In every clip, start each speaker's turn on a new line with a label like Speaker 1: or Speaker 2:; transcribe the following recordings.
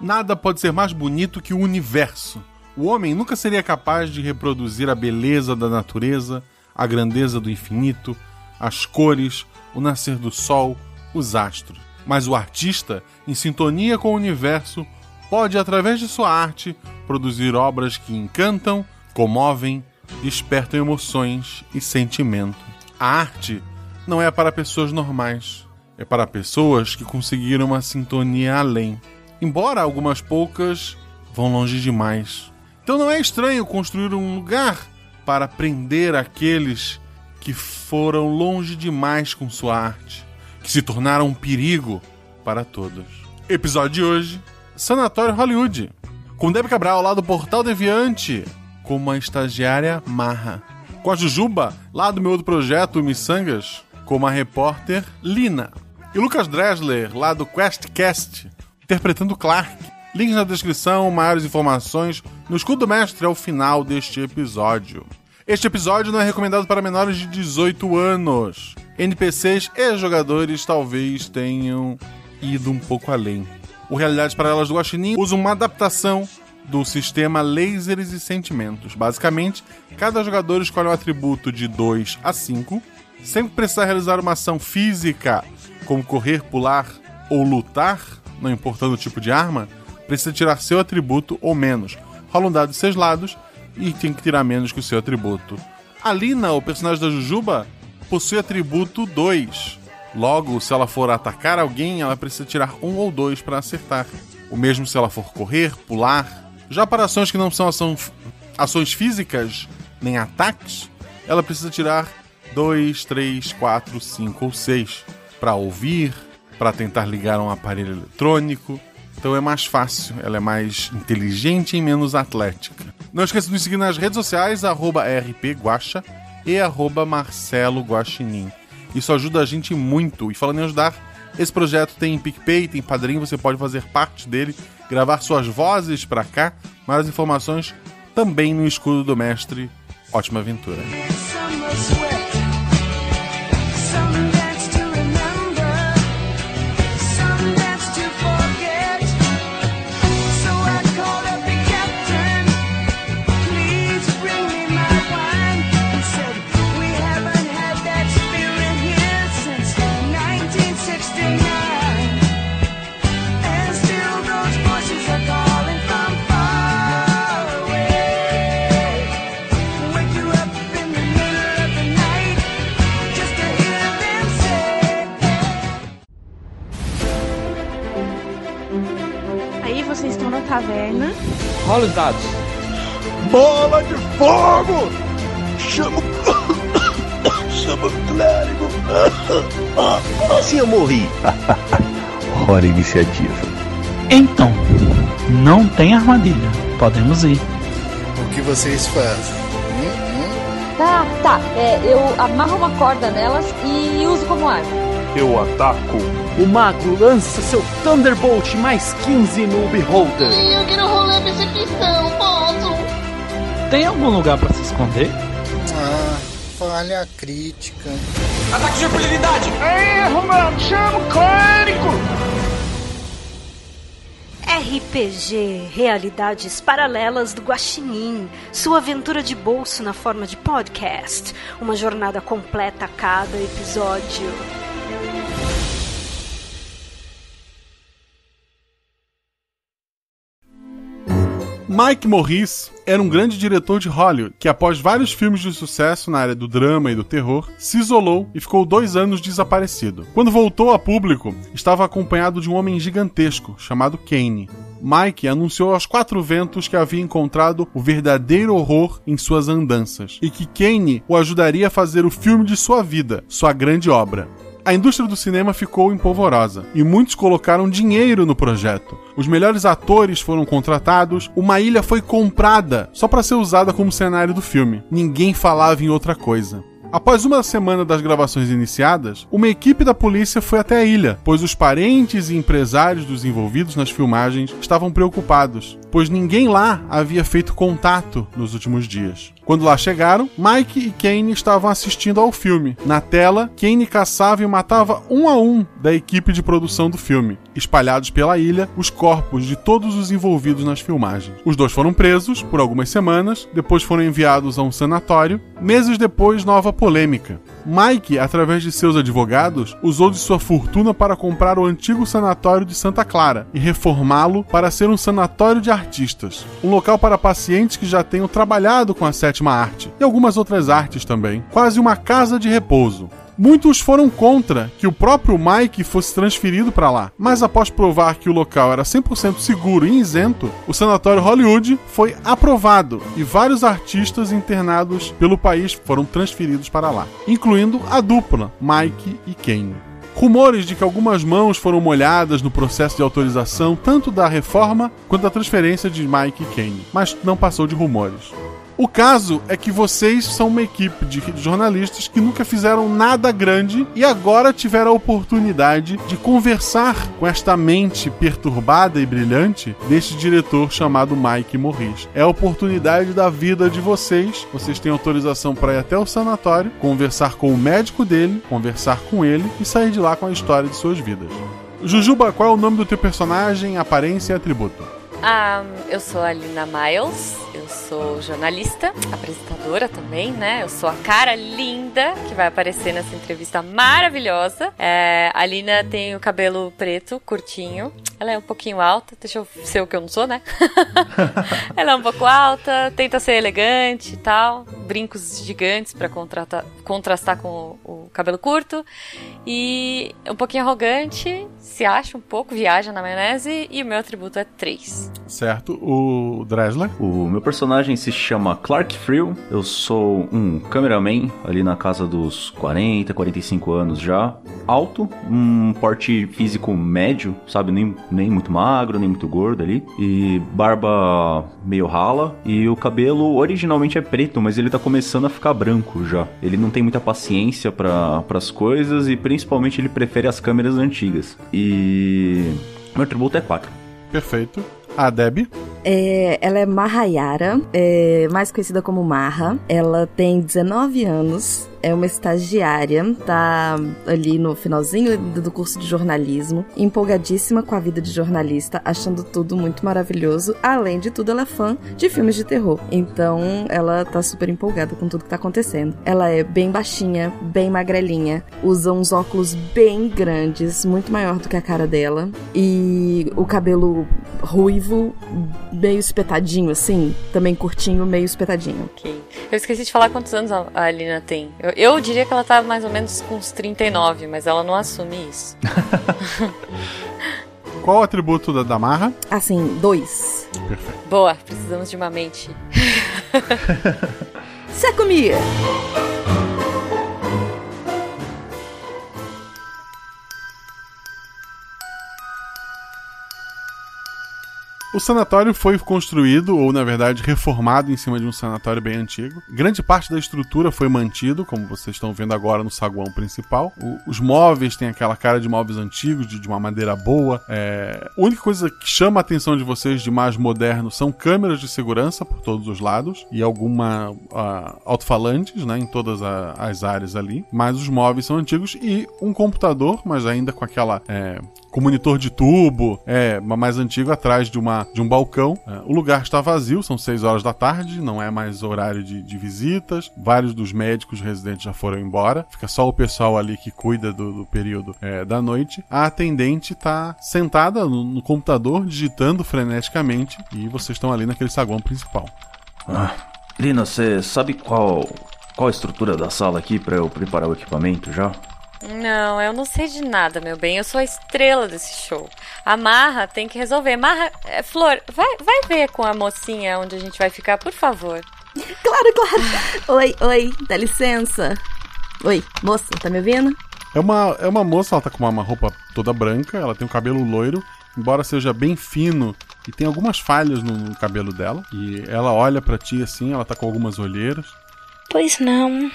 Speaker 1: Nada pode ser mais bonito que o universo. O homem nunca seria capaz de reproduzir a beleza da natureza, a grandeza do infinito, as cores, o nascer do sol, os astros. Mas o artista, em sintonia com o universo, pode, através de sua arte, produzir obras que encantam, comovem, despertam emoções e sentimentos. A arte não é para pessoas normais, é para pessoas que conseguiram uma sintonia além. Embora algumas poucas vão longe demais. Então não é estranho construir um lugar para prender aqueles que foram longe demais com sua arte, que se tornaram um perigo para todos. Episódio de hoje: Sanatório Hollywood. Com Deb Cabral lá do Portal Deviante, como a estagiária Marra. Com a Jujuba, lá do meu outro projeto, Missangas, como a repórter Lina. E Lucas Dresler, lá do QuestCast, interpretando Clark. Links na descrição, maiores informações no escudo mestre ao final deste episódio. Este episódio não é recomendado para menores de 18 anos. NPCs e jogadores talvez tenham ido um pouco além. O Realidades Paralelas do Guaxinim usa uma adaptação do sistema Lasers e Sentimentos. Basicamente, cada jogador escolhe um atributo de 2 a 5, sempre precisar realizar uma ação física, como correr, pular ou lutar, não importando o tipo de arma, precisa tirar seu atributo ou menos. Rola um dado de seis lados e tem que tirar menos que o seu atributo. A Lina, o personagem da Jujuba, possui atributo 2. Logo, se ela for atacar alguém, ela precisa tirar um ou dois para acertar. O mesmo se ela for correr, pular. Já para ações que não são ação, ações físicas, nem ataques, ela precisa tirar 2, 3, 4, 5 ou 6 para ouvir, para tentar ligar um aparelho eletrônico. Então é mais fácil, ela é mais inteligente e menos atlética. Não esqueça de nos seguir nas redes sociais, arroba rpguacha e arroba Marcelo Guaxinim. Isso ajuda a gente muito. E falando em ajudar, esse projeto tem PicPay, tem Padrim, você pode fazer parte dele, gravar suas vozes para cá. Mais informações também no Escudo do Mestre. Ótima aventura.
Speaker 2: Aí vocês estão na taverna.
Speaker 3: Rola os dados.
Speaker 4: Bola de fogo! Chama Chama o clérigo! Assim eu morri!
Speaker 5: Hora iniciativa.
Speaker 6: Então, não tem armadilha. Podemos ir.
Speaker 7: O que vocês fazem?
Speaker 8: Tá, tá. É, eu amarro uma corda nelas e uso como arma.
Speaker 9: Eu ataco.
Speaker 3: O mago lança seu Thunderbolt mais 15 no Beholder.
Speaker 10: Eu quero rolar percepção, posso?
Speaker 6: Tem algum lugar pra se esconder?
Speaker 7: Ah, falha crítica.
Speaker 3: Ataque de impunidade!
Speaker 2: RPG Realidades Paralelas do Guaxinim. Sua aventura de bolso na forma de podcast. Uma jornada completa a cada episódio.
Speaker 1: Mike Morris era um grande diretor de Hollywood que, após vários filmes de sucesso na área do drama e do terror, se isolou e ficou dois anos desaparecido. Quando voltou a público, estava acompanhado de um homem gigantesco chamado Kane. Mike anunciou aos quatro ventos que havia encontrado o verdadeiro horror em suas andanças e que Kane o ajudaria a fazer o filme de sua vida, sua grande obra. A indústria do cinema ficou empolvorosa e muitos colocaram dinheiro no projeto. Os melhores atores foram contratados, uma ilha foi comprada só para ser usada como cenário do filme. Ninguém falava em outra coisa. Após uma semana das gravações iniciadas, uma equipe da polícia foi até a ilha, pois os parentes e empresários dos envolvidos nas filmagens estavam preocupados. pois ninguém lá havia feito contato nos últimos dias. Quando lá chegaram, Mike e Kane estavam assistindo ao filme. Na tela, Kane caçava e matava um a um da equipe de produção do filme, espalhados pela ilha os corpos de todos os envolvidos nas filmagens. Os dois foram presos por algumas semanas, depois foram enviados a um sanatório. Meses depois, nova polêmica. Mike, através de seus advogados, usou de sua fortuna para comprar o antigo sanatório de Santa Clara e reformá-lo para ser um sanatório de artistas, um local para pacientes que já tenham trabalhado com a sétima arte e algumas outras artes também, quase uma casa de repouso. Muitos foram contra que o próprio Mike fosse transferido para lá, mas após provar que o local era 100% seguro e isento, o Sanatório Hollywood foi aprovado e vários artistas internados pelo país foram transferidos para lá, incluindo a dupla Mike e Kane. Rumores de que algumas mãos foram molhadas no processo de autorização, tanto da reforma quanto da transferência de Mike e Kane, mas não passou de rumores. O caso é que vocês são uma equipe de jornalistas que nunca fizeram nada grande e agora tiveram a oportunidade de conversar com esta mente perturbada e brilhante deste diretor chamado Mike Morris. É a oportunidade da vida de vocês. Vocês têm autorização para ir até o sanatório, conversar com o médico dele, conversar com ele e sair de lá com a história de suas vidas. Jujuba, qual é o nome do teu personagem, aparência e atributo?
Speaker 9: Ah, eu sou a Lina Miles, eu sou jornalista, apresentadora também, né? Eu sou a cara linda que vai aparecer nessa entrevista maravilhosa. É, a Lina tem o cabelo preto, curtinho. Ela é um pouquinho alta, deixa eu ser o que eu não sou, né? Ela é um pouco alta, tenta ser elegante e tal. Brincos gigantes para contrastar com o, o cabelo curto. E é um pouquinho arrogante, se acha um pouco, viaja na maionese. E o meu atributo é 3.
Speaker 1: Certo, o Dresler.
Speaker 11: O meu personagem se chama Clark Frill. Eu sou um cameraman ali na casa dos 40, 45 anos já. Alto, um porte físico médio, sabe? Nem, nem muito magro, nem muito gordo ali. E barba meio rala. E o cabelo originalmente é preto, mas ele tá começando a ficar branco já. Ele não tem muita paciência para as coisas e principalmente ele prefere as câmeras antigas. E. Meu atributo é 4.
Speaker 1: Perfeito. A Deb?
Speaker 12: É, ela é Mahayara, é, mais conhecida como Marra. Ela tem 19 anos, é uma estagiária, tá ali no finalzinho do curso de jornalismo, empolgadíssima com a vida de jornalista, achando tudo muito maravilhoso. Além de tudo, ela é fã de filmes de terror, então ela tá super empolgada com tudo que tá acontecendo. Ela é bem baixinha, bem magrelinha, usa uns óculos bem grandes, muito maior do que a cara dela, e o cabelo ruivo, meio espetadinho assim, também curtinho, meio espetadinho.
Speaker 9: Ok. Eu esqueci de falar quantos anos a Alina tem. Eu, eu, diria que ela tá mais ou menos com uns 39, mas ela não assume isso.
Speaker 1: Qual o atributo da Damarra?
Speaker 12: Assim, dois.
Speaker 1: Perfeito.
Speaker 9: Boa, precisamos de uma mente.
Speaker 12: Secumi!
Speaker 1: O sanatório foi construído, ou na verdade reformado, em cima de um sanatório bem antigo. Grande parte da estrutura foi mantido, como vocês estão vendo agora no saguão principal. O, os móveis têm aquela cara de móveis antigos, de, de uma madeira boa. É... A única coisa que chama a atenção de vocês de mais moderno são câmeras de segurança por todos os lados e alguma uh, alto-falantes né, em todas a, as áreas ali. Mas os móveis são antigos e um computador, mas ainda com aquela. É, com monitor de tubo, é, mais antigo, atrás de uma de um balcão. o lugar está vazio, são 6 horas da tarde, não é mais horário de, de, visitas. Vários dos médicos residentes já foram embora. Fica só o pessoal ali que cuida do, do período é, da noite. A atendente está sentada no, no, computador, digitando freneticamente, e vocês estão ali naquele saguão principal.
Speaker 11: Ah, Lina, você sabe qual, qual a estrutura da sala aqui para eu preparar o equipamento já?
Speaker 9: Não, eu não sei de nada, meu bem. Eu sou a estrela desse show. A Marra tem que resolver. Marra, é, Flor, vai, vai ver com a mocinha onde a gente vai ficar, por favor.
Speaker 12: Claro, claro. oi, oi, dá licença. Oi, moça, tá me ouvindo?
Speaker 1: É uma, é uma moça, ela tá com uma roupa toda branca, ela tem um cabelo loiro, embora seja bem fino e tem algumas falhas no, no cabelo dela. E ela olha para ti assim, ela tá com algumas olheiras.
Speaker 13: Pois não.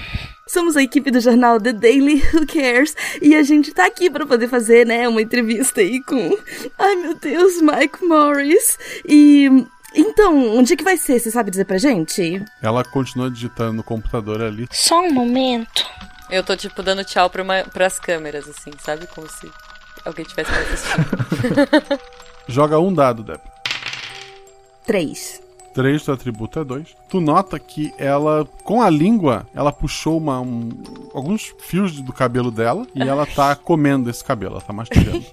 Speaker 12: Somos a equipe do jornal The Daily Who Cares e a gente tá aqui para poder fazer, né, uma entrevista aí com. Ai meu Deus, Mike Morris. E Então, onde é que vai ser? Você sabe dizer pra gente?
Speaker 1: Ela continua digitando no computador ali.
Speaker 2: Só um momento.
Speaker 9: Eu tô, tipo, dando tchau pra uma, pras câmeras, assim, sabe? Como se alguém tivesse me assistindo.
Speaker 1: Joga um dado, Deb.
Speaker 12: Três.
Speaker 1: 3 do atributo é 2. Tu nota que ela, com a língua, ela puxou uma, um- alguns fios do cabelo dela e ela tá comendo esse cabelo, ela tá mastigando.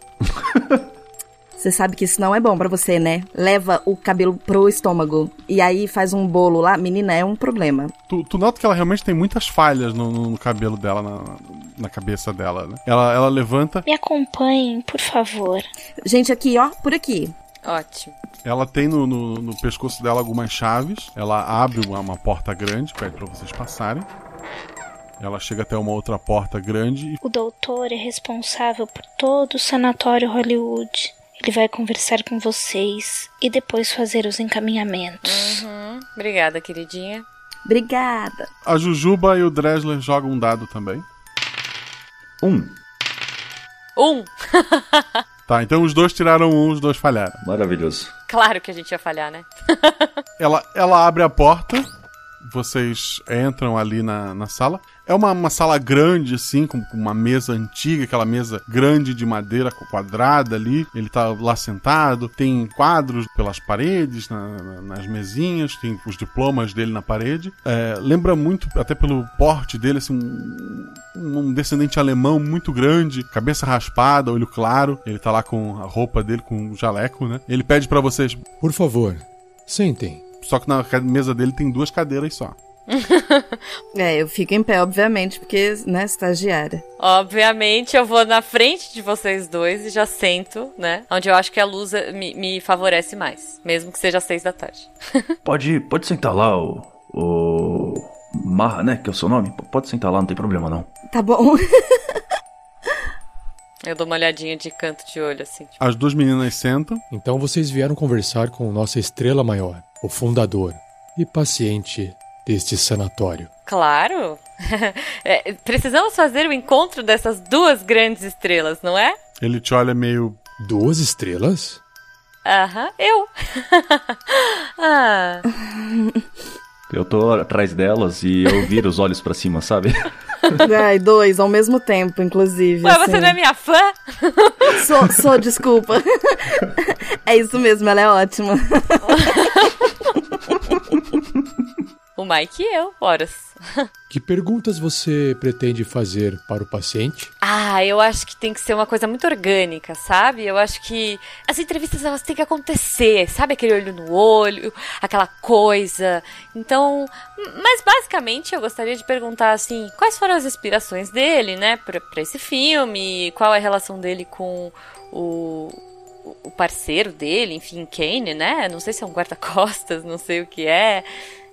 Speaker 12: Você sabe que isso não é bom pra você, né? Leva o cabelo pro estômago e aí faz um bolo lá. Menina, é um problema.
Speaker 1: tu, tu nota que ela realmente tem muitas falhas no, no- no cabelo dela, na, na cabeça dela, né? Ela, ela levanta,
Speaker 2: Me acompanhem, por favor.
Speaker 12: Gente, aqui, ó, por aqui.
Speaker 9: Ótimo.
Speaker 1: ela tem no, no- no pescoço dela algumas chaves, ela abre uma, uma porta grande, pede pra vocês passarem. Ela chega até uma outra porta grande e
Speaker 10: O doutor é responsável por todo o sanatório Hollywood. Ele vai conversar com vocês e depois fazer os encaminhamentos.
Speaker 9: Uhum. Obrigada, queridinha.
Speaker 12: Obrigada.
Speaker 1: a Jujuba e o Dresler jogam um dado também. Um.
Speaker 9: Um!
Speaker 1: Tá, então os dois tiraram um, os dois falharam. Maravilhoso.
Speaker 9: Claro que a gente ia falhar, né?
Speaker 1: Ela, ela abre a porta, vocês entram ali na, na sala. É uma, uma sala grande, assim, com com uma mesa antiga, aquela mesa grande de madeira co- quadrada ali. Ele tá lá sentado, tem quadros pelas paredes, na- na- nas mesinhas, tem os diplomas dele na parede. É, lembra muito, até pelo porte dele, assim, um, um descendente alemão muito grande, cabeça raspada, olho claro. Ele tá lá com a roupa dele, com um jaleco, né? Ele pede pra vocês,
Speaker 13: Por favor, sentem.
Speaker 1: só que na ca- mesa dele tem duas cadeiras só.
Speaker 12: É, eu fico em pé, obviamente, porque, né, estagiária.
Speaker 9: Obviamente, eu vou na frente de vocês dois e já sento, né? Onde eu acho que a luz eh, me, me favorece mais. Mesmo que seja às seis da tarde.
Speaker 11: Pode, pode sentar lá, o. o Marra, né? Que é o seu nome? P- Pode sentar lá, não tem problema não.
Speaker 12: Tá bom.
Speaker 9: Eu dou uma olhadinha de canto de olho, assim.
Speaker 1: As duas meninas sentam.
Speaker 13: Então vocês vieram conversar com nossa estrela maior, o fundador e paciente deste sanatório.
Speaker 9: Claro! É, precisamos fazer o encontro dessas duas grandes estrelas, não é?
Speaker 1: Ele te olha meio.
Speaker 13: Duas estrelas?
Speaker 9: Aham, eu! ah.
Speaker 11: Eu tô atrás delas e eu viro os olhos pra cima, sabe?
Speaker 12: Ai, dois ao mesmo tempo, inclusive. assim.
Speaker 9: Ué, você não é minha fã?
Speaker 12: Sou, sou, desculpa. é isso mesmo, ela é ótima.
Speaker 9: O Mike e eu, horas.
Speaker 13: Que perguntas você pretende fazer para o paciente?
Speaker 9: Ah, eu acho que tem que ser uma coisa muito orgânica, sabe? Eu acho que as entrevistas elas têm que acontecer, sabe? Aquele olho no olho, aquela coisa. Então, m- mas basicamente eu gostaria de perguntar assim, quais foram as inspirações dele, né, pra, pra esse filme? Qual é a relação dele com o, o parceiro dele, enfim, Kane, né? Não sei se é um guarda-costas, não sei o que é.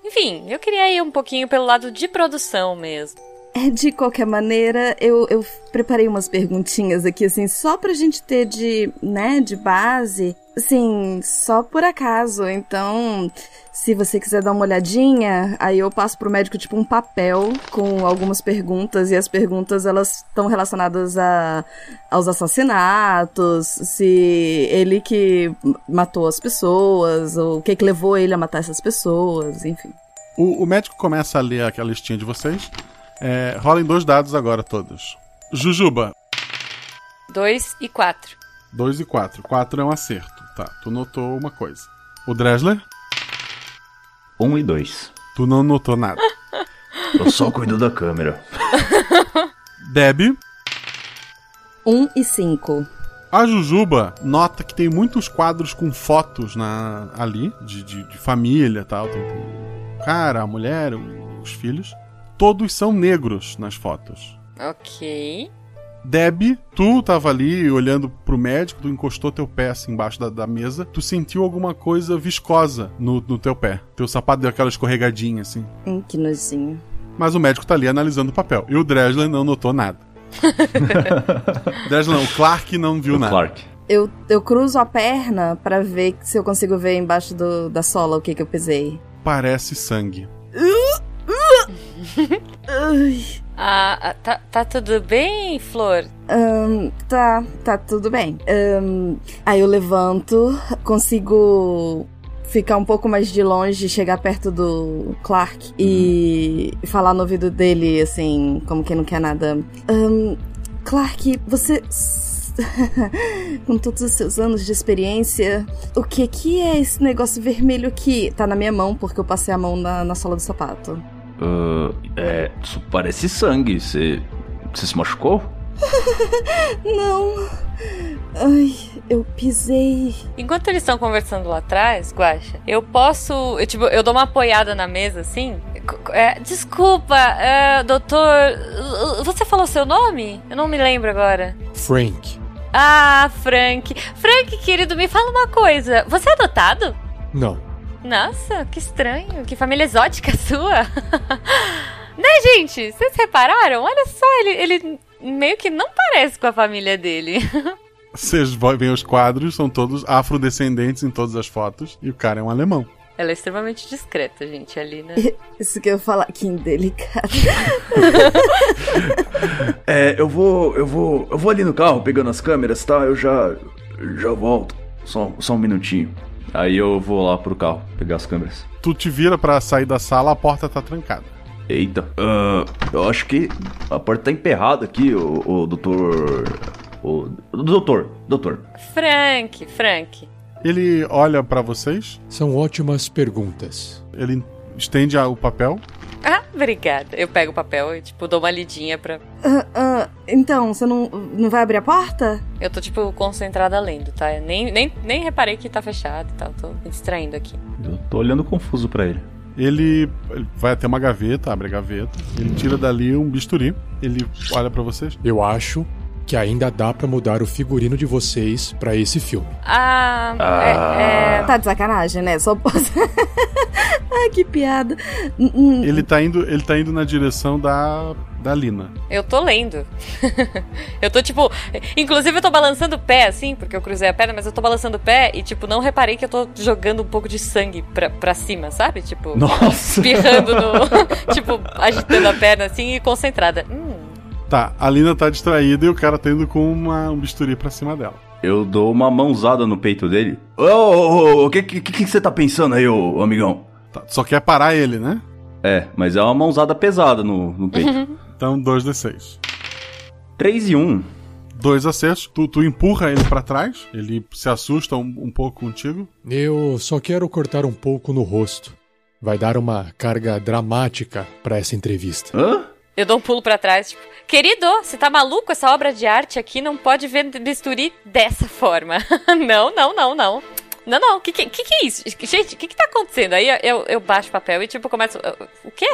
Speaker 9: Enfim, eu queria ir um pouquinho pelo lado de produção mesmo.
Speaker 12: É, de qualquer maneira, eu, eu preparei umas perguntinhas aqui, assim, só pra gente ter de, né, de base. Assim, só por acaso. Então, se você quiser dar uma olhadinha, aí eu passo pro médico, tipo, um papel com algumas perguntas. E as perguntas, elas estão relacionadas a, aos assassinatos, se ele que matou as pessoas, ou o que que levou ele a matar essas pessoas, enfim.
Speaker 1: O, o médico começa a ler aquela listinha de vocês. É, rolem dois dados agora, todos. Jujuba,
Speaker 9: Dois e quatro.
Speaker 1: 2 e 4. 4 é um acerto. Tá, tu notou uma coisa. O Dresler?
Speaker 11: 1 um e 2.
Speaker 1: Tu não notou nada.
Speaker 11: Eu só cuido da câmera.
Speaker 1: Deb?
Speaker 12: 1 e 5.
Speaker 1: A Jujuba nota que tem muitos quadros com fotos na, ali, de, de, de família e tal. Tem o cara, a mulher, o- os filhos. Todos são negros nas fotos.
Speaker 9: Ok.
Speaker 1: Deb, tu tava ali olhando pro médico, tu encostou teu pé assim embaixo da, da mesa, tu sentiu alguma coisa viscosa no, no teu pé. Teu sapato deu aquela escorregadinha assim.
Speaker 12: Hum, que nozinho.
Speaker 1: Mas o médico tá ali analisando o papel. E o Dresler não notou nada. Dresler, não, o Clark não viu nada.
Speaker 11: Clark.
Speaker 12: Eu, eu cruzo a perna pra ver se eu consigo ver embaixo do- da sola o que que eu pisei.
Speaker 1: Parece sangue.
Speaker 9: Ah, ah, tá, tá tudo bem, Flor?
Speaker 12: Ahn, tá, tá tudo bem. Ahn, aí eu levanto, consigo ficar um pouco mais de longe, chegar perto do Clark e falar no ouvido dele, assim, como quem não quer nada. "Ahn, Clark, você. Com todos os seus anos de experiência, o que que é esse negócio vermelho que tá na minha mão porque eu passei a mão na, na sola do sapato?
Speaker 11: Ah, é, isso parece sangue. Você, você se machucou?
Speaker 12: Não. Ai, eu pisei.
Speaker 9: Enquanto eles estão conversando lá atrás, Guaxa, eu posso. Eu, tipo, eu dou uma apoiada na mesa assim. Co- co- é, desculpa, é, doutor. uh, Você falou seu nome? Eu não me lembro agora.
Speaker 13: Frank,
Speaker 9: Ah, Frank. Frank, querido, me fala uma coisa. Você é adotado?
Speaker 13: não.
Speaker 9: Nossa, que estranho. Que família exótica sua. né, gente? Vocês repararam? Olha só, ele, ele meio que não parece com a família dele.
Speaker 1: Vocês vão ver os quadros, são todos afrodescendentes em todas as fotos, e o cara é um alemão.
Speaker 9: Ela é extremamente discreta, gente, ali, né?
Speaker 12: Isso que eu ia falar, que indelicado.
Speaker 11: É, eu vou. Eu vou. Eu vou ali no carro pegando as câmeras, tá? Eu já. Já volto. Só, só um minutinho. Aí eu vou lá pro carro pegar as câmeras.
Speaker 1: Tu te vira pra sair da sala, a porta tá trancada.
Speaker 11: Eita. ah, eu acho que a porta tá emperrada aqui, o, o doutor. O, o doutor, doutor.
Speaker 9: Frank, Frank.
Speaker 1: Ele olha pra vocês.
Speaker 13: São ótimas perguntas.
Speaker 1: Ele estende a- o papel.
Speaker 9: Ah, obrigada. Eu pego o papel e, tipo, dou uma lidinha pra.
Speaker 12: Ah, ah, então, você não, não vai abrir a porta?
Speaker 9: Eu tô, tipo, concentrada lendo, tá? Eu nem, nem, nem reparei que tá fechado e tal. Tô me distraindo aqui.
Speaker 11: Eu tô olhando confuso pra ele.
Speaker 1: Ele, ele vai até uma gaveta, abre a gaveta. Ele tira dali um bisturi. Ele olha pra vocês.
Speaker 13: Eu acho que ainda dá pra mudar o figurino de vocês pra esse filme.
Speaker 9: Ah, é.
Speaker 13: Ah.
Speaker 12: Tá de sacanagem, né? Só posso. Ai, que piada. Hum, hum.
Speaker 1: Ele tá indo, ele tá indo na direção da, da Lina.
Speaker 9: Eu tô lendo. eu tô, tipo. Inclusive, eu tô balançando o pé, assim, porque eu cruzei a perna, mas eu tô balançando o pé e, tipo, não reparei que eu tô jogando um pouco de sangue pra, pra cima, sabe? Tipo.
Speaker 11: Nossa!
Speaker 9: Espirrando no. tipo, agitando a perna, assim, e concentrada. Hum,
Speaker 1: Tá, a Lina tá distraída e o cara tá indo com uma, um bisturi pra cima dela.
Speaker 11: Eu dou uma mãozada no peito dele. Ô, ô, ô, o que, que, que você tá pensando aí, ô amigão?
Speaker 1: Tá, só quer parar ele, né?
Speaker 11: É, mas é uma mãozada pesada no, no peito.
Speaker 1: Então, 2d6.
Speaker 11: 3 e 1.
Speaker 1: Dois acertos. Tu, tu empurra ele pra trás. Ele se assusta um, um pouco contigo.
Speaker 13: Eu só quero cortar um pouco no rosto. Vai dar uma carga dramática pra essa entrevista.
Speaker 11: Hã?
Speaker 9: Eu dou um pulo pra trás, tipo, querido, você tá maluco? Essa obra de arte aqui não pode ver bisturi dessa forma. não, não, não, não. Não, não, o que, que, que que é isso? Gente, o que que tá acontecendo? Aí eu, eu baixo o papel e, tipo, começo, o quê?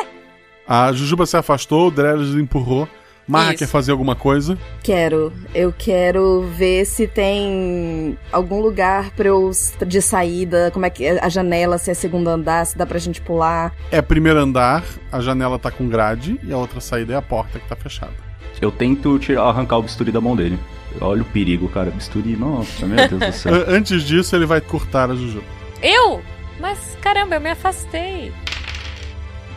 Speaker 1: A Jujuba se afastou, o Drellis empurrou. Marra quer fazer alguma coisa.
Speaker 12: Quero. Eu quero ver se tem algum lugar pra eu s- de saída, como é que é a janela, se é segundo andar, se dá pra gente pular.
Speaker 1: É primeiro andar, a janela tá com grade e a outra saída é a porta que tá fechada.
Speaker 11: Eu tento tirar, arrancar o bisturi da mão dele. Olha o perigo, cara. Bisturi, nossa, meu Deus do céu.
Speaker 1: An- Antes disso, ele vai cortar a Jujuba.
Speaker 9: Eu? Mas, caramba, eu me afastei.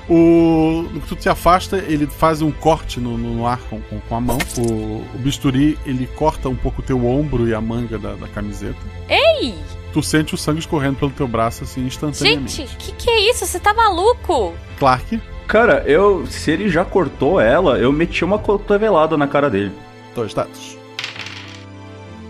Speaker 1: O. No que tu te afasta, ele faz um corte no, no- no ar com, com- com a mão. O, o bisturi, ele corta um pouco o teu ombro e a manga da, da camiseta.
Speaker 9: Ei!
Speaker 1: Tu sente o sangue escorrendo pelo teu braço, assim, instantaneamente.
Speaker 9: Gente, o que que é isso? Você tá maluco?
Speaker 1: Clark,
Speaker 11: Cara, eu. Se ele já cortou ela, eu meti uma cotovelada na cara dele.
Speaker 1: dois dados.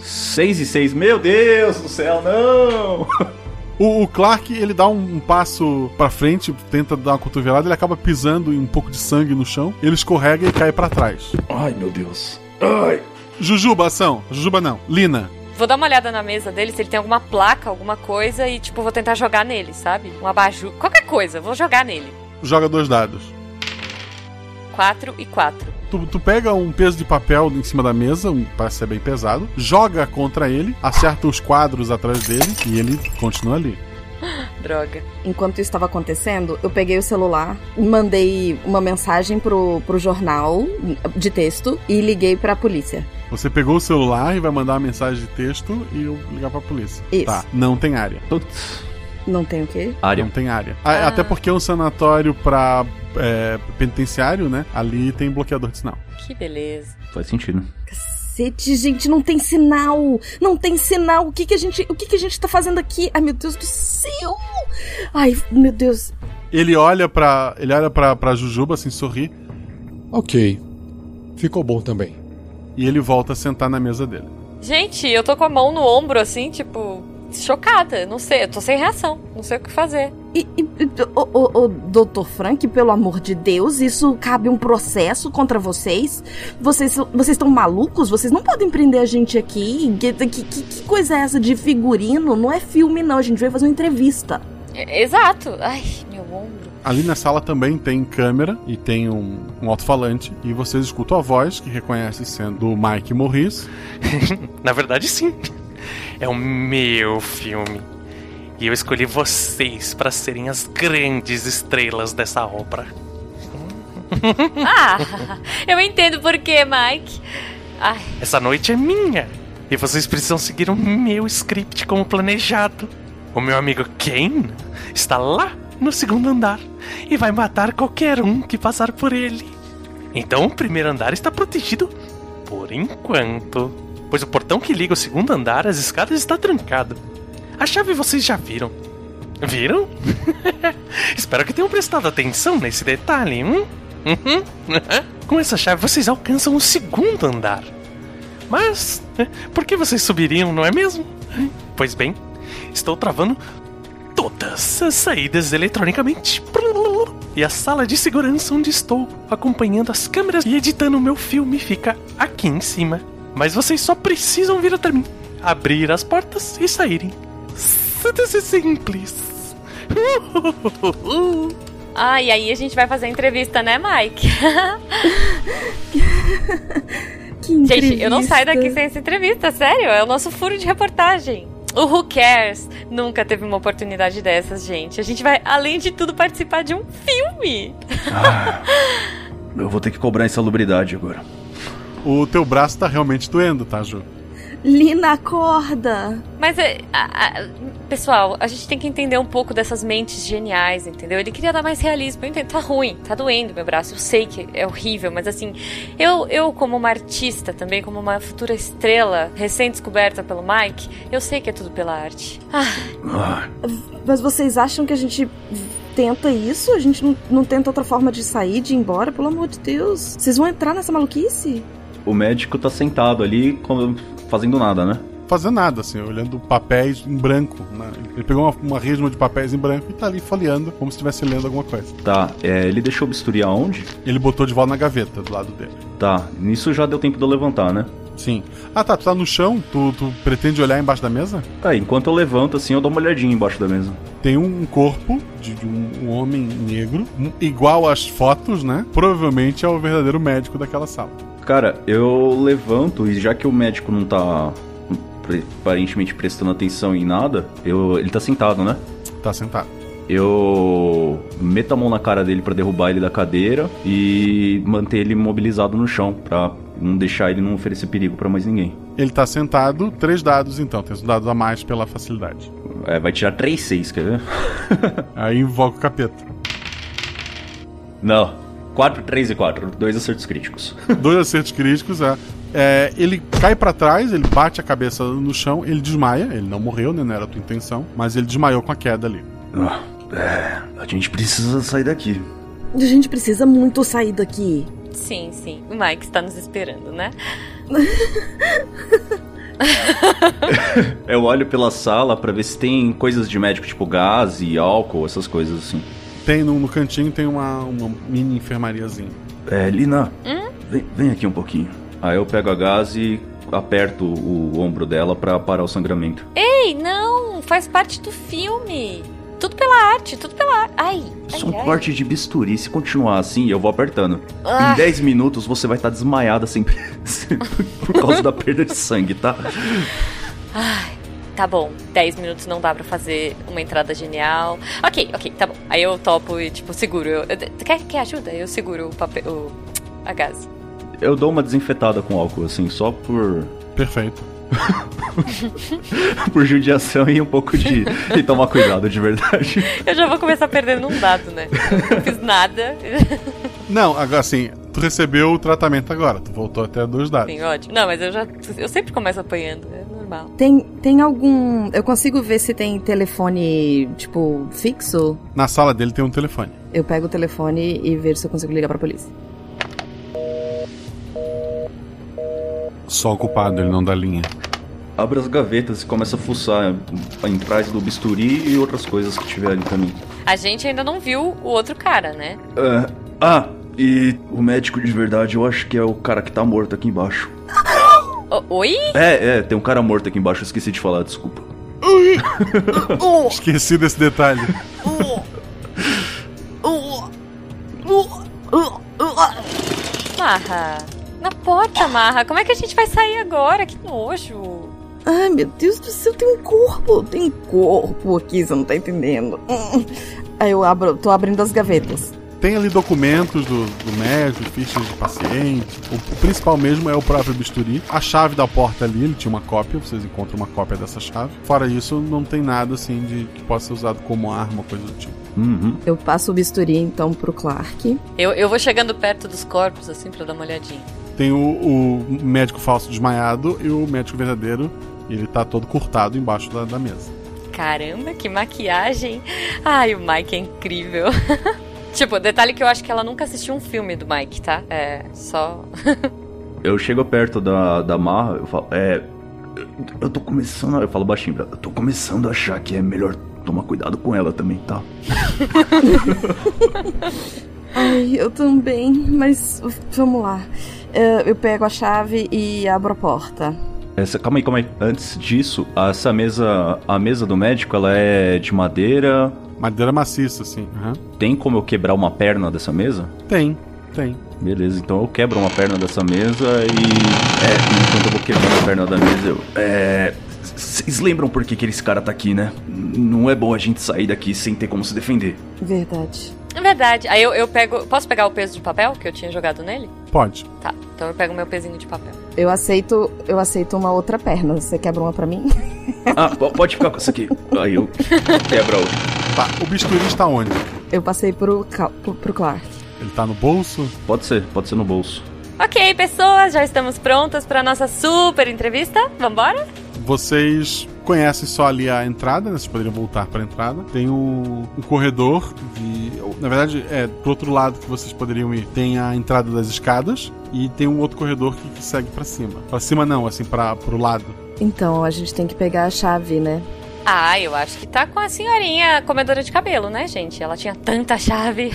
Speaker 11: 6 e 6, meu Deus do céu, não!
Speaker 1: O, o Clark, ele dá um, um passo pra frente, tenta dar uma cotovelada, ele acaba pisando em um pouco de sangue no chão, ele escorrega e cai pra trás.
Speaker 11: Ai, meu Deus. Ai.
Speaker 1: Jujuba, ação. Jujuba não. Lina.
Speaker 9: Vou dar uma olhada na mesa dele, se ele tem alguma placa, alguma coisa, e, tipo, vou tentar jogar nele, sabe? Um abajur, qualquer coisa, vou jogar nele.
Speaker 1: Joga dois dados.
Speaker 9: Quatro e quatro.
Speaker 1: Tu, tu pega um peso de papel em cima da mesa, um, parece ser bem pesado, joga contra ele, acerta os quadros atrás dele e ele continua ali.
Speaker 9: Droga.
Speaker 12: Enquanto isso estava acontecendo, eu peguei o celular, mandei uma mensagem pro, pro jornal de texto e liguei pra polícia.
Speaker 1: Você pegou o celular e vai mandar uma mensagem de texto e eu ligar pra polícia.
Speaker 12: Isso.
Speaker 1: Tá, não tem área.
Speaker 11: Putz.
Speaker 12: Não tem o quê?
Speaker 11: Área.
Speaker 1: Não tem área. A- Até porque é um sanatório pra é, penitenciário, né? Ali tem bloqueador de sinal.
Speaker 9: Que beleza.
Speaker 11: Faz sentido.
Speaker 12: Cacete, gente, não tem sinal! Não tem sinal! O que que a gente, o que que a gente tá fazendo aqui? Ai, meu Deus do céu! Ai, meu Deus.
Speaker 1: Ele olha pra. ele olha pra, pra Jujuba assim, sorri.
Speaker 13: Ok. Ficou bom também.
Speaker 1: E ele volta a sentar na mesa dele.
Speaker 9: Gente, eu tô com a mão no ombro, assim, tipo, chocada. Não sei, eu tô sem reação. Não sei o que fazer.
Speaker 12: E, e o, o, o Dr. Frank, pelo amor de Deus, isso cabe um processo contra vocês? Vocês vocês estão malucos? Vocês não podem prender a gente aqui? Que, que, que- que coisa é essa de figurino? Não é filme, não. A gente veio fazer uma entrevista.
Speaker 9: É, Exato. Ai, meu ombro.
Speaker 1: Ali na sala também tem câmera e tem um, um alto-falante. E vocês escutam a voz, que reconhece sendo o Mike Morris.
Speaker 14: Na verdade, sim. É o meu filme. E eu escolhi vocês para serem as grandes estrelas dessa obra.
Speaker 9: Ah, eu entendo por quê, Mike. Ai,
Speaker 14: Essa noite é minha. E vocês precisam seguir o meu script como planejado. O meu amigo Kane está lá no segundo andar e vai matar qualquer um que passar por ele. Então o primeiro andar está protegido por enquanto, pois o portão que liga o segundo andar às escadas está trancado. A chave vocês já viram. Viram? Espero que tenham prestado atenção nesse detalhe. Hum? Uhum. Com essa chave vocês alcançam o segundo andar. Mas, por que vocês subiriam, não é mesmo? Pois bem, estou travando todas as saídas eletronicamente. E a sala de segurança onde estou acompanhando as câmeras e editando o meu filme fica aqui em cima. Mas vocês só precisam vir até mim, abrir as portas e saírem. Simples.
Speaker 9: ai, aí a gente vai fazer a entrevista, né, Mike? Gente, eu não saio daqui sem essa entrevista, sério. É o nosso furo de reportagem. O Who Cares nunca teve uma oportunidade dessas, gente. A gente vai, além de tudo, participar de um filme.
Speaker 11: Eu vou ter que cobrar insalubridade agora.
Speaker 1: O teu braço tá realmente doendo, tá, Ju?
Speaker 12: Lina, acorda!
Speaker 9: Mas, é, a- a- pessoal, a gente tem que entender um pouco dessas mentes geniais, entendeu? Ele queria dar mais realismo. Eu entendo, tá ruim, tá doendo meu braço. Eu sei que é horrível, mas assim, eu, eu como uma artista também, como uma futura estrela recém-descoberta pelo Mike, eu sei que é tudo pela arte. Ah,
Speaker 11: Ah,
Speaker 12: Mas vocês acham que a gente tenta isso? A gente não, não tenta outra forma de sair, de ir embora? Pelo amor de Deus. Vocês vão entrar nessa maluquice?
Speaker 11: O médico tá sentado ali, com- fazendo nada, né?
Speaker 1: Fazendo nada, assim, olhando papéis em branco. né? Ele pegou uma, uma resma de papéis em branco e tá ali folheando, como se estivesse lendo alguma coisa.
Speaker 11: Tá, é, ele deixou o bisturi aonde?
Speaker 1: Ele botou de volta na gaveta do lado dele.
Speaker 11: Tá, nisso já deu tempo de eu levantar, né?
Speaker 1: Sim. Ah, tá, tu tá no chão? Tu, tu pretende olhar embaixo da mesa?
Speaker 11: Tá, enquanto eu levanto assim, eu dou uma olhadinha embaixo da mesa.
Speaker 1: Tem um corpo de, de um, um homem negro, um- igual às fotos, né? Provavelmente é o verdadeiro médico daquela sala.
Speaker 11: Cara, eu levanto e já que o médico não tá pre- aparentemente prestando atenção em nada, eu, ele tá sentado, né?
Speaker 1: Tá sentado.
Speaker 11: Eu meto a mão na cara dele pra derrubar ele da cadeira e manter ele imobilizado no chão, pra não deixar ele não oferecer perigo pra mais ninguém.
Speaker 1: Ele tá sentado, três dados então, tem um dado a mais pela facilidade.
Speaker 11: É, vai tirar 3-6, quer ver?
Speaker 1: Aí invoca o capeta.
Speaker 11: Não. 4, 3 e 4. Dois acertos críticos.
Speaker 1: Dois acertos críticos, é. É, ele cai pra trás, ele bate a cabeça no chão, ele desmaia, ele não morreu, né? Não era a tua intenção, mas ele desmaiou com a queda ali.
Speaker 11: É, a gente precisa sair daqui.
Speaker 12: A gente precisa muito sair daqui.
Speaker 9: Sim, sim. O Mike está nos esperando, né?
Speaker 11: Eu olho pela sala pra ver se tem coisas de médico, tipo gás e álcool, essas coisas assim.
Speaker 1: Tem no, no cantinho tem uma, uma mini enfermariazinha.
Speaker 11: É, Lina, vem, vem aqui um pouquinho. Aí eu pego a gás e aperto o ombro dela pra parar o sangramento.
Speaker 9: Ei, não! Faz parte do filme! Tudo pela arte, tudo pela arte. Ai,
Speaker 11: Só
Speaker 9: ai,
Speaker 11: um
Speaker 9: ai.
Speaker 11: corte de bisturi. Se continuar assim, eu vou apertando.
Speaker 9: Ah.
Speaker 11: Em 10 minutos você vai estar desmaiada sempre por causa da perda de sangue, tá?
Speaker 9: Ai, tá bom. 10 minutos não dá pra fazer uma entrada genial. Ok, ok, tá bom. Aí eu topo e, tipo, seguro. Eu, eu- tu quer, quer ajuda? Eu seguro o papel. o- a gás.
Speaker 11: Eu dou uma desinfetada com álcool, assim, só por.
Speaker 1: Perfeito.
Speaker 11: por judiação e um pouco de. e tomar cuidado, de verdade.
Speaker 9: Eu já vou começar perdendo um dado, né? Eu não fiz nada.
Speaker 1: Não, agora assim, Tu recebeu o tratamento agora, tu voltou até dois dados.
Speaker 9: Sim, ótimo. Não, mas eu já. Eu sempre começo apanhando, é normal.
Speaker 12: Tem, tem algum. Eu consigo ver se tem telefone, tipo, fixo?
Speaker 1: Na sala dele tem um telefone.
Speaker 12: Eu pego o telefone e vejo se eu consigo ligar pra polícia.
Speaker 1: Só o culpado, ele não dá linha.
Speaker 11: Abre as gavetas e começa a fuçar em trás do bisturi e outras coisas que tiver ali também.
Speaker 9: A gente ainda não viu o outro cara, né?
Speaker 11: É, ah, e o médico de verdade eu acho que é o cara que tá morto aqui embaixo.
Speaker 9: O- Oi?
Speaker 11: É, é, tem um cara morto aqui embaixo, eu esqueci de falar, desculpa.
Speaker 1: Esqueci desse detalhe.
Speaker 9: Marra. Na porta, Marra. Como é que a gente vai sair agora? Que nojo.
Speaker 12: Ai, meu Deus do céu, tem um corpo. Tem um corpo aqui, você não tá entendendo. Hum. Aí eu abro, tô abrindo as gavetas.
Speaker 1: Tem ali documentos do, do médico, fichas de paciente. O, o principal mesmo é o próprio bisturi. A chave da porta ali, ele tinha uma cópia, vocês encontram uma cópia dessa chave. Fora isso, não tem nada assim de que possa ser usado como arma, coisa do tipo.
Speaker 12: Eu passo o bisturi então pro Clark.
Speaker 9: Eu, eu vou chegando perto dos corpos, assim, pra dar uma olhadinha.
Speaker 1: Tem o, o médico falso desmaiado e o médico verdadeiro. Ele tá todo curtado embaixo da, da mesa.
Speaker 9: Caramba, que maquiagem. Ai, o Mike é incrível. tipo, detalhe que eu acho que ela nunca assistiu um filme do Mike, tá? É, só...
Speaker 11: Eu chego perto da, da marra, eu falo, é. Eu tô começando. a- Eu falo baixinho, pra- eu tô começando a achar que é melhor tomar cuidado com ela também, tá?
Speaker 12: Ai, eu também, mas v- vamos lá. É, Eu pego a chave e abro a porta.
Speaker 11: Essa, calma aí, calma aí. Antes disso, essa mesa. A mesa do médico, ela é de madeira.
Speaker 1: Madeira maciça, sim.
Speaker 11: Tem como eu quebrar uma perna dessa mesa?
Speaker 1: Tem, tem.
Speaker 11: Beleza, então eu quebro uma perna dessa mesa e. É, enquanto eu vou quebrar a perna da mesa, eu. É. Vocês lembram por que, que esse cara tá aqui, né? N- Não é bom a gente sair daqui sem ter como se defender.
Speaker 12: Verdade.
Speaker 9: É verdade. Aí eu, eu pego... Posso pegar o peso de papel que eu tinha jogado nele?
Speaker 1: Pode.
Speaker 9: Tá, então eu pego meu pezinho de papel.
Speaker 12: Eu aceito, eu aceito uma outra perna. Você quebra uma pra mim?
Speaker 11: Ah, po- pode ficar com essa aqui. Aí eu quebro a outra.
Speaker 1: Tá, o bisturi está onde?
Speaker 12: Eu passei pro, Cal- pro, pro Clark.
Speaker 1: Ele tá no bolso?
Speaker 11: Pode ser, pode ser no bolso.
Speaker 9: Ok, pessoas, já estamos prontas pra nossa super entrevista. Vambora?
Speaker 1: Vocês conhecem só ali a entrada, né? Vocês poderiam voltar pra entrada. Tem um, um corredor de. Na verdade, é pro outro lado que vocês poderiam ir. Tem a entrada das escadas e tem um outro corredor que, que segue pra cima. Pra cima não, assim, para pro lado.
Speaker 12: Então, a gente tem que pegar a chave, né?
Speaker 9: Ah, eu acho que tá com a senhorinha comedora de cabelo, né, gente? Ela tinha tanta chave.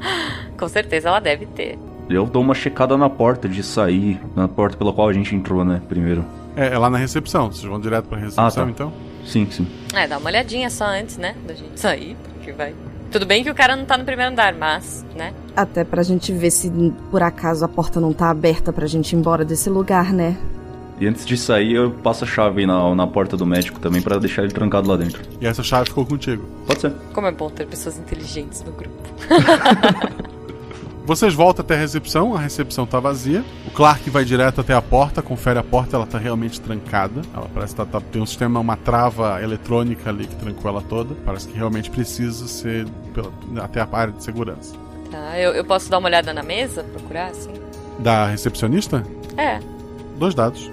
Speaker 9: com certeza ela deve ter.
Speaker 11: Eu dou uma checada na porta de sair, na porta pela qual a gente entrou, né? Primeiro.
Speaker 1: É, é lá na recepção. Vocês vão direto pra recepção,
Speaker 11: Ah, tá.
Speaker 1: então?
Speaker 11: Sim, sim.
Speaker 9: É, dá uma olhadinha só antes, né? Da gente sair, porque vai. Tudo bem que o cara não tá no primeiro andar, mas, né?
Speaker 12: Até pra gente ver se por acaso a porta não tá aberta pra gente ir embora desse lugar, né?
Speaker 11: E antes de sair, eu passo a chave na, na porta do médico também pra deixar ele trancado lá dentro.
Speaker 1: E essa chave Tá, ficou contigo.
Speaker 11: Pode ser.
Speaker 9: Como é bom ter pessoas inteligentes no grupo.
Speaker 1: Vocês voltam até a recepção, a recepção tá vazia. O Clark vai direto até a porta, confere a porta, ela tá realmente trancada. Ela parece que tá, tá- tem um sistema, uma trava eletrônica ali que trancou ela toda. Parece que realmente precisa ser pela- até a área de segurança.
Speaker 9: Tá, eu, eu posso dar uma olhada na mesa, procurar, assim?
Speaker 1: Da recepcionista?
Speaker 9: É,
Speaker 1: Dois dados.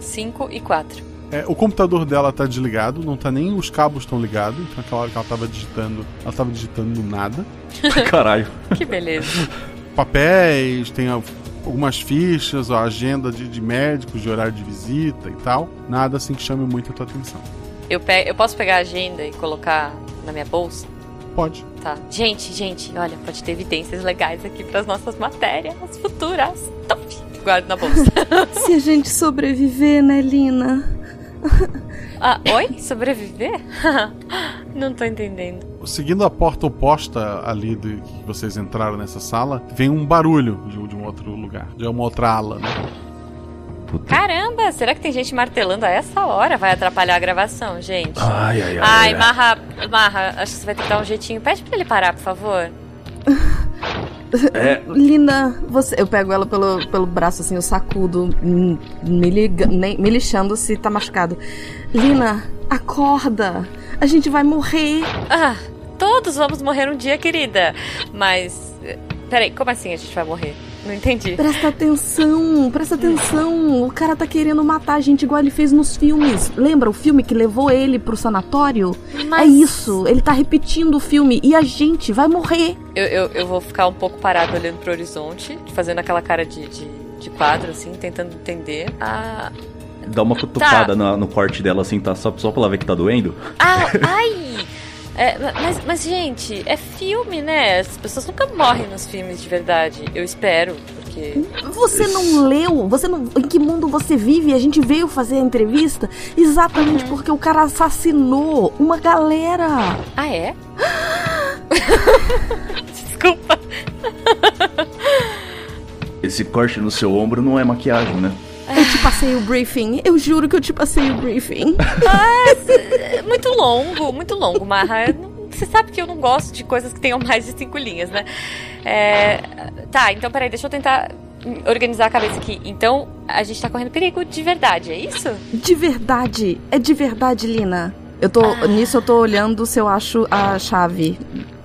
Speaker 9: 5 e 4.
Speaker 1: É, o computador dela tá desligado, não tá nem os cabos estão ligados, então aquela hora que ela tava digitando, ela tava digitando no nada.
Speaker 11: Caralho.
Speaker 9: Que beleza.
Speaker 1: papéis, tem al- algumas fichas, a agenda de, de médicos, de horário de visita e tal. Nada assim que chame muito a tua atenção.
Speaker 9: Eu, pe eu posso pegar a agenda e colocar na minha bolsa?
Speaker 1: Pode.
Speaker 9: Tá. Gente, gente, olha, pode ter evidências legais aqui pras nossas matérias futuras. Top! Guardo na bolsa.
Speaker 12: se a gente sobreviver, né, Lina?
Speaker 9: ah, oi? Sobreviver? Não tô entendendo.
Speaker 1: Seguindo a porta oposta ali de que vocês entraram nessa sala, vem um barulho de, de um outro lugar, de uma outra ala, né?
Speaker 9: Caramba, será que tem gente martelando a essa hora? Vai atrapalhar a gravação, gente.
Speaker 11: Ai, ai, ai,
Speaker 9: Ai,
Speaker 11: ai.
Speaker 9: Marra, Marra, acho que você vai ter que dar um jeitinho. Pede pra ele parar, por favor.
Speaker 11: É.
Speaker 12: Lina, você. Eu pego ela pelo, pelo braço, assim, eu sacudo, hum, me, liga, nem- me lixando se tá machucado. Lina, acorda! A gente vai morrer!
Speaker 9: Ah, todos vamos morrer um dia, querida. Mas eh, Peraí, como assim a gente vai morrer? Não entendi.
Speaker 12: Presta atenção, presta atenção. O cara tá querendo matar a gente igual ele fez nos filmes. Lembra o filme que levou ele pro sanatório?
Speaker 9: Mas-
Speaker 12: É isso, ele tá repetindo o filme e a gente vai morrer.
Speaker 9: Eu, eu, eu vou ficar um pouco parado olhando pro horizonte, fazendo aquela cara de, de, de quadro, assim, tentando entender. Ah.
Speaker 11: Dá uma cutucada na- no corte dela, assim, tá só, só pra ela ver que tá doendo.
Speaker 9: Ah, ai! É, ma- mas, mas, gente, é filme, né? As pessoas nunca morrem nos filmes de verdade. Eu espero, porque.
Speaker 12: Você não leu? Você não. Em que mundo você vive? A gente veio fazer a entrevista exatamente porque o cara assassinou uma galera.
Speaker 9: Ah, é?
Speaker 11: Esse corte no seu ombro não é maquiagem, né?
Speaker 12: Eu te passei o briefing. Eu juro que eu te passei o briefing.
Speaker 9: É muito longo, muito longo, Marra. Eu não- Você sabe que eu não gosto de coisas que tenham mais de cinco linhas, né? É, Tá, então peraí, deixa eu tentar hum, organizar a cabeça aqui. Então, a gente tá correndo perigo de verdade, é isso?
Speaker 12: De verdade. É de verdade, Lina. Eu tô. Nisso eu tô olhando se eu acho a chave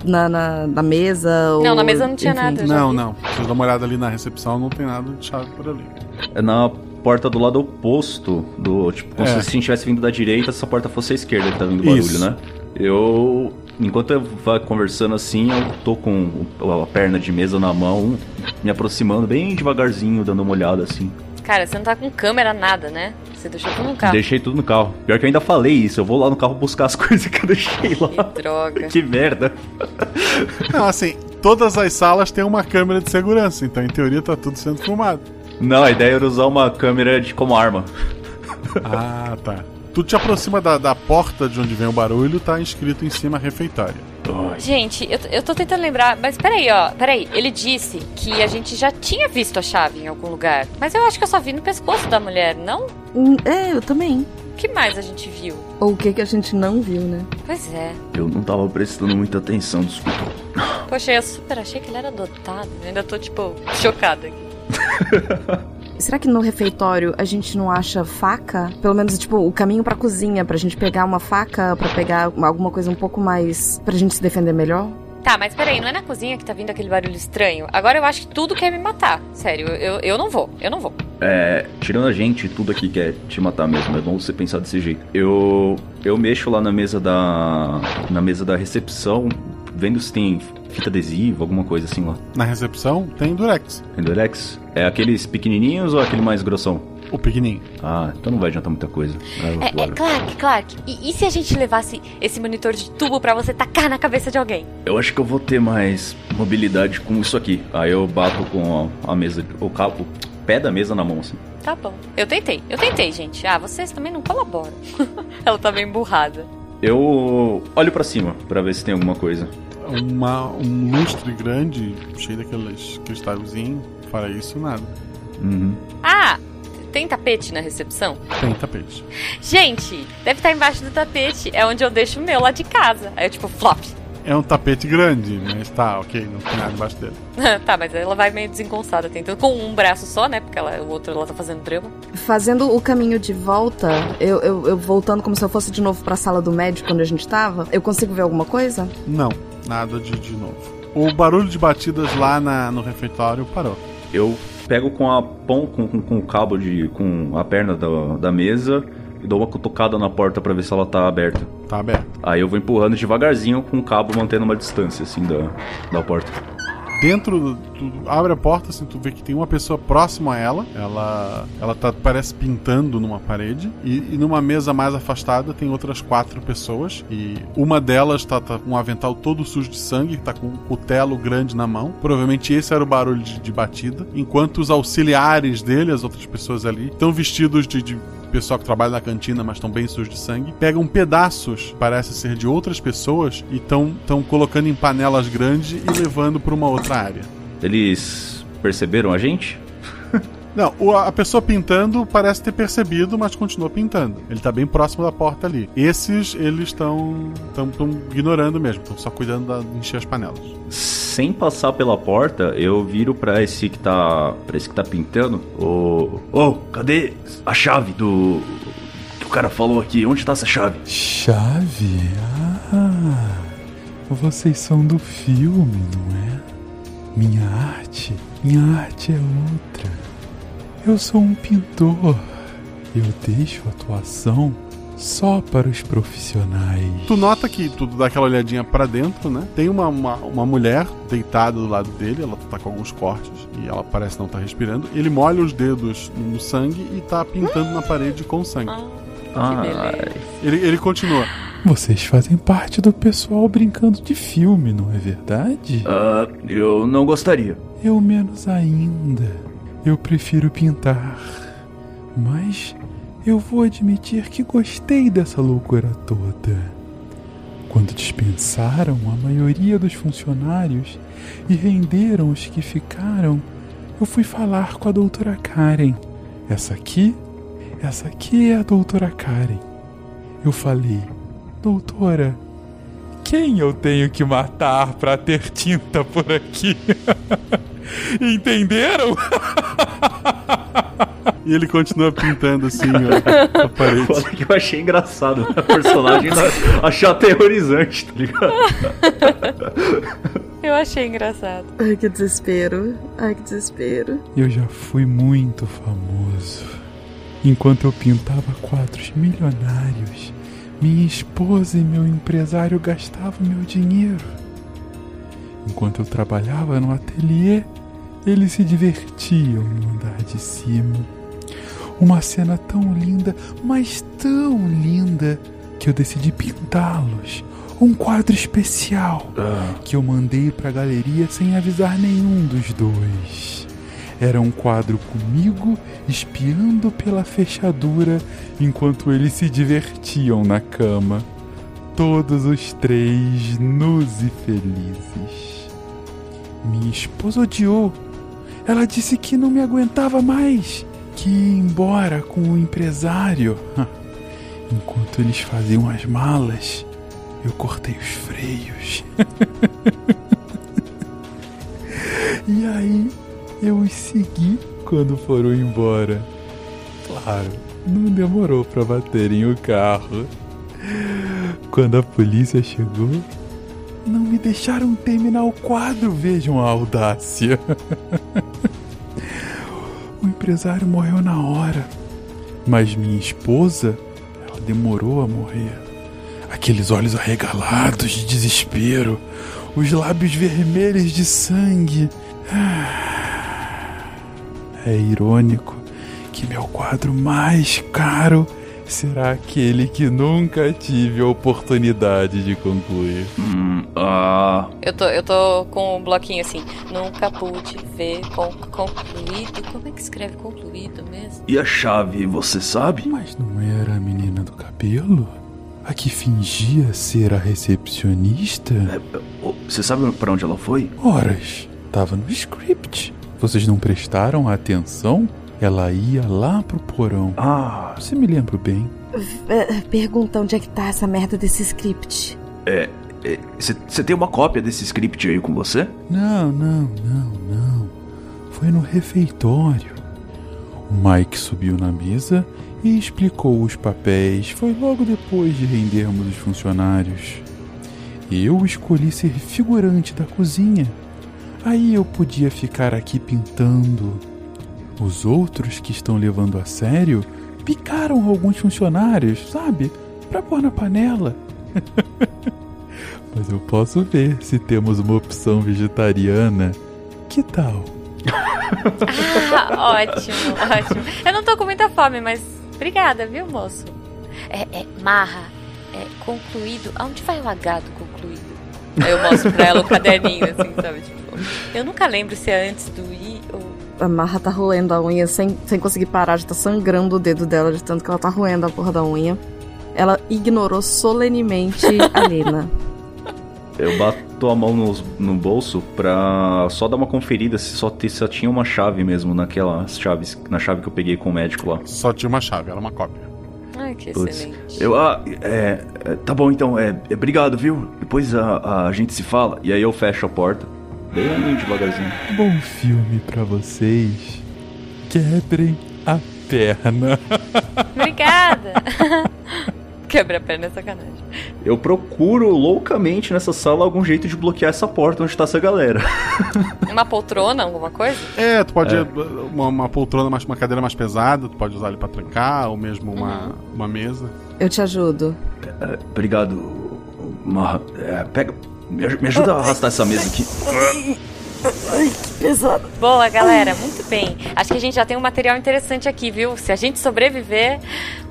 Speaker 12: na, na, na mesa. ou- enfim.
Speaker 1: Não, não. Vocês dão uma olhada ali na recepção, não tem nada de chave por ali.
Speaker 11: É na porta do lado oposto do. Tipo, como
Speaker 1: É.
Speaker 11: se a gente tivesse vindo da direita, essa porta fosse a esquerda que tá vindo o barulho,
Speaker 1: Isso.
Speaker 11: né? Eu. Enquanto eu vá conversando assim, eu tô com o- a perna de mesa na mão, me aproximando bem devagarzinho, dando uma olhada assim.
Speaker 9: Cara, você não tá com câmera, nada, né? Você deixou tudo no carro.
Speaker 11: Deixei tudo no carro. Pior que eu ainda falei isso, eu vou lá no carro buscar as coisas que eu deixei lá.
Speaker 9: Que droga.
Speaker 11: Que merda.
Speaker 1: Não, assim, todas as salas têm uma câmera de segurança, então em teoria tá tudo sendo filmado.
Speaker 11: Não, a ideia era usar uma câmera de, como arma.
Speaker 1: Ah, tá. Tu te aproxima da, da porta de onde vem o barulho, tá escrito em cima refeitória.
Speaker 9: Gente, eu, eu tô tentando lembrar, mas peraí, ó, peraí. Ele disse que a gente já tinha visto a chave em algum lugar, mas eu acho que eu só vi no pescoço da mulher, não?
Speaker 12: Hum, É, eu também.
Speaker 9: O que mais a gente viu?
Speaker 12: Ou o que, que a gente não viu, né?
Speaker 9: Pois é.
Speaker 11: Eu não tava prestando muita atenção, desculpa.
Speaker 9: Poxa, eu super achei que ele era adotado. Eu ainda tô, tipo, chocada. aqui.
Speaker 12: Será que no refeitório a gente não acha faca? Pelo menos, tipo, o caminho pra cozinha, pra gente pegar uma faca, pra pegar uma- alguma coisa um pouco mais. pra gente se defender melhor?
Speaker 9: Tá, mas peraí, não é na cozinha que tá vindo aquele barulho estranho? Agora eu acho que tudo quer me matar. Sério, eu, eu não vou, eu não vou.
Speaker 11: É, tirando a gente, tudo aqui quer te matar mesmo, é bom você pensar desse jeito. Eu eu mexo lá na mesa da na mesa da recepção, vendo se tem fita adesiva, alguma coisa assim lá.
Speaker 1: Na recepção tem Durex.
Speaker 11: Tem Durex? É aqueles pequenininhos ou aquele mais grossão?
Speaker 1: O pequenininho.
Speaker 11: Ah, então não vai adiantar muita coisa. Ah, eu
Speaker 9: É, é
Speaker 11: guardo.
Speaker 9: Clark, Clark, e, e se a gente levasse esse monitor de tubo pra você tacar na cabeça de alguém?
Speaker 11: Eu acho que eu vou ter mais mobilidade com isso aqui. Aí eu bato com a, a mesa, o cabo, o pé da mesa na mão assim.
Speaker 9: Tá bom. Eu tentei, eu tentei, gente. Ah, vocês também não colaboram. Ela tá meio emburrada.
Speaker 11: Eu olho pra cima pra ver se tem alguma coisa.
Speaker 1: Uma, um lustre grande, cheio daqueles cristalzinhos. Fora isso, nada.
Speaker 11: Uhum.
Speaker 9: Ah, tem tapete na recepção?
Speaker 1: Tem tapete.
Speaker 9: Gente, deve estar embaixo do tapete. É onde eu deixo o meu lá de casa. Aí eu, tipo, flop.
Speaker 1: É um tapete grande, mas tá, ok, não tem nada embaixo dele.
Speaker 9: tá, mas ela vai meio desengonçada, tentando com um braço só, né? Porque ela, o outro ela tá fazendo drama.
Speaker 12: Fazendo o caminho de volta, eu, eu, eu voltando como se eu fosse de novo pra sala do médico onde a gente tava, eu consigo ver alguma coisa?
Speaker 1: Não, nada de, de novo. O barulho de batidas lá na- no refeitório parou.
Speaker 11: Eu pego com a pão, com, com, com o cabo de. com a perna da, da mesa e dou uma cutucada na porta pra ver se ela tá aberta.
Speaker 1: Tá aberto.
Speaker 11: Aí eu vou empurrando devagarzinho com o cabo mantendo uma distância assim da, da porta.
Speaker 1: Dentro, do- tu abre a porta, assim, tu vê que tem uma pessoa próxima a ela. Ela, ela tá, parece pintando numa parede. E, e numa mesa mais afastada tem outras quatro pessoas. E uma delas tá, tá com um avental todo sujo de sangue, tá com um cutelo grande na mão. Provavelmente esse era o barulho de, de batida. Enquanto os auxiliares dele, as outras pessoas ali, estão vestidos de. de Pessoal que trabalha na cantina, mas estão bem sujos de sangue, pegam pedaços, parece ser de outras pessoas, e estão colocando em panelas grandes e levando para uma outra área.
Speaker 11: Eles perceberam a gente?
Speaker 1: Não, o- a pessoa pintando parece ter percebido, mas continua pintando. Ele tá bem próximo da porta ali. Esses, eles estão tão, tão ignorando mesmo, estão só cuidando da- de encher as panelas.
Speaker 11: Sem passar pela porta, eu viro pra esse que tá. pra esse que tá pintando. Ô. Ô, cadê a chave do. que o cara falou aqui? Onde tá essa chave?
Speaker 15: Chave? Ah, vocês são do filme, não é? Minha arte, minha arte é outra. Eu sou um pintor. Eu deixo a atuação só para os profissionais.
Speaker 1: Tu nota que tu dá aquela olhadinha pra dentro, né? Tem uma, uma, uma mulher deitada do lado dele, ela tá com alguns cortes e ela parece não tá respirando. Ele molha os dedos no sangue e tá pintando na parede com sangue.
Speaker 9: beleza.
Speaker 1: Ele, ele continua.
Speaker 15: Vocês fazem parte do pessoal brincando de filme, não é verdade?
Speaker 11: Ah, eu não gostaria.
Speaker 15: Eu menos ainda. Eu prefiro pintar. Mas eu vou admitir que gostei dessa loucura toda. Quando dispensaram a maioria dos funcionários e renderam os que ficaram, eu fui falar com a doutora Karen. Essa aqui? Essa aqui é a doutora Karen. Eu falei, doutora, quem eu tenho que matar pra ter tinta por aqui? Entenderam?
Speaker 1: E ele continua pintando assim, ó, a parede.
Speaker 11: Foda que eu achei engraçado. né? A personagem tá- achou aterrorizante, tá ligado?
Speaker 9: Eu achei engraçado.
Speaker 12: Ai, que desespero. Ai, que desespero.
Speaker 15: Eu já fui muito famoso. Enquanto eu pintava quadros milionários, minha esposa e meu empresário gastavam meu dinheiro. Enquanto eu trabalhava no ateliê, eles se divertiam no andar de cima. Uma cena tão linda, mas tão linda, que eu decidi pintá-los. Um quadro especial que eu mandei pra galeria sem avisar nenhum dos dois. Era um quadro comigo espiando pela fechadura enquanto eles se divertiam na cama. Todos os três nus e felizes. Minha esposa odiou. Ela disse que não me aguentava mais, que ia embora com o empresário. Enquanto eles faziam as malas, eu cortei os freios. e aí eu os segui quando foram embora. Claro, não demorou pra baterem o carro. Quando a polícia chegou, não me deixaram terminar o quadro, vejam a audácia. o empresário morreu na hora, mas minha esposa, ela demorou a morrer. Aqueles olhos arregalados de desespero, os lábios vermelhos de sangue. Ah. É irônico que meu quadro mais caro será aquele que nunca tive a oportunidade de concluir.
Speaker 11: Ah,
Speaker 9: Eu tô, eu tô com um bloquinho assim. Nunca pude ver con- concluído. Como é que escreve concluído mesmo?
Speaker 11: e a chave, você sabe?
Speaker 15: Mas não era a menina do cabelo? A que fingia ser a recepcionista?
Speaker 11: É, Você sabe pra onde ela foi?
Speaker 15: Horas, tava no script. Vocês não prestaram atenção? Ela ia lá pro porão.
Speaker 11: Ah,
Speaker 15: você me lembra bem.
Speaker 12: Eh, Pergunta onde é que tá essa merda desse script.
Speaker 11: É. Você tem uma cópia desse script aí com você?
Speaker 15: Não, não, não, não. Foi no refeitório. O Mike subiu na mesa e explicou os papéis. Foi logo depois de rendermos os funcionários. Eu escolhi ser figurante da cozinha. Aí eu podia ficar aqui pintando. Os outros que estão levando a sério picaram alguns funcionários, sabe? Pra pôr na panela. Mas eu posso ver se temos uma opção vegetariana. Que tal?
Speaker 9: Ah, ótimo, ótimo. Eu não tô com muita fome, mas obrigada, viu, moço? É, é marra, é concluído. Aonde vai o H do concluído? Aí eu mostro pra ela o caderninho, assim, sabe? Tipo, eu nunca lembro se é antes do I ou.
Speaker 12: A Marra tá roendo a unha sem, sem conseguir parar, já tá sangrando o dedo dela de tanto que ela tá roendo a porra da unha. Ela ignorou solenemente a Lena.
Speaker 11: Eu bato a mão nos- no, bolso pra só dar uma conferida se só, te- só tinha uma chave mesmo naquela chaves, na chave que eu peguei com o médico lá.
Speaker 1: Só tinha uma chave, era uma cópia.
Speaker 9: Ai, que
Speaker 11: Putz.
Speaker 9: excelente.
Speaker 11: Eu, ah, é, é, Tá bom então, é, é, obrigado, viu? Depois a, a gente se fala. E aí eu fecho a porta. Bem devagarzinho.
Speaker 15: um Bom filme pra vocês. ah,
Speaker 1: né?
Speaker 15: Quebrem a perna.
Speaker 9: Obrigada! Quebra a perna é sacanagem.
Speaker 11: Eu procuro loucamente nessa sala algum jeito de bloquear essa porta onde tá essa galera.
Speaker 9: Uma poltrona, alguma coisa?
Speaker 1: É, tu pode. Uma, uma poltrona, mais, uma cadeira mais pesada, tu pode usar ele pra trancar, ou mesmo uma, uma mesa.
Speaker 12: Eu te ajudo.
Speaker 11: É, obrigado, Marra. É, pega. Me, aj- me ajuda a arrastar essa mesa aqui.
Speaker 9: Ai, que pesado. Boa, galera, muito bem. Acho que a gente já tem um material interessante aqui, viu? Se a gente sobreviver,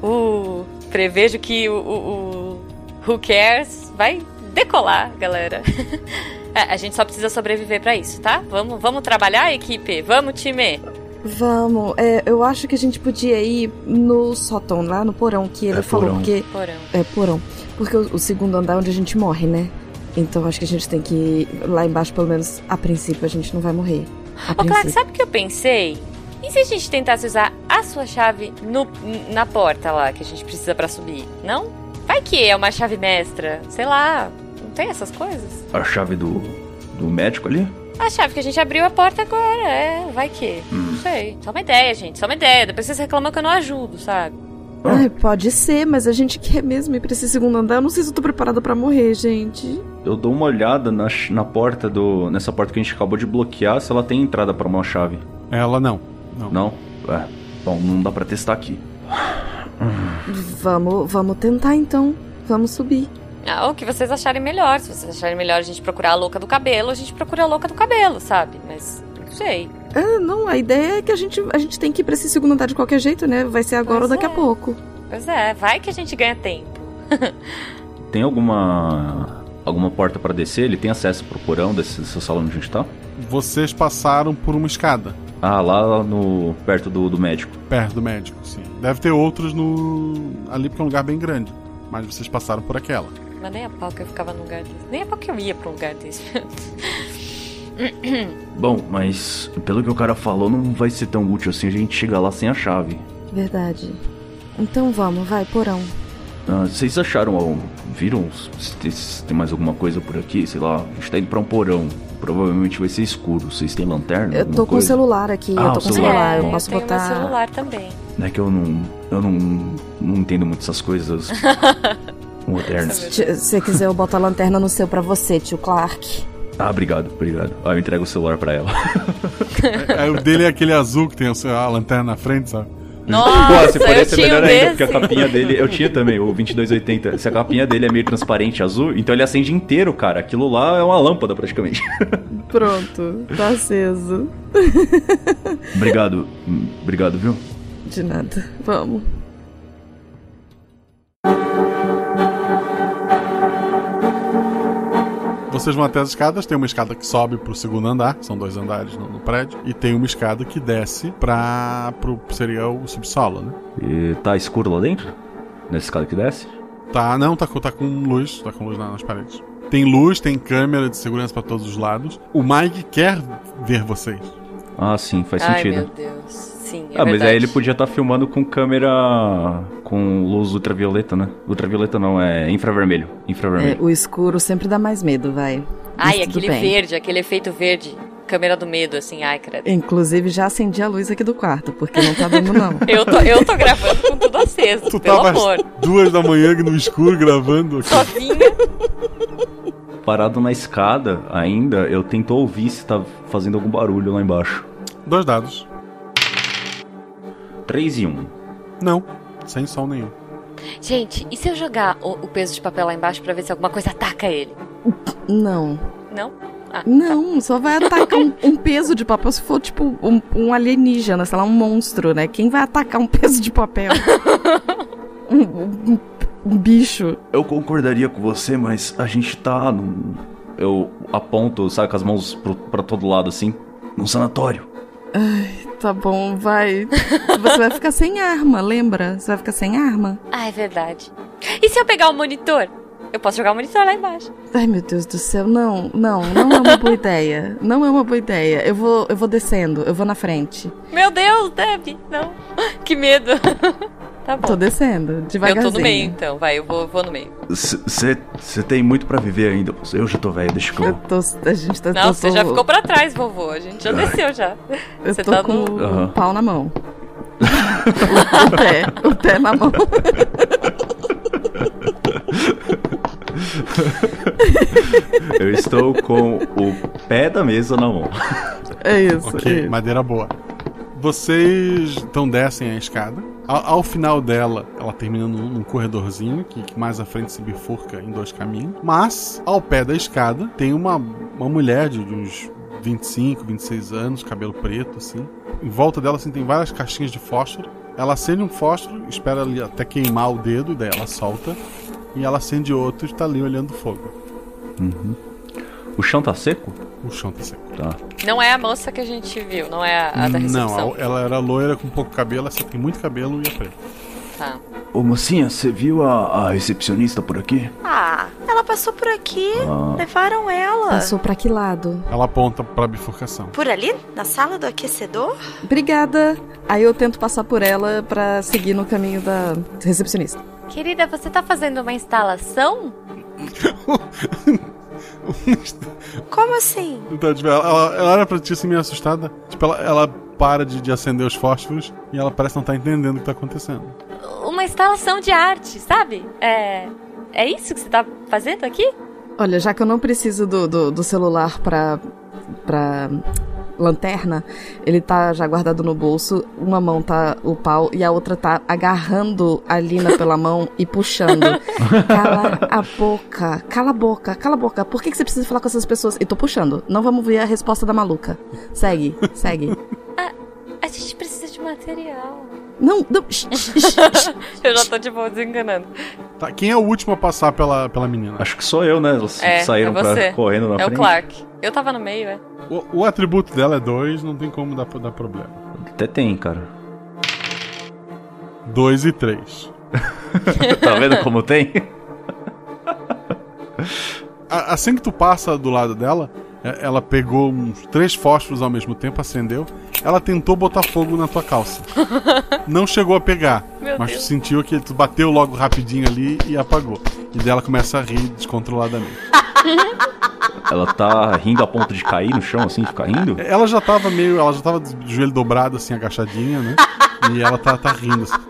Speaker 9: o prevejo que o, o, o Who Cares vai decolar, galera. É, a gente só precisa sobreviver pra isso, tá? Vamos, vamos trabalhar, equipe. Vamos, time.
Speaker 12: Vamos, é, eu acho que a gente podia ir no sótão, lá no porão que ele
Speaker 9: É,
Speaker 12: falou,
Speaker 9: porão.
Speaker 12: porque.
Speaker 9: Porão.
Speaker 12: É, porão. Porque o, o segundo andar é onde a gente morre, né? Então acho que a gente tem que ir lá embaixo, pelo menos a princípio, a gente não vai morrer. A
Speaker 9: Ô, Clark,
Speaker 12: princípio.
Speaker 9: sabe o que eu pensei? E se a gente tentasse usar a sua chave no- na porta lá que a gente precisa pra subir? Não? Vai que é uma chave mestra. Sei lá, não tem essas coisas?
Speaker 11: A chave do, do médico ali?
Speaker 9: A chave que a gente abriu a porta agora, é, vai que.
Speaker 11: Hum.
Speaker 9: Não sei. Só uma ideia, gente, só uma ideia. Depois vocês reclamam que eu não ajudo, sabe?
Speaker 12: Ai, pode ser, mas a gente quer mesmo ir pra esse segundo andar. Eu não sei se eu tô preparada pra morrer, gente.
Speaker 11: Eu dou uma olhada na, ch- na porta do. nessa porta que a gente acabou de bloquear, se ela tem entrada pra uma chave.
Speaker 1: Ela não.
Speaker 11: Não? É. Bom, não dá pra testar aqui.
Speaker 12: Vamos, vamos tentar então. Vamos subir.
Speaker 9: Ah, o que vocês acharem melhor. Se vocês acharem melhor a gente procurar a louca do cabelo, a gente procura a louca do cabelo, sabe? Mas, não sei.
Speaker 12: Ah, não, a ideia é que a gente, a gente tem que ir pra esse segundo andar de qualquer jeito, né? Vai ser agora
Speaker 9: Pois
Speaker 12: ou daqui
Speaker 9: é.
Speaker 12: a pouco.
Speaker 9: Pois é, vai que a gente ganha tempo.
Speaker 11: Tem alguma. alguma porta pra descer? Ele tem acesso pro porão desse, dessa sala onde a gente tá?
Speaker 1: Vocês passaram por uma escada.
Speaker 11: Ah, lá no. perto do, do médico.
Speaker 1: Perto do médico, sim. Deve ter outros no. ali porque é um lugar bem grande. Mas vocês passaram por aquela.
Speaker 9: Mas nem a pau que eu ficava num lugar desse. Nem a pau que eu ia pra um lugar desse.
Speaker 11: Bom, mas pelo que o cara falou, não vai ser tão útil assim a gente chegar lá sem a chave.
Speaker 12: Verdade. Então vamos, vai, porão.
Speaker 11: Ah, vocês acharam, al- viram se te- se tem mais alguma coisa por aqui? Sei lá, a gente tá indo pra um porão. Provavelmente vai ser escuro. Vocês têm lanterna?
Speaker 12: Eu
Speaker 11: alguma
Speaker 12: tô com o
Speaker 11: coisa?
Speaker 12: celular aqui,
Speaker 11: Ah,
Speaker 12: eu tô
Speaker 11: o
Speaker 12: com o celular,
Speaker 11: É,
Speaker 12: eu posso
Speaker 9: Tem o meu
Speaker 12: botar.
Speaker 9: celular também.
Speaker 11: É que eu não. Eu não, não entendo muito essas coisas modernas.
Speaker 12: Se você quiser, eu boto a lanterna no seu pra você, tio Clark.
Speaker 11: Ah, obrigado, obrigado. Ah, eu entrego o celular pra ela.
Speaker 1: É, o dele é aquele azul que tem a, sua- a lanterna na frente, sabe?
Speaker 11: Pô,
Speaker 9: Nossa,
Speaker 11: se pudesse
Speaker 9: eu
Speaker 11: é
Speaker 9: tinha um
Speaker 11: melhor ainda, porque a
Speaker 9: desse.
Speaker 11: capinha dele. Eu tinha também, o 2280. Se a capinha dele é meio transparente azul, então ele acende inteiro, cara. Aquilo lá é uma lâmpada praticamente.
Speaker 12: Pronto, tá aceso.
Speaker 11: obrigado, hum, obrigado, viu?
Speaker 12: De nada. Vamos.
Speaker 1: Vocês vão até as escadas, tem uma escada que sobe pro segundo andar, são dois andares no, no prédio, e tem uma escada que desce pra. Pro, seria o subsolo, né?
Speaker 11: E tá escuro lá dentro? Nessa escada que desce?
Speaker 1: Tá, não, tá, com- tá com luz, tá com luz na- nas paredes. Tem luz, tem câmera de segurança pra todos os lados. O Mike quer ver vocês.
Speaker 11: Ah, sim, faz
Speaker 9: Ai,
Speaker 11: sentido.
Speaker 9: meu Deus. Sim, é
Speaker 11: ah, mas
Speaker 9: verdade.
Speaker 11: aí ele podia estar filmando com câmera com luz ultravioleta, né? Ultravioleta não, é infravermelho.
Speaker 12: É,
Speaker 11: Infravermelho.
Speaker 12: o escuro sempre dá mais medo, vai. Mas
Speaker 9: Ai,
Speaker 12: tudo
Speaker 9: aquele
Speaker 12: bem.
Speaker 9: verde, aquele efeito verde. Câmera do medo, assim, ai, credo.
Speaker 12: Inclusive, já acendi a luz aqui do quarto, porque não tá dando, não.
Speaker 9: Eu tô, eu tô gravando com tudo aceso, pelo
Speaker 1: Tava às
Speaker 9: amor.
Speaker 1: duas da manhã no escuro gravando aqui.
Speaker 9: É.
Speaker 11: Parado na escada ainda, eu tento ouvir se tá fazendo algum barulho lá embaixo.
Speaker 1: Dois dados.
Speaker 11: 3 e 1.
Speaker 1: Não, sem som nenhum.
Speaker 9: Gente, e se eu jogar o, o peso de papel lá embaixo pra ver se alguma coisa ataca ele?
Speaker 12: Não.
Speaker 9: Não? Ah,
Speaker 12: Não, só vai atacar um, um peso de papel se for, tipo, um, um alienígena, sei lá, um monstro, né? Quem vai atacar um peso de papel?
Speaker 9: tá.
Speaker 12: um, um- um bicho.
Speaker 11: Eu concordaria com você, mas a gente tá num. Eu aponto, sabe, com as mãos pro, pra todo lado assim, num sanatório.
Speaker 12: Ai, tá bom, vai. Você vai ficar sem arma, lembra? Você vai ficar sem arma?
Speaker 9: Ah, é verdade. E se eu pegar o monitor? Eu posso jogar o monitor lá embaixo.
Speaker 12: Ai, meu Deus do céu, não, não, não é uma boa ideia. Não é uma boa ideia. Eu vou, eu vou descendo, eu vou na frente.
Speaker 9: Meu Deus, Debbie, não. Que medo. Tá bom.
Speaker 12: Tô descendo,
Speaker 9: eu
Speaker 12: devagarzinho.
Speaker 9: tô no meio, então. Vai, eu vou, vou no meio.
Speaker 11: Você tem muito para viver ainda, você. Eu já tô velho, deixa que eu.
Speaker 12: Tô, a gente tá
Speaker 9: Não,
Speaker 12: eu
Speaker 9: você
Speaker 12: tô-
Speaker 9: já ficou pra trás, vovô. A gente já
Speaker 11: Ai.
Speaker 9: desceu já.
Speaker 12: Eu
Speaker 9: Você
Speaker 12: tô
Speaker 9: tá
Speaker 12: com
Speaker 9: no.
Speaker 12: o
Speaker 11: Aham.
Speaker 12: pau na mão. o pé, o pé na mão.
Speaker 11: Eu estou com o pé da mesa na mão.
Speaker 12: É isso.
Speaker 1: Ok,
Speaker 12: é isso.
Speaker 1: madeira boa. Vocês então descem a escada. Ao, ao final dela, ela termina num, num corredorzinho que, que mais à frente se bifurca em dois caminhos. Mas, ao pé da escada, tem uma, uma mulher de, de uns 25, 26 anos, cabelo preto, assim. Em volta dela, assim, tem várias caixinhas de fósforo. Ela acende um fósforo, espera ali até queimar o dedo, e daí ela solta. E ela acende outro e tá ali olhando o fogo.
Speaker 11: Uhum. O chão tá seco?
Speaker 1: O chão tá seco.
Speaker 11: Tá.
Speaker 9: Não é a moça que a gente viu, não é a, a da recepção.
Speaker 1: Não, ela era loira com pouco cabelo, essa tem muito cabelo e é preta.
Speaker 9: Tá.
Speaker 5: Ô mocinha, você viu a, a recepcionista por aqui?
Speaker 2: Ah, ela passou por aqui,
Speaker 5: Ah.
Speaker 2: levaram ela.
Speaker 12: Passou pra que lado?
Speaker 1: Ela aponta pra bifurcação.
Speaker 2: Por ali? Na sala do aquecedor?
Speaker 12: Obrigada. Aí eu tento passar por ela pra seguir no caminho da recepcionista.
Speaker 9: Querida, você tá fazendo uma instalação?
Speaker 2: Como assim?
Speaker 1: Então, tipo, ela, ela, ela olha pra ti assim meio assustada. Tipo, ela, ela para de, de acender os fósforos e ela parece não estar entendendo o que tá acontecendo.
Speaker 9: Uma instalação de arte, sabe? É. É isso que você tá fazendo aqui?
Speaker 12: Olha, já que eu não preciso do, do, do celular pra, pra lanterna, ele tá já guardado no bolso, uma mão tá o pau e a outra tá agarrando a Lina pela mão e puxando. Cala a boca, cala a boca, cala a boca. Por que, que você precisa falar com essas pessoas? E tô puxando, não vamos ver a resposta da maluca. Segue, segue.
Speaker 9: A gente precisa de material.
Speaker 12: Não, não.
Speaker 9: Eu já tô de boa desenganando.
Speaker 1: Tá, quem é o último a passar pela, pela menina?
Speaker 11: Acho que sou eu, né? Elas
Speaker 9: É,
Speaker 11: saíram
Speaker 9: é
Speaker 11: pra-
Speaker 9: você.
Speaker 11: correndo na
Speaker 9: é
Speaker 11: frente.
Speaker 9: o Clark. Eu tava no meio, é.
Speaker 1: O, o atributo dela é dois, não tem como dar, dar problema.
Speaker 11: Até tem, cara.
Speaker 1: Dois e três.
Speaker 11: tá vendo como tem?
Speaker 1: A- assim que tu passa do lado dela, é- ela pegou uns três fósforos ao mesmo tempo, acendeu. Ela tentou botar fogo na tua calça. Não chegou a pegar,
Speaker 9: Meu
Speaker 1: mas tu
Speaker 9: Deus.
Speaker 1: sentiu que tu bateu logo rapidinho ali e apagou. E dela começa a rir descontroladamente.
Speaker 11: Ela tá rindo a ponto de cair no chão, assim, ficar rindo?
Speaker 1: Ela já tava meio. Ela já tava de joelho dobrado, assim, agachadinha, né? E ela tá, tá rindo. assim.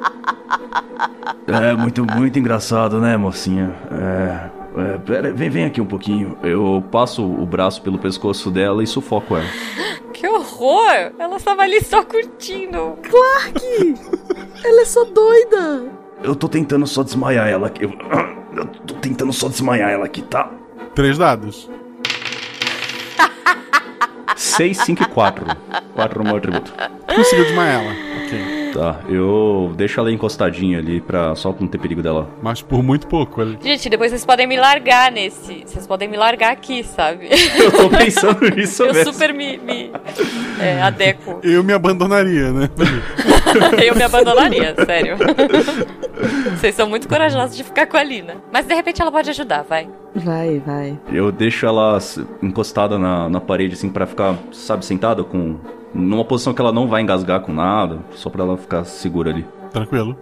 Speaker 5: É muito, muito engraçado, né, mocinha? É. é pera, vem, vem aqui um pouquinho.
Speaker 11: Eu passo o braço pelo pescoço dela e sufoco ela.
Speaker 9: Que horror! Ela estava ali só curtindo.
Speaker 12: Clark! Ela é só doida!
Speaker 5: Eu tô tentando só desmaiar ela aqui. Eu, eu tô tentando só desmaiar ela aqui, tá?
Speaker 1: Três dados.
Speaker 11: 6, 5 e 4. 4 no meu atributo.
Speaker 1: Conseguiu desmaiar ela. Ok.
Speaker 11: Tá, eu deixo ela encostadinha ali pra só pra não ter perigo dela.
Speaker 1: Mas por muito pouco ali.
Speaker 9: Gente, depois vocês podem me largar nesse. Vocês podem me largar aqui, sabe?
Speaker 11: Eu tô pensando nisso
Speaker 9: Eu
Speaker 11: mesmo.
Speaker 9: super me, me é, adequo.
Speaker 1: Eu me abandonaria, né?
Speaker 9: Eu me abandonaria, sério. Vocês são muito corajosos de ficar com a Lina. Mas de repente ela pode ajudar, vai.
Speaker 12: Vai, vai.
Speaker 11: Eu deixo ela s- encostada na, na parede, assim, pra ficar, sabe, sentada com. Numa posição que ela não vai engasgar com nada, só pra ela ficar segura ali.
Speaker 1: Tranquilo.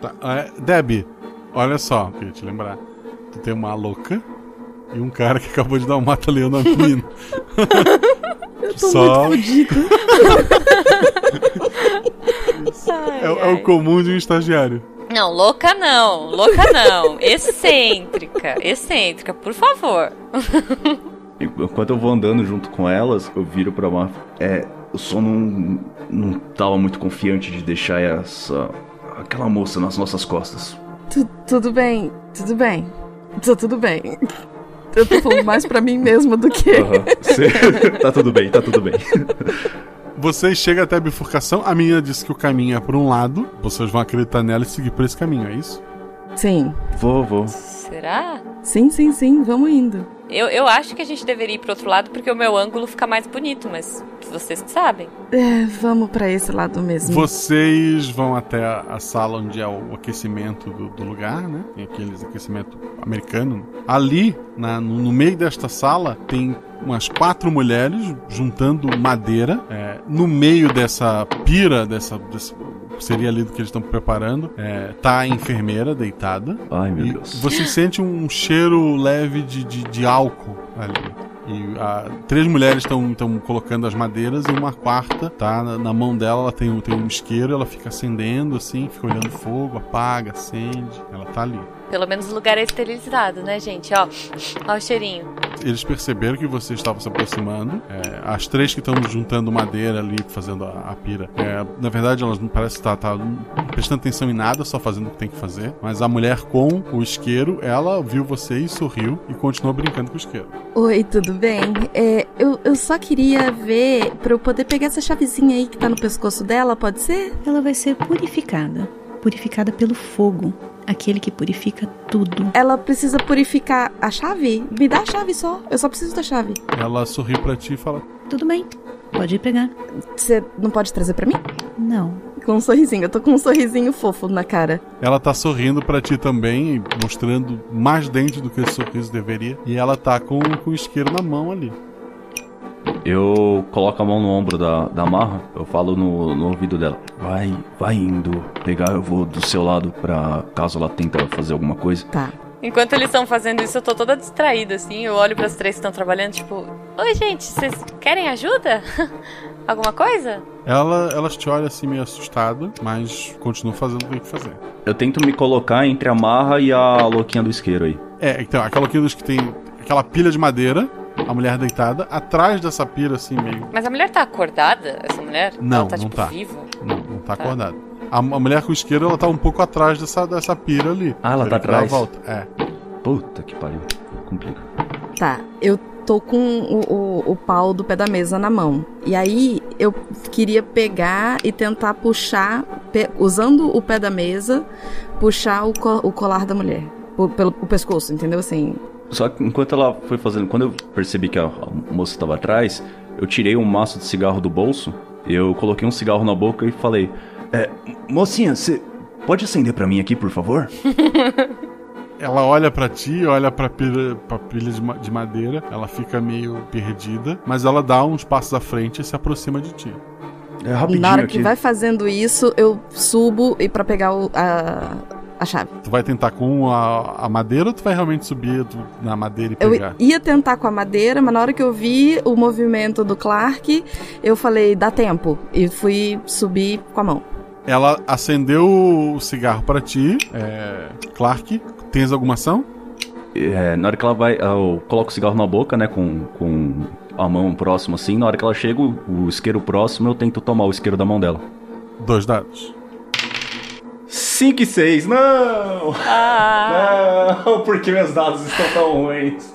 Speaker 1: Tá, é, Deb, olha só, queria te lembrar. Tu tem uma louca e um cara que acabou de dar um mata-leão na menina.
Speaker 12: Eu
Speaker 1: tô Só- muito
Speaker 12: fodido.
Speaker 1: É, o- é o comum de um estagiário.
Speaker 9: Não, louca não, louca não. Excêntrica, excêntrica, por favor.
Speaker 11: Enquanto eu vou andando junto com elas, eu viro pra Marfa.
Speaker 5: É, eu só não. Não tava muito confiante de deixar essa. aquela moça nas nossas costas.
Speaker 12: Tu- tudo bem, tudo bem. Tá tudo bem. Eu tô falando mais pra mim mesma do que.
Speaker 11: Aham, cê- tá tudo bem, tá tudo bem.
Speaker 1: Vocês chegam até a bifurcação, a menina disse que o caminho é por um lado, vocês vão acreditar nela e seguir por esse caminho, é isso?
Speaker 12: Sim.
Speaker 11: Vou, vou.
Speaker 9: Será?
Speaker 12: Sim, sim, sim, vamos indo.
Speaker 9: Eu, eu acho que a gente deveria ir pro outro lado porque o meu ângulo fica mais bonito, mas vocês que sabem.
Speaker 12: É, vamos pra esse lado mesmo.
Speaker 1: Vocês vão até a a sala onde é o aquecimento do, do lugar, né? Tem aqueles aquecimento americano. Ali, na- no, no meio desta sala, tem umas quatro mulheres juntando madeira. É, no meio dessa pira, dessa, desse- seria ali do que eles estão preparando, é, tá a enfermeira deitada.
Speaker 11: Ai, meu
Speaker 1: E
Speaker 11: Deus.
Speaker 1: Você sente um cheiro leve de, de, de álcool ali. E ah, três mulheres estão colocando as madeiras e uma quarta tá na, na mão dela, ela tem, um- tem um isqueiro, ela fica acendendo assim, fica olhando fogo, apaga, acende, ela tá ali.
Speaker 9: Pelo menos o lugar é esterilizado, né, gente? Ó, ó o cheirinho.
Speaker 1: Eles perceberam que você estava se aproximando. É, as três que estão juntando madeira ali, fazendo a, a pira. é, na verdade, elas não parecem estar estar prestando atenção em nada, só fazendo o que tem que fazer. Mas a mulher com o isqueiro, ela viu você e sorriu e continuou brincando com o isqueiro.
Speaker 12: Oi, tudo bem? É, eu, eu só queria ver pra eu poder pegar essa chavezinha aí que tá no pescoço dela, pode ser?
Speaker 16: Ela vai ser purificada. Purificada pelo fogo. Aquele que purifica tudo.
Speaker 12: Ela precisa purificar a chave? Me dá a chave só. Eu só preciso da chave.
Speaker 1: Ela sorriu pra ti e fala:
Speaker 16: Tudo bem, pode ir pegar.
Speaker 12: Você não pode trazer pra mim?
Speaker 16: Não.
Speaker 12: Com um sorrisinho. Eu tô com um sorrisinho fofo na cara.
Speaker 1: Ela tá sorrindo pra ti também, e mostrando mais dente do que esse sorriso deveria. E ela tá com, com o isqueiro na mão ali.
Speaker 11: Eu coloco a mão no ombro da, da Marra, eu falo no, no ouvido dela. Vai, vai indo. Pegar, eu vou do seu lado pra caso ela tenta fazer alguma coisa.
Speaker 12: Tá.
Speaker 9: Enquanto eles estão fazendo isso, eu tô toda distraída, assim. Eu olho pras três que estão trabalhando, tipo... Oi, gente, vocês querem ajuda? Alguma coisa?
Speaker 1: Ela, elas te olham assim meio assustada, mas continua fazendo o que tem que fazer.
Speaker 11: Eu tento me colocar entre a Marra e a louquinha do isqueiro aí.
Speaker 1: É, então, aquela que que tem aquela pilha de madeira, a mulher deitada, atrás dessa pira assim meio.
Speaker 9: Mas a mulher tá acordada, essa mulher?
Speaker 1: Não,
Speaker 9: Ela tá,
Speaker 1: não
Speaker 9: tipo,
Speaker 1: tá.
Speaker 9: viva?
Speaker 1: Não, não tá acordada. A, a mulher com o isqueiro, ela tá um pouco atrás dessa, dessa pira ali.
Speaker 11: Ah, ela tá
Speaker 1: Teria que dar a
Speaker 11: atrás?
Speaker 1: volta. É.
Speaker 11: Puta que pariu. Complica.
Speaker 12: Tá, eu tô com o, o, o pau do pé da mesa na mão. E aí eu queria pegar e tentar puxar, pe- usando o pé da mesa, puxar o, co- o colar da mulher. Por- pelo o pescoço, entendeu? Assim.
Speaker 11: Só que enquanto ela foi fazendo, quando eu percebi que a a moça estava atrás, eu tirei um maço de cigarro do bolso, eu coloquei um cigarro na boca e falei: é, Mocinha, você pode acender pra mim aqui, por favor?
Speaker 1: Ela olha pra ti, olha pra pilha, pra pilha de, ma- de madeira, ela fica meio perdida, mas ela dá uns passos à frente e se aproxima de ti.
Speaker 11: É
Speaker 12: na hora que vai fazendo isso, eu subo e para pegar o- a, a chave.
Speaker 1: Tu vai tentar com a, a madeira ou tu vai realmente subir tu- na madeira e
Speaker 12: Eu
Speaker 1: pegar?
Speaker 12: ia tentar com a madeira, mas na hora que eu vi o movimento do Clark, eu falei, dá tempo. E fui subir com a mão.
Speaker 1: Ela acendeu o cigarro pra ti, é, Clark. Tens alguma ação?
Speaker 11: É, na hora que ela vai, eu coloco o cigarro na boca, né, com, com a mão próxima assim. Na hora que ela chega, o, o isqueiro próximo, eu tento tomar o isqueiro da mão dela.
Speaker 1: Dois dados.
Speaker 11: 5 e 6, não!
Speaker 9: Ah.
Speaker 11: Não, porque meus dados estão tão ruins.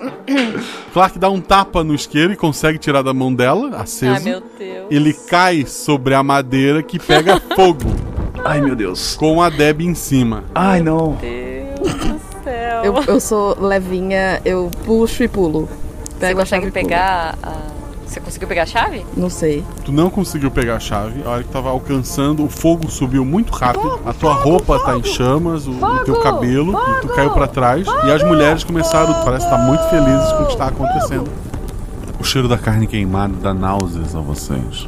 Speaker 1: Clark dá um tapa no isqueiro e consegue tirar da mão dela, aceso.
Speaker 9: Ah, meu Deus.
Speaker 1: Ele cai sobre a madeira que pega fogo.
Speaker 11: Ai, meu Deus.
Speaker 1: Com a Deb em cima.
Speaker 11: Ai, não.
Speaker 12: Eu, eu sou levinha, eu puxo e pulo.
Speaker 9: Você
Speaker 12: Pego a chave
Speaker 9: consegue
Speaker 12: e pulo.
Speaker 9: pegar a... Ah, Você conseguiu pegar a chave?
Speaker 12: Não sei.
Speaker 1: Tu não conseguiu pegar a chave. A hora que tava alcançando, o fogo subiu muito rápido. a tua roupa tá em chamas, o, o teu cabelo, e tu caiu pra trás. e as mulheres começaram, parece estar muito felizes com o que está acontecendo. O cheiro da carne queimada dá náuseas a vocês.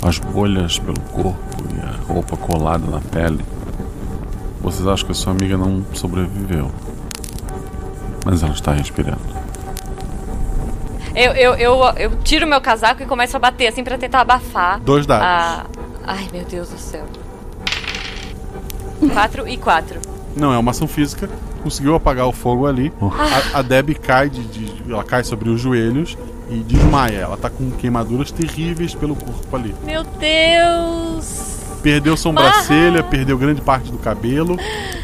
Speaker 1: As bolhas pelo corpo e a roupa colada na pele. Vocês acham que a sua amiga não sobreviveu. Mas ela está respirando.
Speaker 9: Eu, eu, eu, eu tiro meu casaco e começo a bater, assim, pra tentar abafar.
Speaker 1: Dois dados.
Speaker 9: a- Ai, meu Deus do céu. Quatro e quatro.
Speaker 1: Não, é uma ação física. Conseguiu apagar o fogo ali. A, a Deb cai de, de- Ela cai sobre os joelhos e desmaia. Ela tá com queimaduras terríveis pelo corpo ali.
Speaker 9: Meu Deus!
Speaker 1: Perdeu sobrancelha, perdeu grande parte do cabelo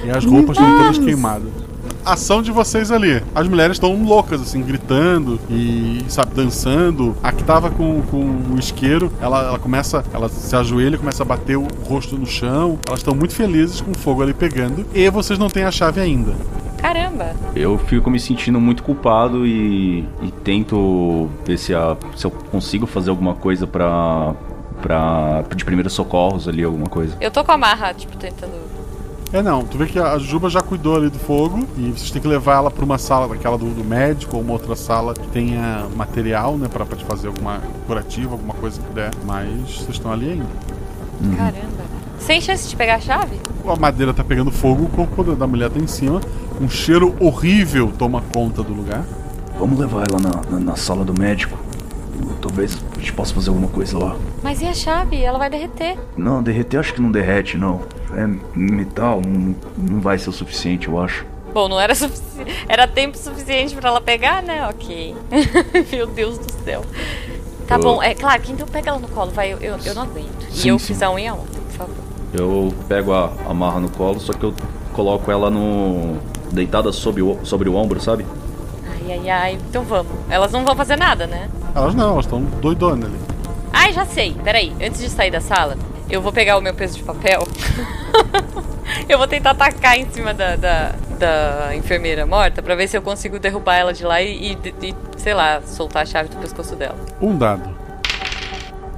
Speaker 1: e as roupas estão todas queimadas. Ação de vocês ali. As mulheres estão loucas, assim, gritando e, sabe, dançando. A que tava com, com o isqueiro, ela, ela começa, ela se ajoelha, começa a bater o rosto no chão. Elas estão muito felizes com o fogo ali pegando. E vocês não têm a chave ainda.
Speaker 9: Caramba!
Speaker 11: Eu fico me sentindo muito culpado e, e tento ver se, a- se eu consigo fazer alguma coisa pra, pra. de primeiros socorros ali, alguma coisa.
Speaker 9: Eu tô com a marra, tipo, tentando...
Speaker 1: É não, tu vê que a Juba já cuidou ali do fogo e vocês têm que levar ela pra uma sala daquela do, do médico ou uma outra sala que tenha material, né, pra, pra te fazer alguma curativa, alguma coisa que der. Mas vocês estão ali ainda.
Speaker 9: Caramba. Sem chance de pegar a chave?
Speaker 1: A madeira tá pegando fogo, o corpo da- da mulher tá em cima, um cheiro horrível toma conta do lugar.
Speaker 11: Vamos levar ela na, na, na sala do médico. Talvez a gente possa fazer alguma coisa lá.
Speaker 9: Mas e a chave? Ela vai derreter.
Speaker 11: Não, derreter acho que não derrete, não. É metal, não, não vai ser o suficiente, eu acho.
Speaker 9: Bom, não era sufici... Era tempo suficiente pra ela pegar, né? Ok. Meu Deus do céu. Tá
Speaker 11: Eu-
Speaker 9: bom, é claro, que então pega ela no colo, vai, eu, eu, eu não aguento.
Speaker 11: Sim,
Speaker 9: e eu
Speaker 11: sim.
Speaker 9: fiz a unha ontem, por favor.
Speaker 11: Eu pego a amarra no colo, só que eu coloco ela no. deitada sobre o, sobre o ombro, sabe?
Speaker 9: Ai, ai, ai, então vamos. Elas não vão fazer nada, né?
Speaker 1: Elas não, elas estão doidonas ali.
Speaker 9: Ai, já sei. Peraí, antes de sair da sala, eu vou pegar o meu peso de papel. eu vou tentar atacar em cima da, da, da enfermeira morta pra ver se eu consigo derrubar ela de lá e, e- e, sei lá, soltar a chave do pescoço dela.
Speaker 1: Um dado.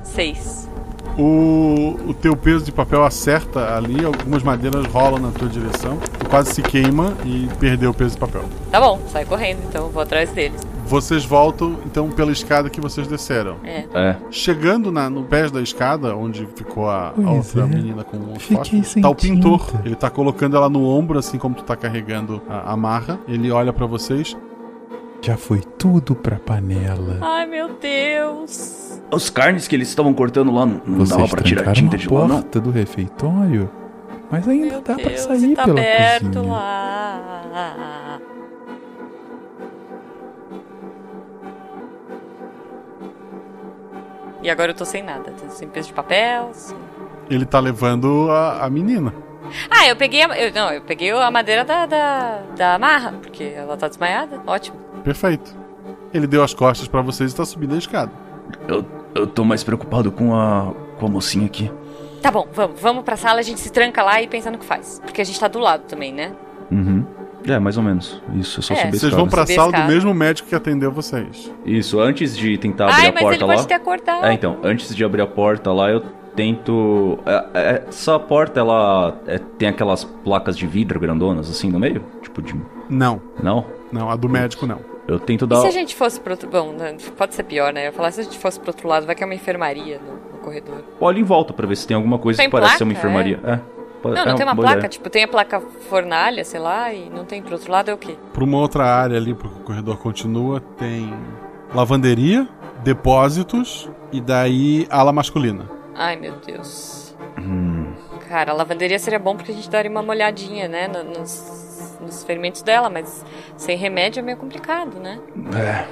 Speaker 9: Seis.
Speaker 1: O, o teu peso de papel acerta ali, algumas madeiras rolam na tua direção. Tu quase se queima e perdeu o peso de papel.
Speaker 9: Tá bom, sai correndo, então eu vou atrás deles.
Speaker 1: Vocês voltam, então, pela escada que vocês desceram.
Speaker 9: É.
Speaker 1: Chegando na, no pé da escada, onde ficou a, a
Speaker 15: Pois
Speaker 1: outra
Speaker 15: é.
Speaker 1: menina com o
Speaker 15: Fiquei
Speaker 1: fósforo,
Speaker 15: sem
Speaker 1: tá o pintor. Ele tá colocando ela no ombro, assim como tu tá carregando a, a marra. Ele olha pra vocês.
Speaker 15: Já foi tudo pra panela.
Speaker 9: Ai, meu Deus.
Speaker 11: Os carnes que eles estavam cortando lá não, não dava
Speaker 15: Vocês
Speaker 11: pra tirar a
Speaker 15: trancaram
Speaker 11: tinta
Speaker 15: a
Speaker 11: de lá, não.
Speaker 15: porta do refeitório, mas ainda dá pra
Speaker 9: Deus,
Speaker 15: sair
Speaker 9: tá
Speaker 15: pela
Speaker 9: aberto
Speaker 15: cozinha.
Speaker 9: lá. E agora eu tô sem nada, tô sem peso de papel, sem
Speaker 1: Ele tá levando a, a menina.
Speaker 9: Ah, eu peguei a, eu, não, eu peguei a madeira da, da, da amarra, porque ela tá desmaiada. Ótimo.
Speaker 1: Perfeito. Ele deu as costas pra vocês e tá subindo a escada.
Speaker 11: Eu, eu tô mais preocupado com a. com a mocinha aqui.
Speaker 9: Tá bom, vamos, vamos pra sala, a gente se tranca lá e pensa no que faz. Porque a gente tá do lado também, né?
Speaker 11: Uhum. É, mais ou menos. Isso, é só
Speaker 9: É,
Speaker 11: subir a
Speaker 1: Vocês
Speaker 11: escada.
Speaker 1: vão pra
Speaker 9: Subir a
Speaker 1: sala do
Speaker 9: escada.
Speaker 1: mesmo médico que atendeu vocês.
Speaker 11: Isso, antes de tentar abrir
Speaker 9: Ai,
Speaker 11: a
Speaker 9: mas
Speaker 11: porta
Speaker 9: ele
Speaker 11: lá.
Speaker 9: pode ter acordado.
Speaker 11: É, então, antes de abrir a porta lá, eu tento. é, é, Essa porta, ela é, tem aquelas placas de vidro grandonas assim no meio? Tipo de.
Speaker 1: Não.
Speaker 11: Não?
Speaker 1: Não, a do médico não.
Speaker 11: Eu tento
Speaker 9: E
Speaker 11: dar.
Speaker 9: se a gente fosse pro outro. Bom, né, pode ser pior, né? Eu ia falar, se a gente fosse pro outro lado, vai que é uma enfermaria no, no corredor.
Speaker 11: Olha em volta pra ver se tem alguma coisa
Speaker 9: Tem
Speaker 11: que parece ser uma
Speaker 9: placa,
Speaker 11: enfermaria. É. Pa-
Speaker 9: Não,
Speaker 11: é
Speaker 9: não tem uma
Speaker 11: boa
Speaker 9: placa,
Speaker 11: ideia.
Speaker 9: tipo, tem a placa fornalha, sei lá, e não tem pro outro lado, é o quê?
Speaker 1: Pra uma outra área ali, porque o corredor continua, tem lavanderia, depósitos e daí ala masculina.
Speaker 9: Ai, meu Deus.
Speaker 11: Hum.
Speaker 9: Cara, a lavanderia seria bom porque a gente daria uma molhadinha, né? no- Nos, nos ferimentos dela, mas sem remédio é meio complicado, né?
Speaker 11: É.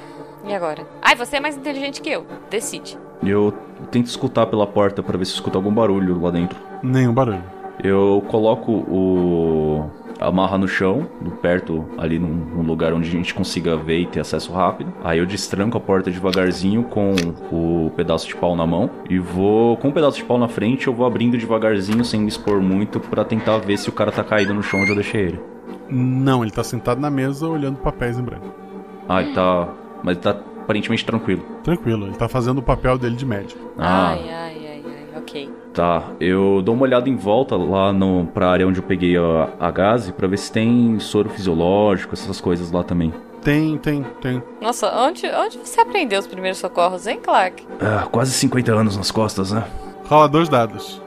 Speaker 9: E agora? Ai, você é mais inteligente que eu. Decide.
Speaker 11: Eu tento escutar pela porta pra ver se escuta algum barulho lá dentro.
Speaker 1: Nenhum barulho.
Speaker 11: Eu coloco o. a Amarra no chão, do perto ali num, num lugar onde a gente consiga ver e ter acesso rápido. Aí eu destranco a porta devagarzinho com o pedaço de pau na mão. E vou. Com o pedaço de pau na frente, eu vou abrindo devagarzinho, sem me expor muito, pra tentar ver se o cara tá caído no chão onde eu deixei ele.
Speaker 1: Não, ele tá sentado na mesa olhando papéis em branco.
Speaker 11: Ah, ele tá. Mas ele tá aparentemente tranquilo.
Speaker 1: Tranquilo, ele tá fazendo o papel dele de médico.
Speaker 11: Ah,
Speaker 9: Ai, ai, ai, ai. Ok.
Speaker 11: Tá, eu dou uma olhada em volta lá no, pra área onde eu peguei a, a gase pra ver se tem soro fisiológico, essas coisas lá também.
Speaker 1: Tem, tem, tem.
Speaker 9: Nossa, onde, onde você aprendeu os primeiros socorros, hein, Clark?
Speaker 11: Ah, quase 50 anos nas costas, né?
Speaker 1: Rola dois dados.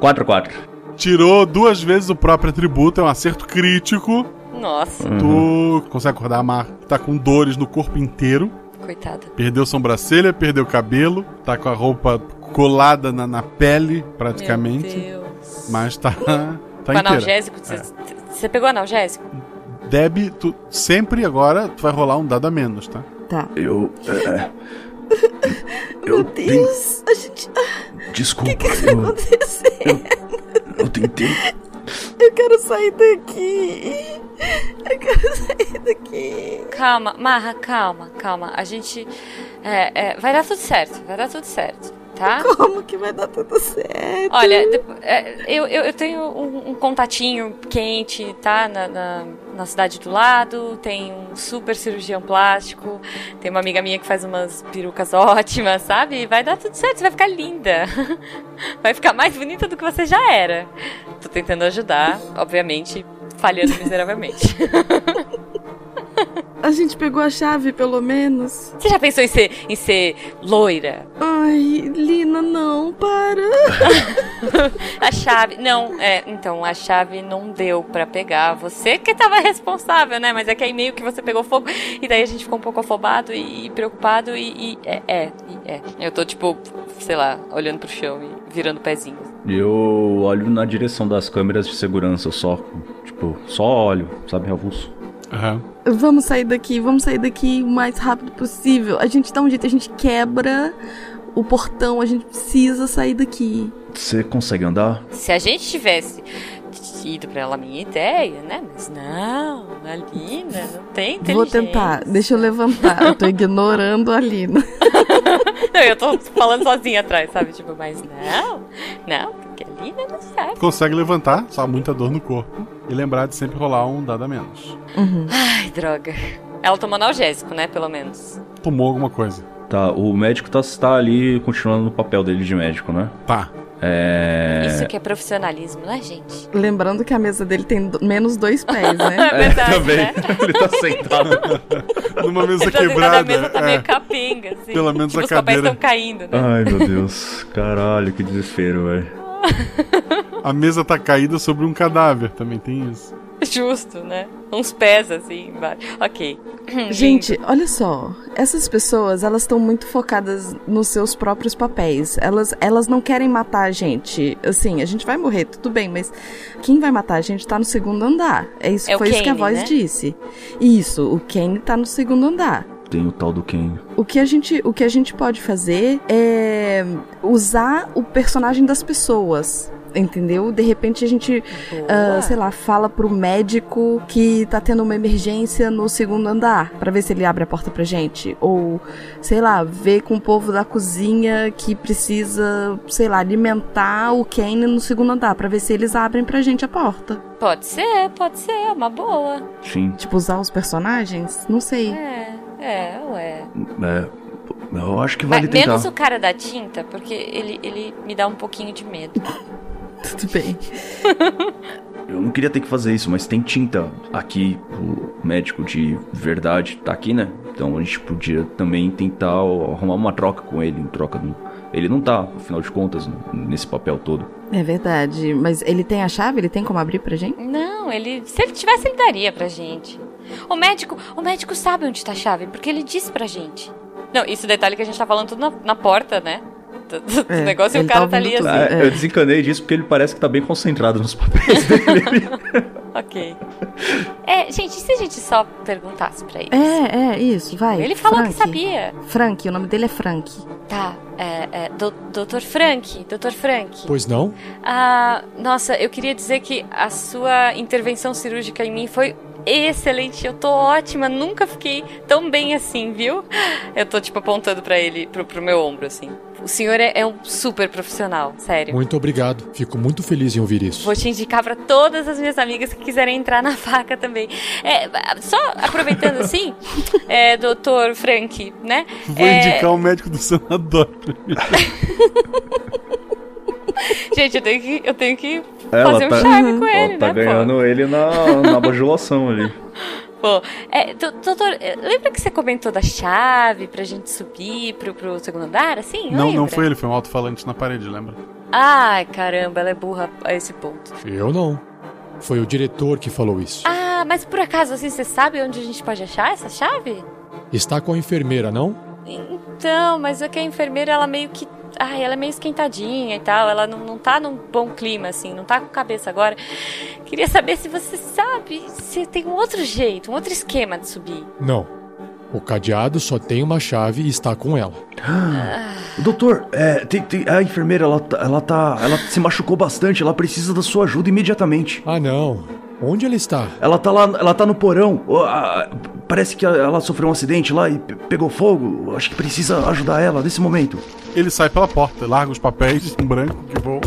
Speaker 11: 4 4
Speaker 1: Tirou duas vezes o próprio atributo, é um acerto crítico.
Speaker 9: Nossa,
Speaker 1: Tu consegue acordar a Mar, tá com dores no corpo inteiro.
Speaker 9: coitada.
Speaker 1: Perdeu sobrancelha, perdeu cabelo, tá com a roupa colada na, na pele, praticamente.
Speaker 9: Meu Deus.
Speaker 1: Mas tá, tá
Speaker 9: Com
Speaker 1: inteira. É.
Speaker 9: analgésico, você você pegou analgésico?
Speaker 1: Deb, tu sempre agora tu vai rolar um dado a menos, tá?
Speaker 12: Tá.
Speaker 11: Eu.
Speaker 5: é,
Speaker 12: Meu Deus, a gente.
Speaker 11: Desculpa,
Speaker 12: O que, que tá
Speaker 11: eu-
Speaker 12: acontecendo?
Speaker 11: Eu tentei.
Speaker 12: Eu quero sair daqui. Eu quero sair daqui.
Speaker 9: Calma, Marra, calma, calma. A gente. é, é, vai dar tudo certo, vai dar tudo certo, tá?
Speaker 12: Como assim? que vai dar tudo certo?
Speaker 9: Olha, depo- é, eu, eu, eu tenho um, um contatinho quente, tá? Na, na, na cidade do lado, tem um super cirurgião plástico, tem uma amiga minha que faz umas perucas ótimas, sabe? Vai dar tudo certo, você vai ficar linda. Vai ficar mais bonita do que você já era. Tô tentando ajudar, obviamente, falhando miseravelmente.
Speaker 12: A gente pegou a chave, pelo menos.
Speaker 9: Você já pensou em ser, em ser loira?
Speaker 12: Ai, Lina, não, para.
Speaker 9: A chave. Não, é, então, a chave não deu pra pegar. Você que tava responsável, né? Mas é que aí meio que você pegou fogo. E daí a gente ficou um pouco afobado e, e preocupado. E, e- é, é, e é. Eu tô, tipo, sei lá, olhando pro chão e virando pezinho.
Speaker 11: Eu olho na direção das câmeras de segurança só. Tipo,
Speaker 5: Tipo, só óleo, sabe? Avulso.
Speaker 1: Aham.
Speaker 12: Vamos sair daqui, vamos sair daqui o mais rápido possível. A gente dá um jeito, a gente quebra o portão, a gente precisa sair daqui.
Speaker 5: Você consegue andar?
Speaker 9: Se a gente tivesse ido pra ela a minha ideia, né? Mas não, a Lina não tem inteligência.
Speaker 12: Vou tentar, deixa eu levantar. Eu tô ignorando a Lina.
Speaker 9: Não, eu tô falando sozinha atrás, sabe? Tipo, mas não, não, porque a Lina não sabe.
Speaker 1: Consegue levantar, só muita dor no corpo. E lembrar de sempre rolar um dado a menos.
Speaker 9: Ai, droga. Ela tomou analgésico, né? Pelo menos.
Speaker 1: Tomou alguma coisa.
Speaker 5: Tá, o médico tá, tá ali continuando no papel dele de médico, né?
Speaker 1: Tá.
Speaker 5: É.
Speaker 9: Isso que é profissionalismo, né, gente?
Speaker 12: Lembrando que a mesa dele tem do- menos dois pés, né?
Speaker 9: É verdade,
Speaker 5: também.
Speaker 9: né?
Speaker 5: Ele tá sentado
Speaker 1: numa mesa
Speaker 9: Tá sentado,
Speaker 1: quebrada.
Speaker 9: A mesa tá
Speaker 1: é.
Speaker 9: meio capenga, assim.
Speaker 1: Pelo menos
Speaker 9: tipo,
Speaker 1: a
Speaker 9: os papéis
Speaker 1: cadeira.
Speaker 9: estão caindo, né?
Speaker 5: Ai, meu Deus. Caralho, que desespero, velho.
Speaker 1: A mesa tá caída sobre um cadáver, também tem isso.
Speaker 9: Justo, né? Uns pés, assim, embaixo. Ok.
Speaker 12: Gente, olha só. Essas pessoas, elas estão muito focadas nos seus próprios papéis. Elas, elas não querem matar a gente. Assim, a gente vai morrer, tudo bem, mas quem vai matar a gente tá no segundo andar. É isso,
Speaker 9: É o
Speaker 12: foi isso que a
Speaker 9: Kane,
Speaker 12: voz
Speaker 9: né?
Speaker 12: disse. Isso, o Kane tá no segundo andar.
Speaker 9: é-
Speaker 5: Tem o tal do Ken.
Speaker 12: O que, a gente, o que a gente pode fazer é usar o personagem das pessoas. Entendeu? De repente a gente, ah, sei lá, fala pro médico que tá tendo uma emergência no segundo andar, pra ver se ele abre a porta pra gente. Ou, sei lá, vê com o povo da cozinha que precisa, sei lá, alimentar o Kane no segundo andar, pra ver se eles abrem pra gente a porta.
Speaker 9: Pode ser, pode ser, é uma boa.
Speaker 5: Sim.
Speaker 12: Tipo, usar os personagens? Não sei.
Speaker 9: É, é, ué.
Speaker 5: É. Eu acho que
Speaker 9: Mas
Speaker 5: vale tentar.
Speaker 9: menos o cara da tinta, porque ele, ele me dá um pouquinho de medo.
Speaker 12: Tudo bem.
Speaker 5: Eu não queria ter que fazer isso, mas tem tinta aqui. O médico de verdade tá aqui, né? Então a gente podia também tentar arrumar uma troca com ele, em troca do. Ele não tá, afinal de contas, nesse papel todo.
Speaker 12: É verdade. Mas ele tem a chave? Ele tem como abrir pra gente?
Speaker 9: Não, ele. Se ele tivesse, ele daria pra gente. O médico, o médico sabe onde tá a chave, porque ele disse pra gente. Não, isso detalhe que a gente tá falando tudo na, na porta, né? Do, do- do
Speaker 5: É,
Speaker 9: negócio e o
Speaker 5: ele
Speaker 9: cara
Speaker 5: tá
Speaker 9: tá ali assim.
Speaker 5: Ah, Eu desencanei disso porque ele parece que tá bem concentrado nos papéis dele.
Speaker 9: Ok. É, gente, e se a gente só perguntasse pra ele?
Speaker 12: É, é, isso, vai.
Speaker 9: Ele falou que
Speaker 12: Frank.
Speaker 9: sabia.
Speaker 12: Frank, o nome dele é Frank.
Speaker 9: Tá, é, é, do, Dr. Frank, Dr. Frank.
Speaker 13: Pois não?
Speaker 9: Ah, nossa, eu queria dizer que a sua intervenção cirúrgica em mim foi excelente. Eu tô ótima, nunca fiquei tão bem assim, viu? Eu tô, tipo, apontando pra ele, pro, pro meu ombro, assim. O senhor é, é um super profissional, sério.
Speaker 13: Muito obrigado. Fico muito feliz em ouvir isso.
Speaker 9: Vou te indicar pra todas as minhas amigas que quiserem entrar na faca também. É, só aproveitando assim, é, doutor Frank, né?
Speaker 1: Vou
Speaker 9: É,
Speaker 1: indicar o médico do senador.
Speaker 9: Gente, eu tenho que, eu tenho que
Speaker 5: um- Ela
Speaker 9: fazer um
Speaker 5: tá,
Speaker 9: charme com
Speaker 5: ó,
Speaker 9: ele,
Speaker 5: tá
Speaker 9: né,
Speaker 5: ganhando ele na, na bajulação ali.
Speaker 9: pô? Pô, é, do- doutor, é, lembra que você comentou da chave pra gente subir pro, pro segundo andar, assim?
Speaker 1: Não, não
Speaker 9: Lembra?
Speaker 1: foi ele, foi um alto-falante na parede, lembra?
Speaker 9: Ai, caramba, ela é burra a esse ponto.
Speaker 13: Eu não. Foi o diretor que falou isso.
Speaker 9: Ah, mas por acaso, assim, você sabe onde a gente pode achar essa chave?
Speaker 13: Está com a enfermeira, não?
Speaker 9: Então, mas é que a enfermeira, ela meio que. Ai, ela é meio esquentadinha e tal. Ela não, não tá num bom clima, assim, não tá com cabeça agora. Queria saber se você sabe se tem um outro jeito, um outro esquema de subir.
Speaker 13: Não. O cadeado só tem uma chave e está com ela.
Speaker 11: Doutor, é, tem- tem- a enfermeira, ela, tá- ela tá. Ela se machucou bastante, ela precisa da sua ajuda imediatamente.
Speaker 13: Ah, não. Onde ela está?
Speaker 11: Ela tá lá, ela tá no porão. Ó, a- Parece que ela sofreu um acidente lá e pe- pegou fogo. Acho que precisa ajudar ela nesse momento.
Speaker 1: Ele sai pela porta, larga os papéis em branco que voam.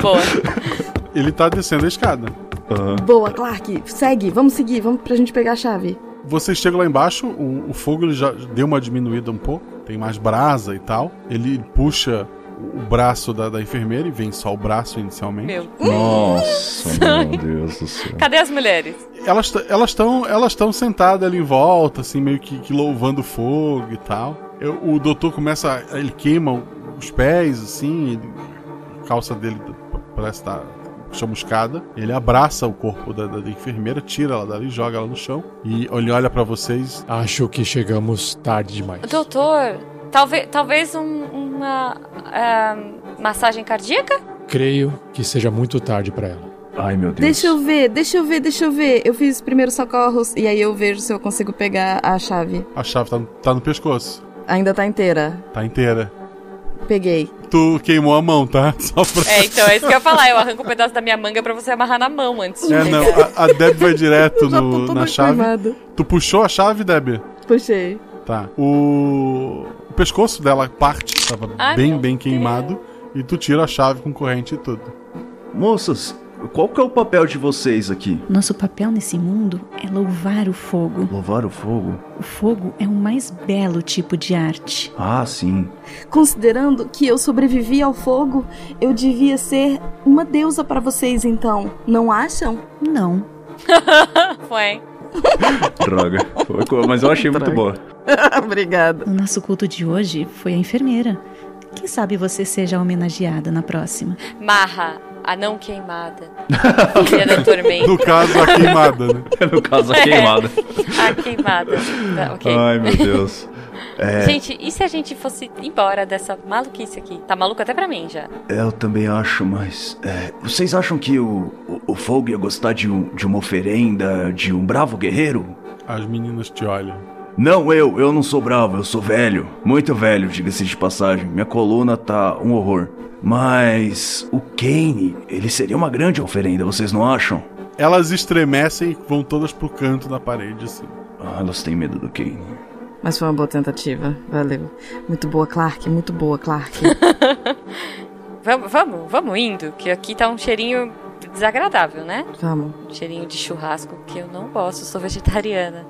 Speaker 9: Boa.
Speaker 1: Ele tá descendo a escada.
Speaker 12: Boa, Clark. Segue, vamos seguir, vamos pra gente pegar a chave.
Speaker 1: Vocês chegam lá embaixo, o, o fogo ele já deu uma diminuída um pouco, tem mais brasa e tal. Ele puxa o braço da, da enfermeira e vem só o braço inicialmente.
Speaker 9: Meu Deus.
Speaker 5: Nossa, meu Deus do céu.
Speaker 9: Cadê as mulheres?
Speaker 1: Elas t- elas estão elas estão sentadas ali em volta, assim meio que, que louvando o fogo e tal. Eu- o doutor começa, a- ele queima o- os pés assim, ele- a calça dele t- parece estar chamuscada. Ele abraça o corpo da, da- da enfermeira, tira ela dali, joga ela no chão e ele olha pra vocês.
Speaker 13: Acho que chegamos tarde demais.
Speaker 9: Doutor, talvez, talvez um- uma ah, massagem cardíaca?
Speaker 13: Creio que seja muito tarde para ela.
Speaker 11: Ai, meu Deus.
Speaker 12: Deixa eu ver, deixa eu ver, deixa eu ver. Eu fiz primeiros socorros e aí eu vejo se eu consigo pegar a chave.
Speaker 1: A chave tá, no- tá no pescoço.
Speaker 12: Ainda tá inteira.
Speaker 1: Tá inteira.
Speaker 12: Peguei.
Speaker 1: Tu queimou a mão, tá? Só pra...
Speaker 9: É, então é isso que eu ia falar. Eu arranco um pedaço da minha manga pra você amarrar na mão antes de
Speaker 1: É,
Speaker 9: pegar.
Speaker 1: não. A, a Deb vai direto no- na chave.
Speaker 12: queimada.
Speaker 1: Tu puxou a chave, Deb?
Speaker 12: Puxei.
Speaker 1: Tá. O, o pescoço dela parte, tava
Speaker 9: Ah,
Speaker 12: Ai,
Speaker 1: bem,
Speaker 12: meu
Speaker 1: bem queimado. E tu tira a chave com corrente e tudo.
Speaker 11: Moças, qual que é o papel de vocês aqui?
Speaker 16: Nosso papel nesse mundo é louvar o fogo.
Speaker 11: Louvar o fogo?
Speaker 16: O fogo é o mais belo tipo de arte.
Speaker 11: Ah, sim.
Speaker 12: Considerando que eu sobrevivi ao fogo, eu devia ser uma deusa pra vocês então, não acham?
Speaker 16: Não.
Speaker 9: Foi.
Speaker 11: Droga. Foi co- Mas eu achei muito boa.
Speaker 12: Obrigada.
Speaker 16: O nosso culto de hoje foi a enfermeira. Quem sabe você seja homenageada na próxima.
Speaker 9: Marra, a não queimada. Filha da tormenta.
Speaker 1: No caso, a queimada, né?
Speaker 11: no caso, a queimada.
Speaker 9: É. a queimada. Tá, ok.
Speaker 11: Ai, meu Deus. É,
Speaker 9: Gente, e se a gente fosse embora dessa maluquice aqui? Tá maluco até pra mim já.
Speaker 11: Eu também acho, mas. é, vocês acham que o, o, o fogo ia gostar de, um, de uma oferenda, de um bravo guerreiro?
Speaker 1: As meninas te olham.
Speaker 11: Não, eu, eu não sou bravo, eu sou velho. Muito velho, diga-se de passagem. Minha coluna tá um horror. Mas o Kane, ele seria uma grande oferenda, vocês não acham?
Speaker 1: Elas estremecem e vão todas pro canto da parede, assim.
Speaker 11: Ah, elas têm medo do Kane.
Speaker 12: Mas foi uma boa tentativa, valeu. Muito boa, Clark, muito boa, Clark.
Speaker 9: Vamos, vamos, vamos indo, que aqui tá um cheirinho desagradável, né?
Speaker 12: Vamos.
Speaker 9: Um cheirinho de churrasco que eu não gosto, eu sou vegetariana.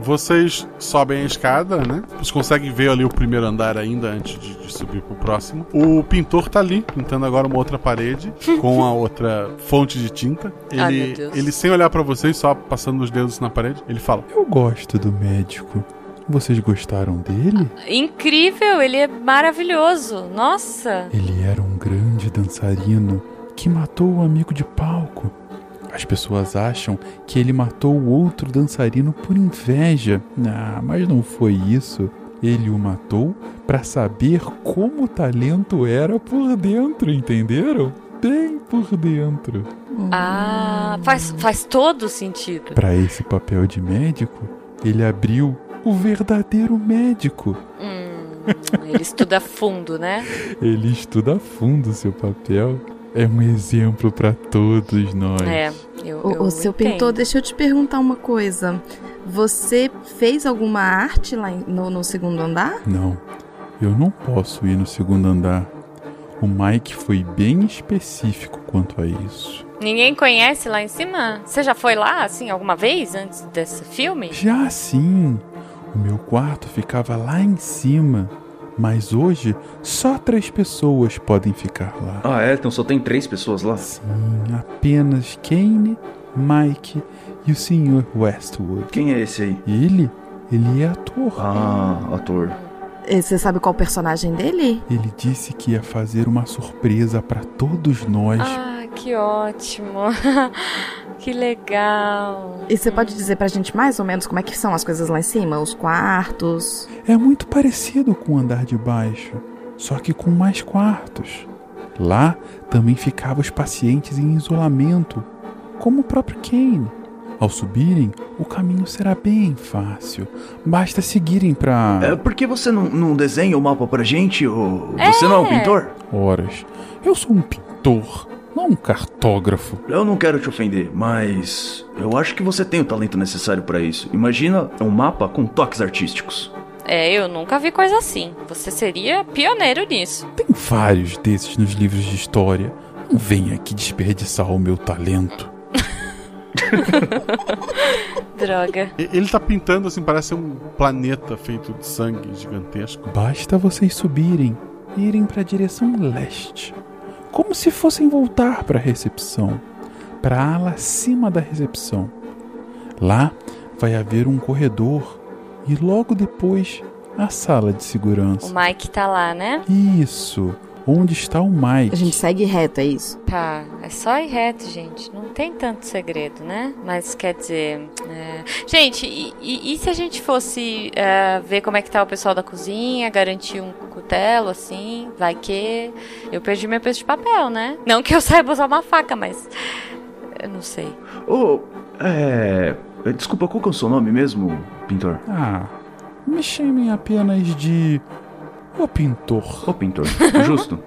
Speaker 1: Vocês sobem a escada, né? Vocês conseguem ver ali o primeiro andar ainda antes de, de subir pro próximo. O pintor tá ali, pintando agora uma outra parede com a outra fonte de tinta. Ele,
Speaker 15: Ah, meu Deus.
Speaker 1: ele sem olhar pra vocês, só passando os dedos na parede, ele fala:
Speaker 15: Eu gosto do médico. Vocês gostaram dele?
Speaker 9: Incrível, ele é maravilhoso. Nossa.
Speaker 15: Ele era um grande dançarino que matou o amigo de palco. As pessoas acham que ele matou o outro dançarino por inveja. Ah, mas não foi isso. Ele o matou para saber como o talento era por dentro, entenderam? Bem por dentro.
Speaker 12: Hum.
Speaker 9: Ah, faz, faz todo sentido.
Speaker 15: Para esse papel de médico, ele abriu o verdadeiro médico.
Speaker 9: Hum, ele estuda fundo, né?
Speaker 15: Ele estuda a fundo o seu papel. É um exemplo para todos nós.
Speaker 9: É, eu,
Speaker 12: O,
Speaker 9: eu
Speaker 12: o seu
Speaker 9: entendo.
Speaker 12: pintor, deixa eu te perguntar uma coisa. Você fez alguma arte lá em- no, no segundo andar?
Speaker 15: Não, eu não posso ir no segundo andar. O Mike foi bem específico quanto a isso.
Speaker 9: Ninguém conhece lá em cima? Você já foi lá, assim, alguma vez antes desse filme?
Speaker 15: Já sim, o meu quarto ficava lá em cima, mas hoje só três pessoas podem ficar lá.
Speaker 11: Ah, é? Então só tem três pessoas lá?
Speaker 15: Hum, Apenas Kane, Mike e o Sr. Westwood.
Speaker 11: Quem é esse aí?
Speaker 15: Ele? Ele é ator.
Speaker 11: Ah, ator.
Speaker 12: Eh, Você sabe qual o personagem dele?
Speaker 15: Ele disse que ia fazer uma surpresa para todos nós.
Speaker 9: Ah, que ótimo. que legal.
Speaker 12: E você pode dizer pra gente mais ou menos como é que são as coisas lá em cima? Os quartos?
Speaker 15: É muito parecido com o andar de baixo, só que com mais quartos. Lá também ficavam os pacientes em isolamento, como o próprio Kane. Ao subirem, o caminho será bem fácil. Basta seguirem para
Speaker 11: É, por que você não, não desenha o mapa pra gente? ô? Você não é um
Speaker 15: É.
Speaker 11: pintor?
Speaker 15: horas. Eu sou um pintor, não um cartógrafo.
Speaker 11: Eu não quero te ofender, mas eu acho que você tem o talento necessário pra isso. Imagina um mapa com toques artísticos.
Speaker 9: É, eu nunca vi coisa assim. Você seria pioneiro nisso.
Speaker 15: Tem vários desses nos livros de história. Não venha aqui desperdiçar o meu talento.
Speaker 9: Droga.
Speaker 1: E- Ele tá pintando, assim, parece um planeta feito de sangue gigantesco.
Speaker 15: Basta vocês subirem e irem para a direção leste, como se fossem voltar para a recepção, para a ala acima da recepção. Lá vai haver um corredor e logo depois a sala de
Speaker 9: O
Speaker 15: segurança.
Speaker 9: Mike tá lá, né?
Speaker 15: Isso, onde está o Mike?
Speaker 12: A gente segue reto, é isso?
Speaker 9: Tá, é só ir reto, gente. Não tem tanto segredo, né? Mas quer dizer. é, Gente, e, e- e se a gente fosse é, ver como é que tá o pessoal da cozinha, garantir um cutelo assim? Vai que. Eu perdi meu peso de papel, né? Não que eu saiba usar uma faca, mas. Eu não sei.
Speaker 11: Ô, é. Desculpa, qual que é o seu nome mesmo, pintor?
Speaker 15: Ah, me chamem apenas de. O pintor.
Speaker 11: Ô, pintor, justo.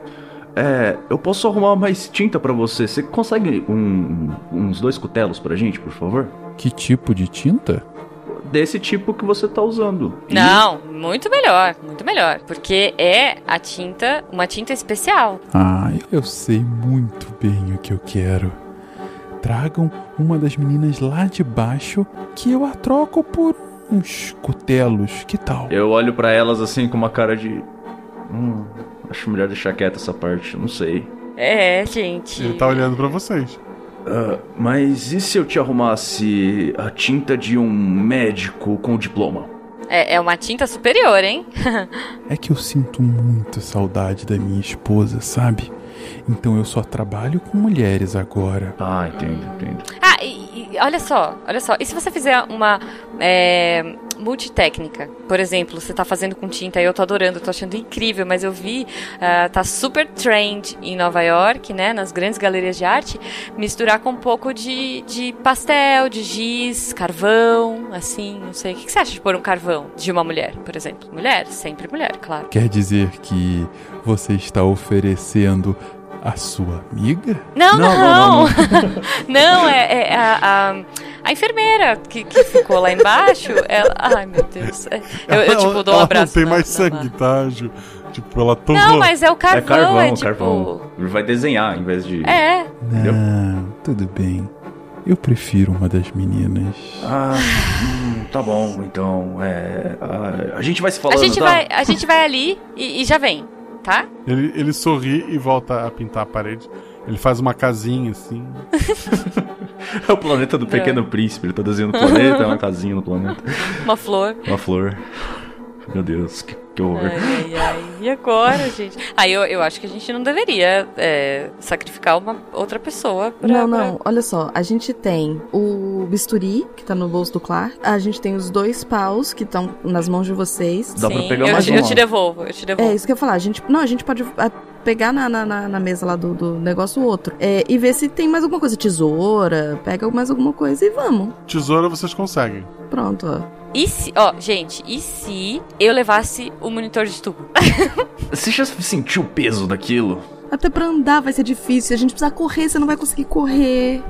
Speaker 11: É, eu posso arrumar mais tinta pra você. Você consegue um- uns dois cutelos pra gente, por favor?
Speaker 15: Que tipo de tinta?
Speaker 11: Desse tipo que você tá usando.
Speaker 9: Não, muito melhor, muito melhor. Porque é a tinta, uma tinta especial.
Speaker 15: Ah, eu sei muito bem o que eu quero. Tragam uma das meninas lá de baixo que eu a troco por uns cutelos. Que tal?
Speaker 11: Eu olho pra elas assim com uma cara de. Hum, acho melhor deixar quieta essa parte, não sei.
Speaker 9: É, gente.
Speaker 1: Ele tá olhando pra vocês.
Speaker 11: Ah, mas e se eu te arrumasse a tinta de um médico com diploma?
Speaker 9: É, é uma tinta superior, hein?
Speaker 15: É que eu sinto muito saudade da minha esposa, sabe? Então eu só trabalho com mulheres agora.
Speaker 11: Ah, entendo, entendo.
Speaker 9: ah, e, e olha só, olha só. E se você fizer uma é, multitécnica? Por exemplo, você tá fazendo com tinta e eu tô adorando, tô achando incrível, mas eu vi, ah, tá super trend em Nova York, né? Nas grandes galerias de arte, misturar com um pouco de, de pastel, de giz, carvão, assim, não sei. O que que você acha de pôr um carvão de uma mulher, por exemplo? Mulher, sempre mulher, claro.
Speaker 15: Quer dizer que você está oferecendo a sua amiga?
Speaker 9: Não, não, não. Não, é, é a, a- a enfermeira que, que ficou lá embaixo. Ela, ai, meu Deus. É, Eu, eu, tipo, dou um
Speaker 1: Ela
Speaker 9: abraço.
Speaker 1: Não tem
Speaker 9: na-
Speaker 1: mais
Speaker 9: na-
Speaker 1: sangue, tá, Ju? Tipo, ela tomou.
Speaker 9: Não, mas é o carvão, é, tipo...
Speaker 11: Ele vai desenhar em vez de.
Speaker 9: É.
Speaker 15: Não, tudo bem. Eu prefiro uma das meninas.
Speaker 11: Ah, hum, tá bom, então. É, a, a gente vai se
Speaker 9: A
Speaker 11: falando,
Speaker 9: gente,
Speaker 11: tá?
Speaker 9: vai, a gente vai ali e, e já vem, tá?
Speaker 1: Ele, ele sorri e volta a pintar a parede. Ele faz uma casinha assim.
Speaker 11: É o planeta do Pequeno Príncipe. Ele tá desenhando o planeta, é uma casinha no planeta.
Speaker 9: Uma flor.
Speaker 11: Uma flor. Meu Deus, que, que horror.
Speaker 9: Ai, ai, ai. E agora, gente? Aí Ah, eu, eu acho que a gente não deveria é, sacrificar uma outra pessoa pra...
Speaker 12: Não, não, olha só, a gente tem o bisturi, que tá no bolso do Clark, a gente tem os dois paus que estão nas mãos de vocês.
Speaker 11: Dá pra Sim, pegar
Speaker 9: Eu,
Speaker 11: mais
Speaker 9: te,
Speaker 11: um,
Speaker 9: eu te
Speaker 11: ó.
Speaker 9: devolvo, eu te devolvo.
Speaker 12: É isso que eu ia falar. A gente, não, a gente pode ah, pegar na, na, na- na mesa lá do, do negócio o outro é, e ver se tem mais alguma coisa. Tesoura, pega mais alguma coisa e vamos.
Speaker 1: Tesoura vocês conseguem.
Speaker 12: Pronto, ó.
Speaker 9: E se, ó, gente, e se eu levasse o monitor de tubo?
Speaker 11: Você já sentiu o peso daquilo?
Speaker 12: Até pra andar vai ser difícil. A gente precisa correr, você não vai conseguir correr.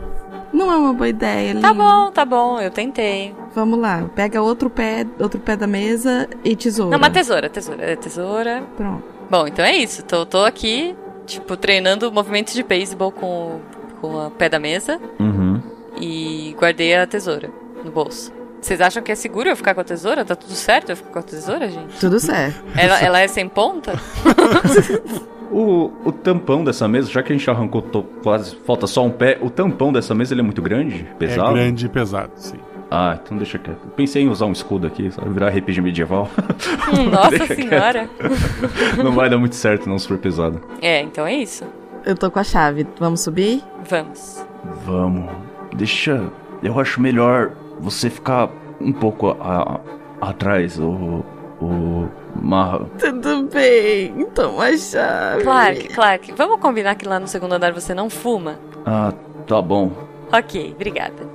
Speaker 12: Não é uma boa ideia, Lina.
Speaker 9: Tá bom, tá bom, eu tentei.
Speaker 12: Vamos lá, pega outro pé, outro pé da mesa e tesoura.
Speaker 9: Não, mas tesoura, tesoura, é tesoura.
Speaker 12: Pronto.
Speaker 9: Bom, então é isso. Tô, tô aqui, tipo, treinando movimentos de beisebol com, o- com a pé da mesa
Speaker 11: Uhum.
Speaker 9: e guardei a tesoura no bolso. Vocês acham que é seguro eu ficar com a tesoura? Tá tudo certo eu ficar com a tesoura, gente?
Speaker 12: Tudo certo.
Speaker 9: Ela, ela é sem ponta?
Speaker 11: O, o tampão dessa mesa, já que a gente arrancou to- quase, falta só um pé, o tampão dessa mesa ele é muito grande? Pesado?
Speaker 1: É grande e pesado, sim.
Speaker 11: Ah, então deixa quieto. Eu Pensei em usar um escudo aqui, sabe? Virar RPG medieval.
Speaker 9: Hum, Nossa
Speaker 11: Deixa quieto.
Speaker 9: senhora.
Speaker 11: Não vai dar muito certo, não, se for pesado.
Speaker 9: É, então é isso.
Speaker 12: Eu tô com a chave. Vamos subir?
Speaker 9: Vamos.
Speaker 11: Vamos. Deixa. Eu acho melhor você ficar um pouco a- a- atrás, o. O. Marra.
Speaker 12: Tudo bem, então a chave.
Speaker 9: Clark, Clark, vamos combinar que lá no segundo andar você não fuma?
Speaker 11: Ah, tá bom.
Speaker 9: Ok, obrigada.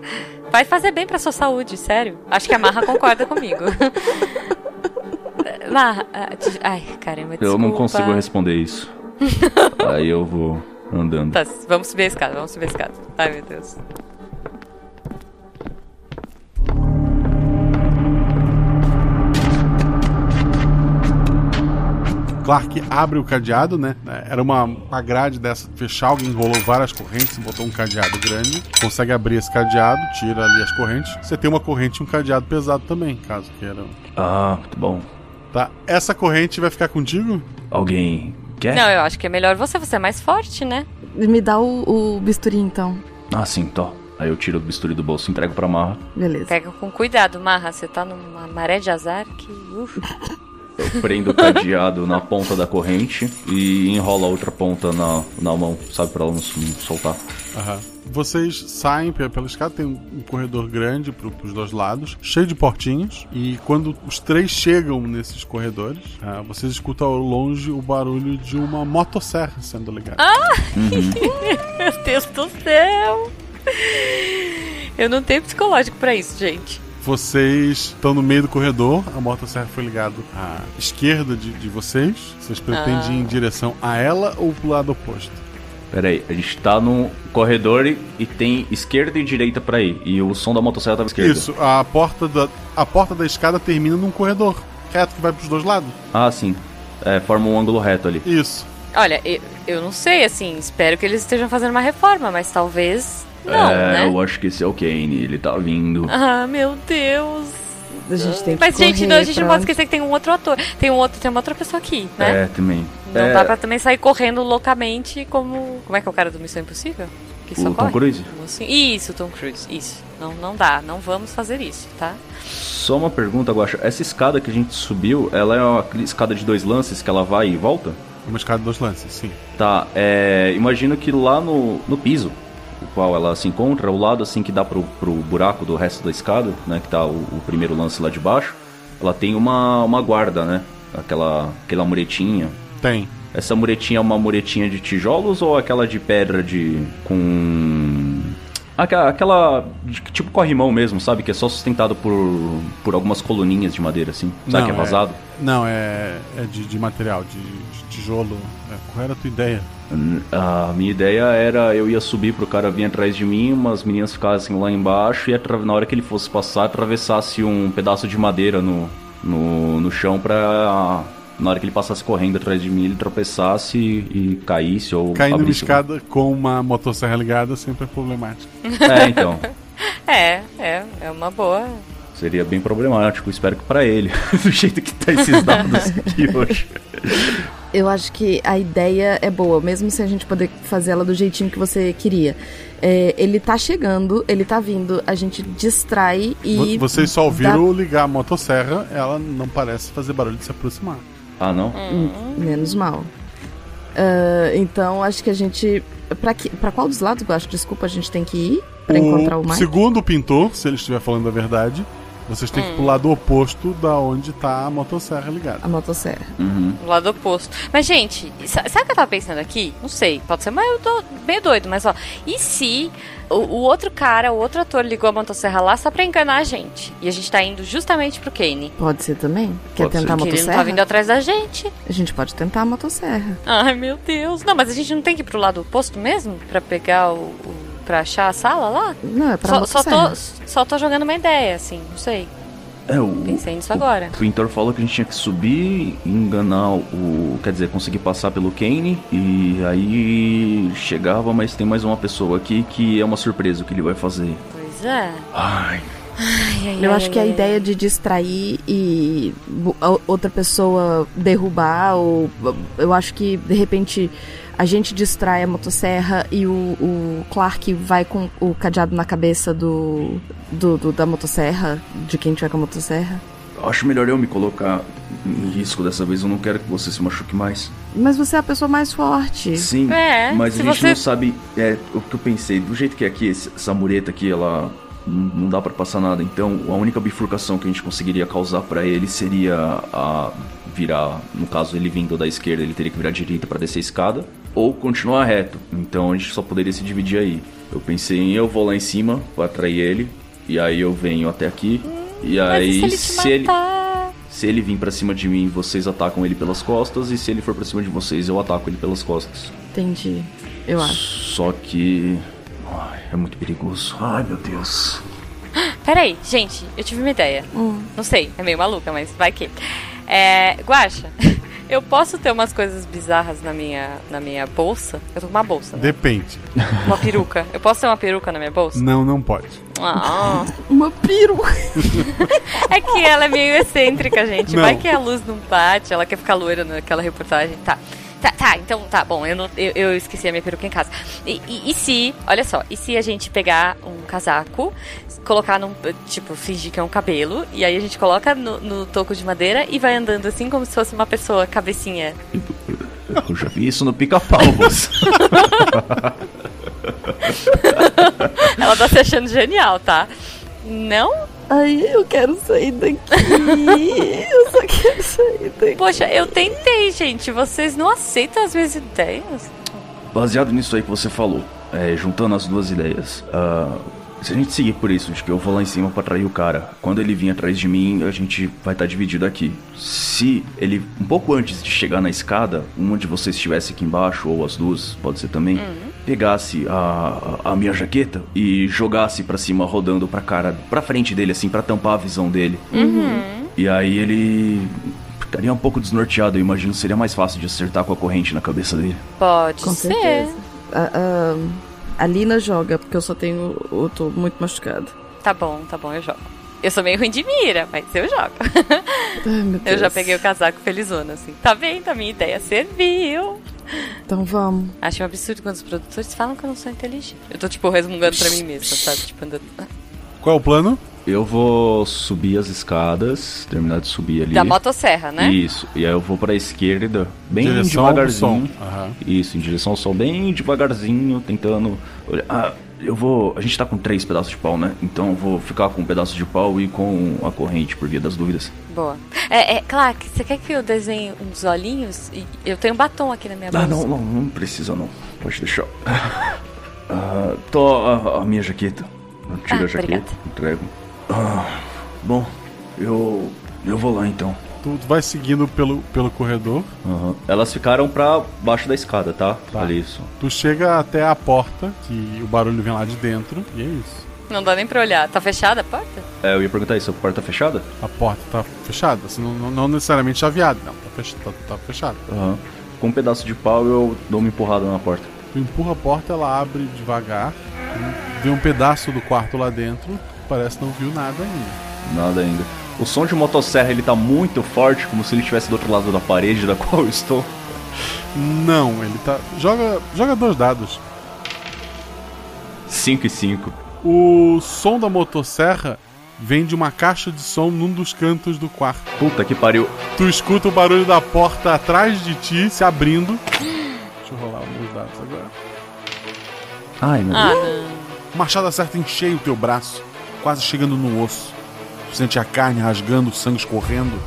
Speaker 9: Vai fazer bem pra sua saúde, sério. Acho que a Marra concorda comigo. Marra, ah, de- ai, caramba, desculpa.
Speaker 11: Eu não consigo responder isso. Aí eu vou andando.
Speaker 9: Tá, vamos subir a escada, vamos subir a escada. Ai, meu Deus.
Speaker 1: Clark abre o cadeado, né? Era uma, uma grade dessa fechar, alguém enrolou várias correntes, botou um cadeado grande. Consegue abrir esse cadeado, tira ali as correntes. Você tem uma corrente e um cadeado pesado também, caso queiram.
Speaker 11: Ah, muito bom.
Speaker 1: Tá, essa corrente vai ficar contigo?
Speaker 11: Alguém quer?
Speaker 9: Não, eu acho que é melhor você, você é mais forte, né?
Speaker 12: Me dá o, o bisturi então.
Speaker 11: Ah, sim, tô. Aí eu tiro o bisturi do bolso e entrego pra Marra.
Speaker 12: Beleza.
Speaker 9: Pega com cuidado, Marra, você tá numa maré de azar que... Uf.
Speaker 11: Eu prendo o cadeado na ponta da corrente e enrolo a outra ponta na, na mão, sabe? Pra ela não s- não soltar.
Speaker 1: Aham. Vocês saem pe- pela escada, tem um um corredor grande pro, pros dois lados, cheio de portinhos. E quando os três chegam nesses corredores, ah, vocês escutam ao longe o barulho
Speaker 9: Uhum.
Speaker 1: de uma motosserra sendo ligada.
Speaker 9: Ah! Meu Deus do céu! Eu não tenho psicológico para isso, gente.
Speaker 1: Vocês estão no meio do corredor, a motosserra foi ligada à esquerda de, de vocês. Vocês pretendem
Speaker 9: Ah.
Speaker 1: ir em direção a ela ou pro lado oposto?
Speaker 11: Pera aí, a gente tá num corredor e, e tem esquerda e direita pra ir. E o som da motocicleta tava à esquerda.
Speaker 1: Isso, a porta, da, a porta da escada termina num corredor reto que vai pros dois lados.
Speaker 11: Ah, sim. É, forma um ângulo reto ali.
Speaker 1: Isso.
Speaker 9: Olha, eu, eu não sei, assim, espero que eles estejam fazendo uma reforma, mas talvez não,
Speaker 11: é,
Speaker 9: né?
Speaker 11: eu acho que esse é o Kane, ele tá vindo.
Speaker 9: Ah, meu Deus.
Speaker 12: A gente tem que
Speaker 9: Mas, gente, não, a gente não pode
Speaker 12: correr pra-
Speaker 9: esquecer que tem um outro ator. Tem um outro, tem uma outra pessoa aqui, né?
Speaker 11: É, também.
Speaker 9: Não
Speaker 11: é,
Speaker 9: dá pra também sair correndo loucamente como. Como é que é o cara do Missão Impossível? Que
Speaker 11: O
Speaker 9: só
Speaker 11: Tom
Speaker 9: corre?
Speaker 11: Cruise?
Speaker 9: Como assim? Isso, Tom Cruise, isso. Não, não dá, não vamos fazer isso, tá?
Speaker 11: Só uma pergunta, Guaxa. Essa escada que a gente subiu, ela é uma escada de dois lances que ela vai e volta?
Speaker 1: Uma escada de dois lances, sim.
Speaker 11: Tá, é, imagino que lá no, no piso, o qual ela se encontra, o lado assim que dá pro, pro buraco do resto da escada, né, que tá o, o primeiro lance lá de baixo, ela tem uma, uma guarda, né? Aquela, aquela muretinha.
Speaker 1: Tem.
Speaker 11: Essa muretinha é uma muretinha de tijolos ou aquela de pedra de. com. Aquela, aquela de- tipo corrimão mesmo, sabe? Que é só sustentado por, por algumas coluninhas de madeira, assim. Sabe que é vazado?
Speaker 1: não, é, é de, de material, de, de tijolo. É, qual era a tua ideia?
Speaker 11: A minha ideia era eu ia subir pro cara vir atrás de mim, umas meninas ficassem lá embaixo e atra- na hora que ele fosse passar, atravessasse um pedaço de madeira no, no, no chão pra. Na hora que ele passasse correndo atrás de mim, ele tropeçasse e, e caísse ou.
Speaker 1: Cair numa
Speaker 11: abrisse-
Speaker 1: escada com uma motosserra ligada sempre é problemático.
Speaker 11: É, então.
Speaker 9: É, é, é uma boa.
Speaker 11: Seria bem problemático, espero que pra ele. Do jeito que tá esses dados aqui hoje.
Speaker 12: Eu acho que a ideia é boa, mesmo sem a gente poder fazer ela do jeitinho que você queria. É, ele tá chegando, ele tá vindo, a gente distrai e.
Speaker 1: Vo- Vocês só
Speaker 12: dá-
Speaker 1: ouviram ligar a motosserra, ela não parece fazer barulho de se aproximar.
Speaker 11: Ah, não?
Speaker 9: Uhum.
Speaker 12: Hum, Menos mal. Ah, então acho que a gente. Pra, que, pra qual dos lados, eu acho? Desculpa, a gente tem que ir pra encontrar o Mike?
Speaker 1: Segundo o pintor, se ele estiver falando a verdade, vocês têm que
Speaker 9: Hum.
Speaker 1: ir pro lado oposto da onde tá a motosserra ligada.
Speaker 12: A motosserra.
Speaker 11: Uhum.
Speaker 9: Do um lado oposto. Mas, gente, sa- sabe o que eu tava pensando aqui? Não sei, pode ser mas eu tô meio doido, mas ó. E se o, o outro cara, o outro ator ligou a motosserra lá só pra enganar a gente? E a gente tá indo justamente pro Kane.
Speaker 12: Pode ser também? Quer tentar a
Speaker 9: Porque ele não tá
Speaker 12: motosserra?
Speaker 9: vindo atrás da gente.
Speaker 12: A gente pode tentar a motosserra.
Speaker 9: Ai, meu Deus. Não, mas a gente não tem que ir pro lado oposto mesmo? Pra pegar o. o pra achar a sala lá?
Speaker 12: Não, é pra
Speaker 9: só, só,
Speaker 12: motosserra.
Speaker 9: tô, só tô jogando uma ideia, assim, não sei.
Speaker 11: É, o,
Speaker 9: Pensei nisso agora.
Speaker 11: O pintor falou que a gente tinha que subir, enganar o. Quer dizer, conseguir passar pelo Kane. E aí chegava, mas tem mais uma pessoa aqui que é uma surpresa o que ele vai fazer.
Speaker 9: Pois é.
Speaker 11: Ai.
Speaker 12: Eu acho que a ideia de distrair e bu- a- outra pessoa derrubar, ou eu acho que de repente a gente distrai a motosserra e o, o Clark vai com o cadeado na cabeça do, do- do- da motosserra, de quem tiver com a motosserra.
Speaker 11: Acho melhor eu me colocar em risco dessa vez, eu não quero que você se machuque mais.
Speaker 12: Mas você é a pessoa mais forte.
Speaker 11: Sim,
Speaker 12: É,
Speaker 11: mas a
Speaker 12: se
Speaker 11: gente
Speaker 12: você-
Speaker 11: não sabe. É o que eu pensei, do jeito que é aqui, esse- essa mureta aqui, ela. Não não dá pra passar nada, então a única bifurcação que a gente conseguiria causar pra ele seria a virar, no caso ele vindo da esquerda, ele teria que virar à direita pra descer a escada, ou continuar reto. Então a gente só poderia se dividir aí. Eu pensei em eu vou lá em cima pra atrair ele, e aí eu venho até aqui, e aí
Speaker 9: Mas e
Speaker 11: se ele se ele vir pra cima de mim, vocês atacam ele pelas costas, e se ele for pra cima de vocês, eu ataco ele pelas costas.
Speaker 12: Entendi, eu acho.
Speaker 11: Só que. Ai, é muito perigoso. Ai, meu Deus.
Speaker 9: Peraí, gente, eu tive uma ideia.
Speaker 12: Hum.
Speaker 9: Não sei, é meio maluca, mas vai que. É, Guaxa, eu posso ter umas coisas bizarras na minha, na minha bolsa? Eu tô com uma bolsa, né?
Speaker 1: Depende.
Speaker 9: Uma peruca. Eu posso ter uma peruca na minha bolsa?
Speaker 1: Não, não pode.
Speaker 9: Ah.
Speaker 12: Uma peruca.
Speaker 9: É que ela é meio excêntrica, gente.
Speaker 1: Não.
Speaker 9: Vai que a luz não bate, ela quer ficar loira naquela reportagem. Tá. Tá, tá, então tá bom, eu, não- eu, eu esqueci a minha peruca em casa. E, e- e se, olha só, e se a gente pegar um casaco, colocar num. Tipo, fingir que é um cabelo, e aí a gente coloca no, no toco de madeira e vai andando assim como se fosse uma pessoa cabecinha.
Speaker 11: Eu já vi isso no pica-pau, moça.
Speaker 9: Ela tá se achando genial, tá? Não?
Speaker 12: Ai, eu quero sair daqui. eu só quero sair daqui.
Speaker 9: Poxa, eu tentei, gente. Vocês não aceitam as minhas ideias?
Speaker 5: Baseado nisso aí que você falou, é, juntando as duas ideias, ah, se a gente seguir por isso, de que eu vou lá em cima pra atrair o cara, quando ele vir atrás de mim, a gente vai estar dividido aqui. Se ele, um pouco antes de chegar na escada, uma de vocês estivesse aqui embaixo, ou as duas, pode ser também,
Speaker 12: Uhum.
Speaker 5: pegasse a, a minha jaqueta e jogasse pra cima, rodando pra cara, pra frente dele, assim, pra tampar a visão dele.
Speaker 9: Uhum.
Speaker 5: E aí ele ficaria um pouco desnorteado, eu imagino seria mais fácil de acertar com a corrente na cabeça dele.
Speaker 9: Pode
Speaker 12: Com
Speaker 9: ser.
Speaker 12: certeza. A, a, a Lina joga, porque eu só tenho. Eu tô muito machucada.
Speaker 9: Tá bom, tá bom, eu jogo. Eu sou meio ruim de mira, mas eu jogo.
Speaker 12: Ai, meu Deus.
Speaker 9: Eu já peguei o casaco felizona, assim. Tá vendo? A minha ideia serviu.
Speaker 12: Então vamos.
Speaker 9: Acho um absurdo quando os produtores falam que eu não sou inteligente. Eu tô, tipo, resmungando pra mim mesma, sabe? Tipo, andando...
Speaker 1: Qual é o plano?
Speaker 11: Eu vou subir as escadas, terminar de subir ali.
Speaker 9: Da motosserra, né?
Speaker 11: Isso. E aí eu vou pra esquerda, bem
Speaker 1: Direção ao
Speaker 11: devagarzinho.
Speaker 1: som. Aham.
Speaker 11: Isso, em direção ao sol, bem devagarzinho, tentando. olhar- Ah, eu vou. A gente tá com três pedaços de pau, né? Então eu vou ficar com um pedaço de pau e com a corrente, por via das dúvidas.
Speaker 9: Boa. É, é, Clark, você quer que eu desenhe uns olhinhos? E eu tenho um batom aqui na minha bolsa.
Speaker 11: Ah, não, não, não precisa não. Pode deixar. Ah, tô a, a minha jaqueta. Eu tiro
Speaker 9: Ah,
Speaker 11: a jaqueta,
Speaker 9: obrigada.
Speaker 11: entrego. Ah, bom, eu. eu vou lá então.
Speaker 1: Tu tu vai seguindo pelo, pelo corredor.
Speaker 11: Aham. Elas ficaram pra baixo da escada, tá? Olha isso.
Speaker 1: Tu chega até a porta, que o barulho vem lá de dentro, e é isso.
Speaker 9: Não dá nem pra olhar. Tá fechada a porta?
Speaker 11: É, eu ia perguntar isso, a porta tá fechada?
Speaker 1: A porta tá fechada, assim, não, não- não necessariamente chaveada, não, tá, fech tá, tá fechada.
Speaker 11: Aham. Com um pedaço de pau eu dou uma empurrada na porta.
Speaker 1: Tu empurra a porta, ela abre devagar, vê um pedaço do quarto lá dentro, parece que não viu nada ainda.
Speaker 11: Nada ainda. O som de motosserra ele tá muito forte, como se ele estivesse do outro lado da parede da qual eu estou.
Speaker 1: Não, ele tá. Joga, joga dois dados.
Speaker 11: 5 e 5.
Speaker 1: O som da motosserra vem de uma caixa de som num dos cantos do quarto.
Speaker 11: Puta que pariu.
Speaker 1: Tu escuta o barulho da porta atrás de ti se abrindo. Deixa eu rolar meus dados agora.
Speaker 11: Ai, meu
Speaker 9: Ah,
Speaker 11: Deus.
Speaker 9: não.
Speaker 1: O machado acerta em cheio o teu braço, quase chegando no osso. Tu sente a carne rasgando, o sangue escorrendo.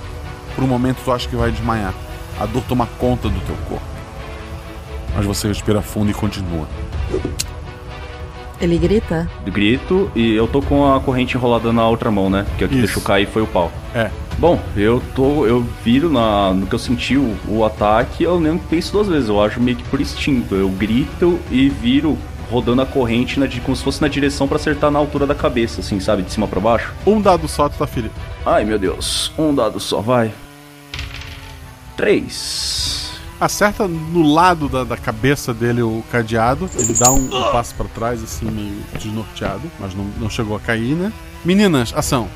Speaker 1: Por um momento tu acha que vai desmaiar. A dor toma conta do teu corpo. Mas você respira fundo e continua.
Speaker 12: Ele grita?
Speaker 11: Grito e eu tô com a corrente enrolada na outra mão, né? Que o que deixou cair foi o pau.
Speaker 1: É.
Speaker 11: Bom, eu tô. Eu viro na, no que eu senti o, o ataque, eu nem penso duas vezes, eu acho meio que por instinto. Eu grito e viro rodando a corrente na, di- como se fosse na direção pra acertar na altura da cabeça, assim, sabe? De cima pra baixo.
Speaker 1: Um dado só tu tá ferido.
Speaker 11: Ai meu Deus, um dado só, vai. Três.
Speaker 1: Acerta no lado da, da cabeça dele o cadeado. Ele dá um, um passo pra trás, assim, meio desnorteado. Mas não, não chegou a cair, né? Meninas, ação.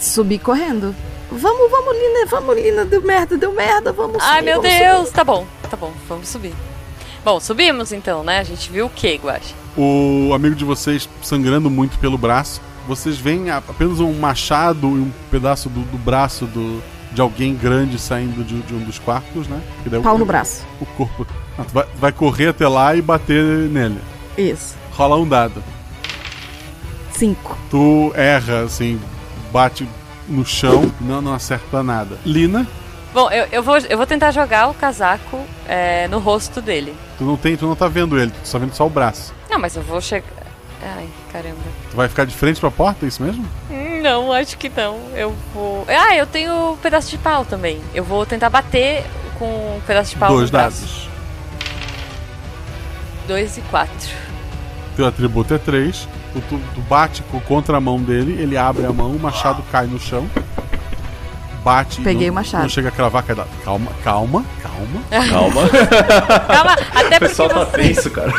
Speaker 12: Subir correndo. Vamos, vamos, Lina, vamos, Lina, deu merda, deu merda, vamos
Speaker 9: Ai,
Speaker 12: subir,
Speaker 9: meu
Speaker 12: vamos
Speaker 9: Deus.
Speaker 12: subir.
Speaker 9: Tá bom, tá bom. Vamos subir. Bom, subimos então, né? A gente viu o que, Guache?
Speaker 1: O amigo de vocês sangrando muito pelo braço. Vocês veem a- apenas um machado e um pedaço do, do braço do, de alguém grande saindo de, de um dos quartos, né? Que daí o-
Speaker 12: Pau no braço.
Speaker 1: O corpo. Ah, tu vai, vai correr até lá e bater nele.
Speaker 12: Isso.
Speaker 1: Rola um dado.
Speaker 12: Cinco.
Speaker 1: Tu erra, assim, bate no chão, não, não acerta nada. Lina,
Speaker 9: Bom, eu, eu, vou, eu vou tentar jogar o casaco é, no rosto dele.
Speaker 1: tu não tem, tu não tá vendo ele, tu tá vendo só o braço.
Speaker 9: Não, mas eu vou chegar. Ai, caramba.
Speaker 1: Tu vai ficar de frente pra porta, é isso mesmo?
Speaker 9: Hum, Não, acho que não. Eu vou. Ah, eu tenho um pedaço de pau também. Eu vou tentar bater com um pedaço de pau.
Speaker 1: Dois
Speaker 9: no braço.
Speaker 1: dados.
Speaker 9: Dois e quatro.
Speaker 1: Teu atributo é três. Tu, tu, tu bate com contra a mão dele, ele abre a mão, o machado cai no chão. Bate. e
Speaker 12: Peguei
Speaker 1: não-
Speaker 12: o machado.
Speaker 1: Não chega a cravar, cai da- Calma, calma, calma.
Speaker 11: Calma.
Speaker 9: Calma, até
Speaker 11: o pessoal tá
Speaker 9: porque você.
Speaker 11: tenso, cara.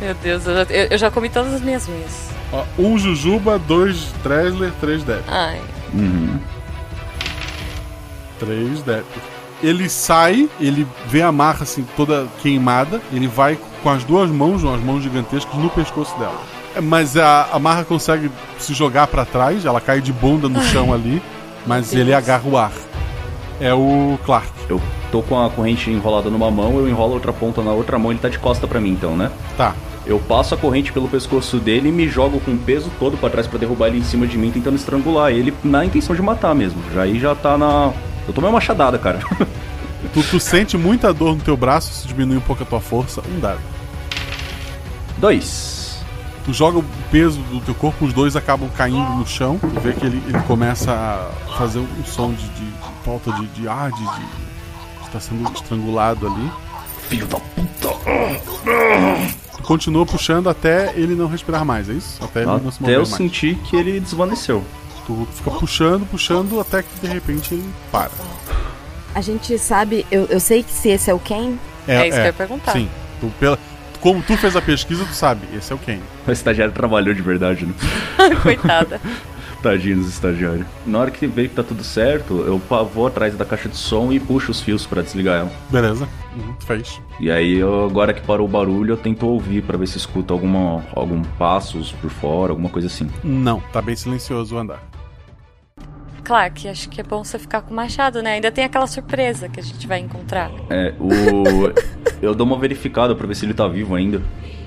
Speaker 9: Meu Deus, eu já, eu- eu já comi todas as minhas unhas.
Speaker 1: Ó, um Jujuba, dois Dresler, três Depp.
Speaker 9: Ai.
Speaker 11: Uhum.
Speaker 1: Três Depp. Ele sai, ele vê a marra assim toda queimada, ele vai com as duas mãos, umas mãos gigantescas, no pescoço dela. É, Mas a, a marra consegue se jogar pra trás, ela cai de bunda no chão ali, mas ele agarra o ar. É o Clark.
Speaker 11: Eu tô com a corrente enrolada numa mão, eu enrolo a outra ponta na outra mão, ele tá de costa pra mim então, né?
Speaker 1: Tá.
Speaker 11: Eu passo a corrente pelo pescoço dele e me jogo com o peso todo pra trás pra derrubar ele em cima de mim, tentando estrangular ele na intenção de matar mesmo. Já aí já tá na. Eu tomei uma machadada, cara.
Speaker 1: Tu, tu sente muita dor no teu braço, isso diminui um pouco a tua força. Um dado.
Speaker 11: Dois.
Speaker 1: Tu joga o peso do teu corpo, os dois acabam caindo no chão. Tu vê que ele, ele começa a fazer um som de, de falta de, de ar, de, de. Está sendo estrangulado ali.
Speaker 4: Filho da puta!
Speaker 11: Uhum.
Speaker 1: Tu continua puxando até ele não respirar mais, é isso? Até ele não se
Speaker 11: Até
Speaker 1: mover
Speaker 11: eu
Speaker 1: mais.
Speaker 11: senti que ele desvaneceu.
Speaker 1: Tu fica puxando, puxando, até que de repente ele para.
Speaker 12: A gente sabe, eu, eu sei que se esse é o Ken,
Speaker 9: É isso que eu ia perguntar.
Speaker 1: Sim. Tu, pela, como tu fez a pesquisa, tu sabe, esse é o Ken.
Speaker 11: O estagiário trabalhou de verdade, né?
Speaker 9: Coitada.
Speaker 11: Tadinho dos estagiários. Na hora que veio que tá tudo certo, eu pa- vou atrás da caixa de som e puxo os fios pra desligar ela.
Speaker 1: Beleza. Uhum, tu fez.
Speaker 11: E aí, eu- agora que parou o barulho, eu tento ouvir pra ver se escuta alguma, algum passos por fora, alguma coisa assim.
Speaker 1: Não, tá bem silencioso o andar.
Speaker 9: Clark, acho que é bom você ficar com o machado, né? Ainda tem aquela surpresa que a gente vai encontrar.
Speaker 11: É, o. eu dou uma verificada pra ver se ele tá vivo ainda.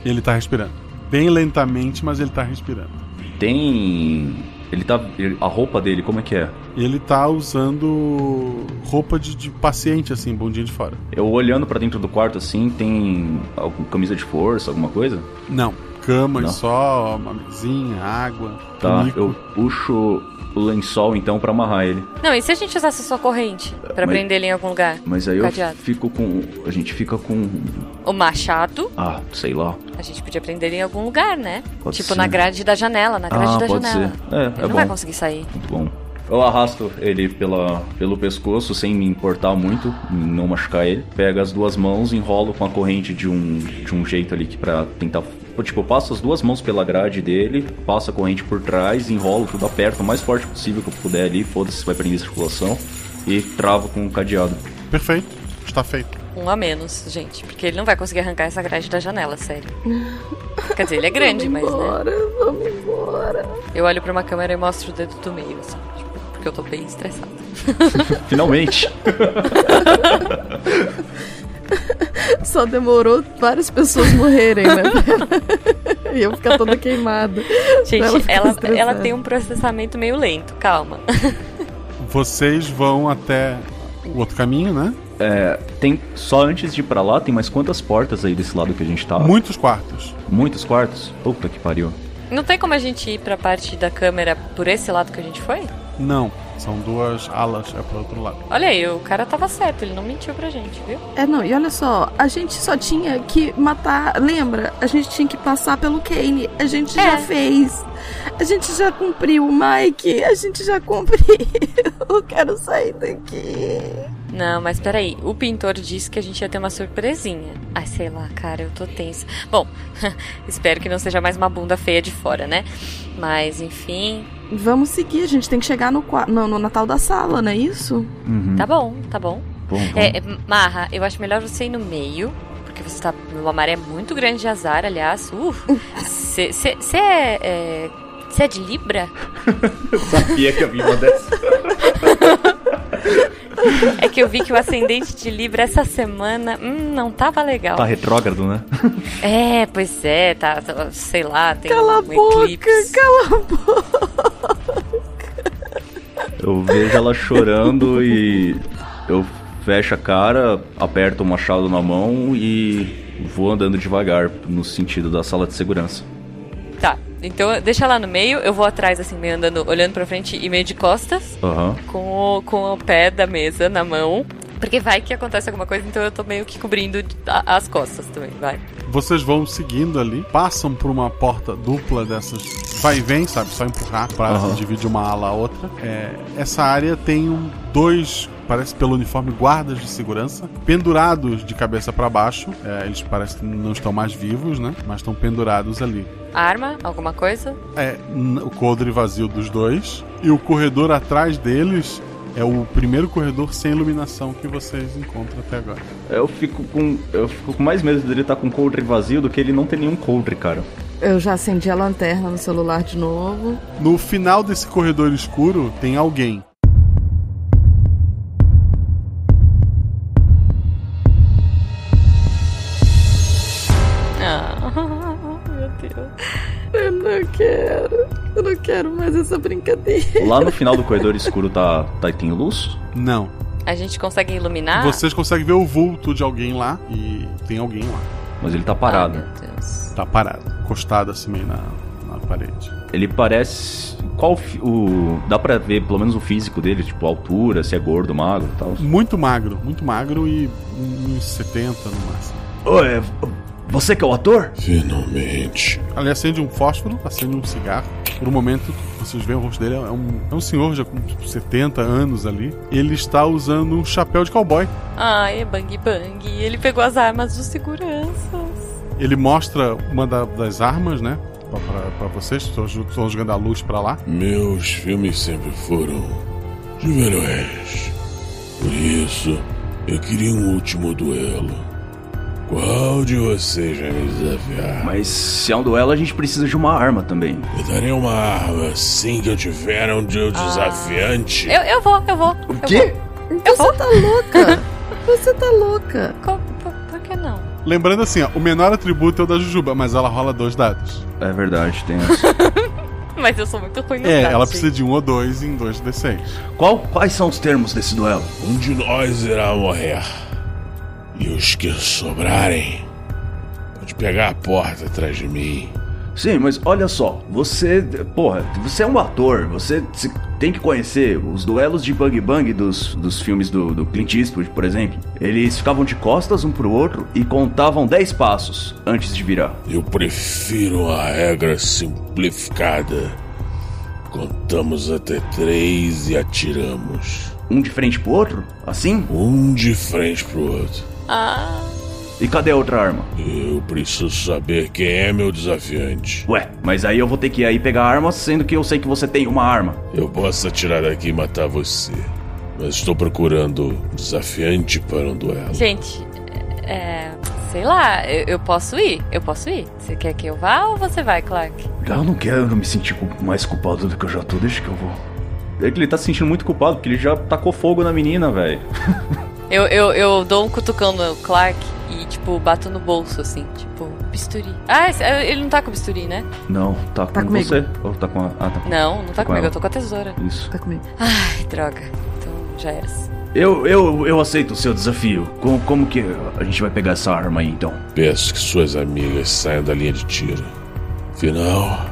Speaker 1: Ele tá respirando. Bem lentamente, mas ele tá respirando.
Speaker 11: Tem. Ele tá. ele- A roupa dele, como é que é?
Speaker 1: Ele tá usando roupa de, de paciente, assim, bundinha de fora.
Speaker 11: Eu olhando pra dentro do quarto assim, tem alguma camisa de força, alguma coisa?
Speaker 1: Não. Cama e
Speaker 11: Não.
Speaker 1: só, uma mesinha, água.
Speaker 11: Tá,
Speaker 1: mico.
Speaker 11: eu puxo o lençol então pra amarrar ele.
Speaker 9: Não, e se a gente usasse a sua corrente pra
Speaker 11: Mas-
Speaker 9: prender ele em algum lugar?
Speaker 11: Mas aí eu
Speaker 9: Cadeado.
Speaker 11: fico com. A gente fica com.
Speaker 9: O machado,
Speaker 11: Ah, sei lá.
Speaker 9: a gente podia prender ele em algum lugar, né?
Speaker 11: Pode
Speaker 9: tipo
Speaker 11: ser.
Speaker 9: na grade da janela, na grade
Speaker 11: ah,
Speaker 9: da
Speaker 11: pode
Speaker 9: janela.
Speaker 11: ser. É,
Speaker 9: Ele
Speaker 11: é
Speaker 9: não vai
Speaker 11: bom.
Speaker 9: conseguir sair.
Speaker 11: Muito bom. Eu arrasto ele pela, pelo pescoço sem me importar muito, em não machucar ele. Pego as duas mãos, enrolo com a corrente de um, de um jeito ali que pra tentar. Tipo, eu passo as duas mãos pela grade dele, passo a corrente por trás, enrolo tudo, aperto o mais forte possível que eu puder ali, foda-se, vai prender a circulação, e travo com o cadeado.
Speaker 1: Perfeito, está feito.
Speaker 9: Um a menos, gente. Porque ele não vai conseguir arrancar essa grade da janela, sério. Quer dizer, ele é grande, mas né?
Speaker 12: Vamos embora.
Speaker 9: Eu olho pra uma câmera e mostro o dedo do meio, assim. tipo, porque eu tô bem estressada.
Speaker 11: Finalmente!
Speaker 12: Só demorou várias pessoas morrerem, né? e eu ficar toda queimada.
Speaker 9: Gente,
Speaker 12: ficar
Speaker 9: ela,
Speaker 12: estressada.
Speaker 9: ela tem um processamento meio lento, calma.
Speaker 1: Vocês vão até o outro caminho, né?
Speaker 11: É, tem só antes de ir pra lá, tem mais quantas portas aí desse lado que a gente tá?
Speaker 1: Muitos quartos.
Speaker 11: Muitos quartos? Puta que pariu.
Speaker 9: Não tem como a gente ir pra parte da câmera por esse lado que a gente foi?
Speaker 1: Não, são duas alas, é pro outro lado.
Speaker 9: Olha aí, o cara tava certo, ele não mentiu pra gente, viu?
Speaker 12: É, não, e olha só, a gente só tinha que matar. Lembra? A gente tinha que passar pelo Kane. A gente
Speaker 9: É.
Speaker 12: já fez. A gente já cumpriu o Mike. A gente já cumpriu. Eu quero sair daqui.
Speaker 9: Não, mas peraí, o pintor disse que a gente ia ter uma surpresinha. Ai, sei lá, cara, eu tô tensa. Bom, espero que não seja mais uma bunda feia de fora, né? Mas enfim.
Speaker 12: Vamos seguir, a gente tem que chegar no, qua- no, no Natal da sala, não é isso?
Speaker 11: Uhum.
Speaker 9: Tá bom, tá bom.
Speaker 11: Bom,
Speaker 9: É, é, Marra, eu acho melhor você ir no meio, porque você tá numa maré muito grande de azar, aliás. Uh, Você é, é, cê é de Libra?
Speaker 11: Sabia que eu vi uma dessa.
Speaker 9: É que eu vi que o ascendente de Libra essa semana hum, não tava legal.
Speaker 11: Tá retrógrado, né?
Speaker 9: É, pois é, tá, tá, sei lá, tem
Speaker 12: Cala a
Speaker 9: um
Speaker 12: boca,
Speaker 9: eclipse.
Speaker 12: cala a boca.
Speaker 11: Eu vejo ela chorando e eu fecho a cara, aperto o machado na mão e vou andando devagar no sentido da sala de segurança.
Speaker 9: Tá, então deixa lá no meio, eu vou atrás, assim, meio andando, olhando pra frente e meio de costas,
Speaker 11: Aham.
Speaker 9: com o, com o pé da mesa na mão. Porque vai que acontece alguma coisa, então eu tô meio que cobrindo a- as costas também, vai.
Speaker 1: Vocês vão seguindo ali, passam por uma porta dupla dessas. Vai e vem, sabe? Só empurrar pra
Speaker 11: Aham.
Speaker 1: dividir uma ala a outra. É, essa área tem um, dois, parece pelo uniforme, guardas de segurança, pendurados de cabeça pra baixo. É, eles parecem que não estão mais vivos, né? Mas estão pendurados ali.
Speaker 9: Arma, alguma coisa?
Speaker 1: É n- o coldre vazio dos dois. E o corredor atrás deles é o primeiro corredor sem iluminação que vocês encontram até agora.
Speaker 11: Eu fico com. Eu fico com mais medo dele estar com o coldre vazio do que ele não ter nenhum coldre, cara.
Speaker 12: Eu já acendi a lanterna no celular de novo.
Speaker 1: No final desse corredor escuro tem alguém.
Speaker 9: Ah, meu Deus.
Speaker 12: Eu não quero. Eu não quero mais essa brincadeira.
Speaker 11: Lá no final do corredor escuro tá. tá tem luz?
Speaker 1: Não.
Speaker 9: A gente consegue iluminar?
Speaker 1: Vocês conseguem ver o vulto de alguém lá e tem alguém lá.
Speaker 11: mas ele tá parado.
Speaker 1: Tá parado, encostado assim meio na, na parede.
Speaker 11: Ele parece. Qual fi- o. Dá pra ver pelo menos o físico dele, tipo, a altura, se é gordo, magro e tal.
Speaker 1: Muito magro, muito magro e uns 70 no máximo.
Speaker 11: Oi, você que é o ator?
Speaker 1: Finalmente. Ali acende um fósforo, acende um cigarro. Por um momento, vocês veem o rosto dele, é um, é um senhor já com tipo, 70 anos ali. Ele está usando um chapéu de cowboy.
Speaker 9: Ai, é bang bang. Ele pegou as armas dos seguranças.
Speaker 1: Ele mostra uma da- das armas, né? Pra, pra- pra vocês, estão jo- estão jogando a luz pra lá.
Speaker 17: Meus filmes sempre foram de veroeste. Por isso, eu queria um último duelo. Qual de vocês vai me desafiar?
Speaker 11: Mas se é um duelo, a gente precisa de uma arma também.
Speaker 17: Eu darei uma arma assim que eu tiver um
Speaker 9: Ah.
Speaker 17: de- desafiante.
Speaker 9: Eu, eu vou, eu vou. O
Speaker 17: quê?
Speaker 12: Você tá louca? Você tá louca?
Speaker 9: Por que não?
Speaker 1: Lembrando assim, ó, o menor atributo é o da Jujuba, mas ela rola dois dados.
Speaker 11: É verdade, tem essa.
Speaker 9: Mas eu sou muito ruim no
Speaker 1: É,
Speaker 9: dados,
Speaker 1: ela
Speaker 9: gente.
Speaker 1: precisa de um ou dois em dois D6.
Speaker 11: Qual, quais são os termos desse duelo?
Speaker 17: Um de nós irá morrer. E os que sobrarem, pode pegar a porta atrás de mim.
Speaker 11: Sim, mas olha só, você. Porra, você é um ator, você se- tem que conhecer os duelos de Bang Bang dos, dos filmes do, do Clint Eastwood, por exemplo. Eles ficavam de costas um pro outro e contavam 10 passos antes de virar.
Speaker 17: Eu prefiro a regra simplificada. Contamos até três e atiramos.
Speaker 11: Um de frente pro outro? Assim?
Speaker 17: Um de frente pro outro.
Speaker 9: Ah.
Speaker 11: E cadê a outra arma?
Speaker 17: Eu preciso saber quem é meu desafiante.
Speaker 11: Ué, mas aí eu vou ter que ir aí pegar a arma, sendo que eu sei que você tem uma arma.
Speaker 17: Eu posso atirar daqui e matar você. Mas estou procurando um desafiante para um duelo.
Speaker 9: Gente, é. Sei lá, eu, eu posso ir? Eu posso ir? Você quer que eu vá ou você vai, Clark?
Speaker 11: Eu não quero me sentir cu- mais culpado do que eu já tô, deixa que eu vou. É que ele tá se sentindo muito culpado, porque ele já tacou fogo na menina, velho.
Speaker 9: Eu, eu, eu dou um cutucão no Clark e, tipo, bato no bolso, assim, tipo, bisturi. Ah, esse- ele não tá com bisturi, né?
Speaker 11: Não, tá,
Speaker 9: Tá
Speaker 11: com
Speaker 9: comigo.
Speaker 11: você. Ou tá com a. Ah, tá com
Speaker 9: Não, não tá comigo,
Speaker 11: ela.
Speaker 9: eu tô com a tesoura.
Speaker 11: Isso.
Speaker 12: Tá comigo.
Speaker 9: Ai, droga. Então já era.
Speaker 11: Eu, eu, eu aceito o seu desafio. Como, como que a gente vai pegar essa arma aí então?
Speaker 17: Peço que suas amigas saiam da linha de tiro. Afinal,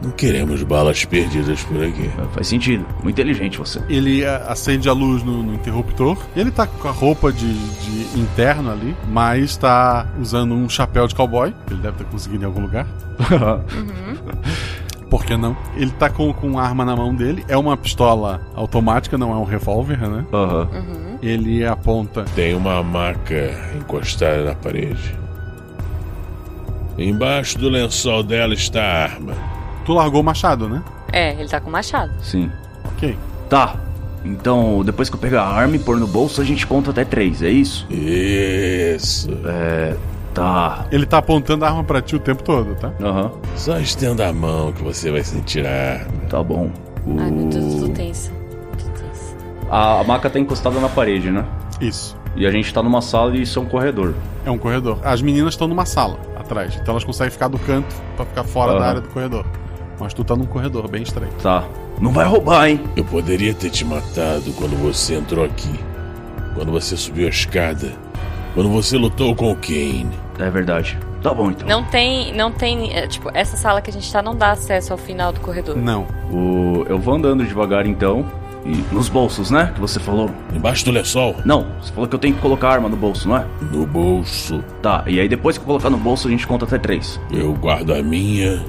Speaker 17: não queremos balas perdidas por aqui.
Speaker 11: Ah, Faz sentido. Muito inteligente você.
Speaker 1: Ele a- acende a luz no, no interruptor. Ele tá com a roupa de, de interno ali, mas tá usando um chapéu de cowboy. que Ele deve ter conseguido em algum lugar.
Speaker 11: Uhum.
Speaker 1: Por que não? Ele tá com, com uma arma na mão dele. É uma pistola automática, não é um revólver, né? Ele aponta.
Speaker 17: Tem uma maca encostada na parede. Embaixo do lençol dela está a arma.
Speaker 1: Tu largou o machado, né?
Speaker 9: É, ele tá com machado.
Speaker 11: Sim.
Speaker 1: Ok.
Speaker 11: Tá. Então, depois que eu pegar a arma e pôr no bolso, a gente conta até três, é isso?
Speaker 17: Isso.
Speaker 11: É. Tá.
Speaker 1: Ele tá apontando a arma pra ti o tempo todo, tá?
Speaker 11: Aham.
Speaker 17: Só estenda a mão que você vai sentir a arma.
Speaker 11: Tá bom.
Speaker 9: Ai, meu Deus, eu tô tensa.
Speaker 11: A, a maca tá encostada na parede, né?
Speaker 1: Isso.
Speaker 11: E a gente tá numa sala e isso é um corredor.
Speaker 1: É um corredor. As meninas estão numa sala atrás, então elas conseguem ficar do canto pra ficar fora
Speaker 11: Aham.
Speaker 1: da área do corredor. Mas tu tá num corredor bem estranho.
Speaker 11: Tá. Não vai roubar, hein?
Speaker 17: Eu poderia ter te matado quando você entrou aqui. Quando você subiu a escada. Quando você lutou com o Kane.
Speaker 11: É verdade. Tá bom então.
Speaker 9: Não tem, não tem, é, tipo, essa sala que a gente tá não dá acesso ao final do corredor.
Speaker 11: O, eu vou andando devagar então. E nos bolsos, né? Que você falou.
Speaker 17: Embaixo do lençol?
Speaker 11: Não, você falou que eu tenho que colocar a arma no bolso, não é?
Speaker 17: No bolso.
Speaker 11: Tá, e aí depois que eu colocar no bolso a gente conta até três.
Speaker 17: Eu guardo a minha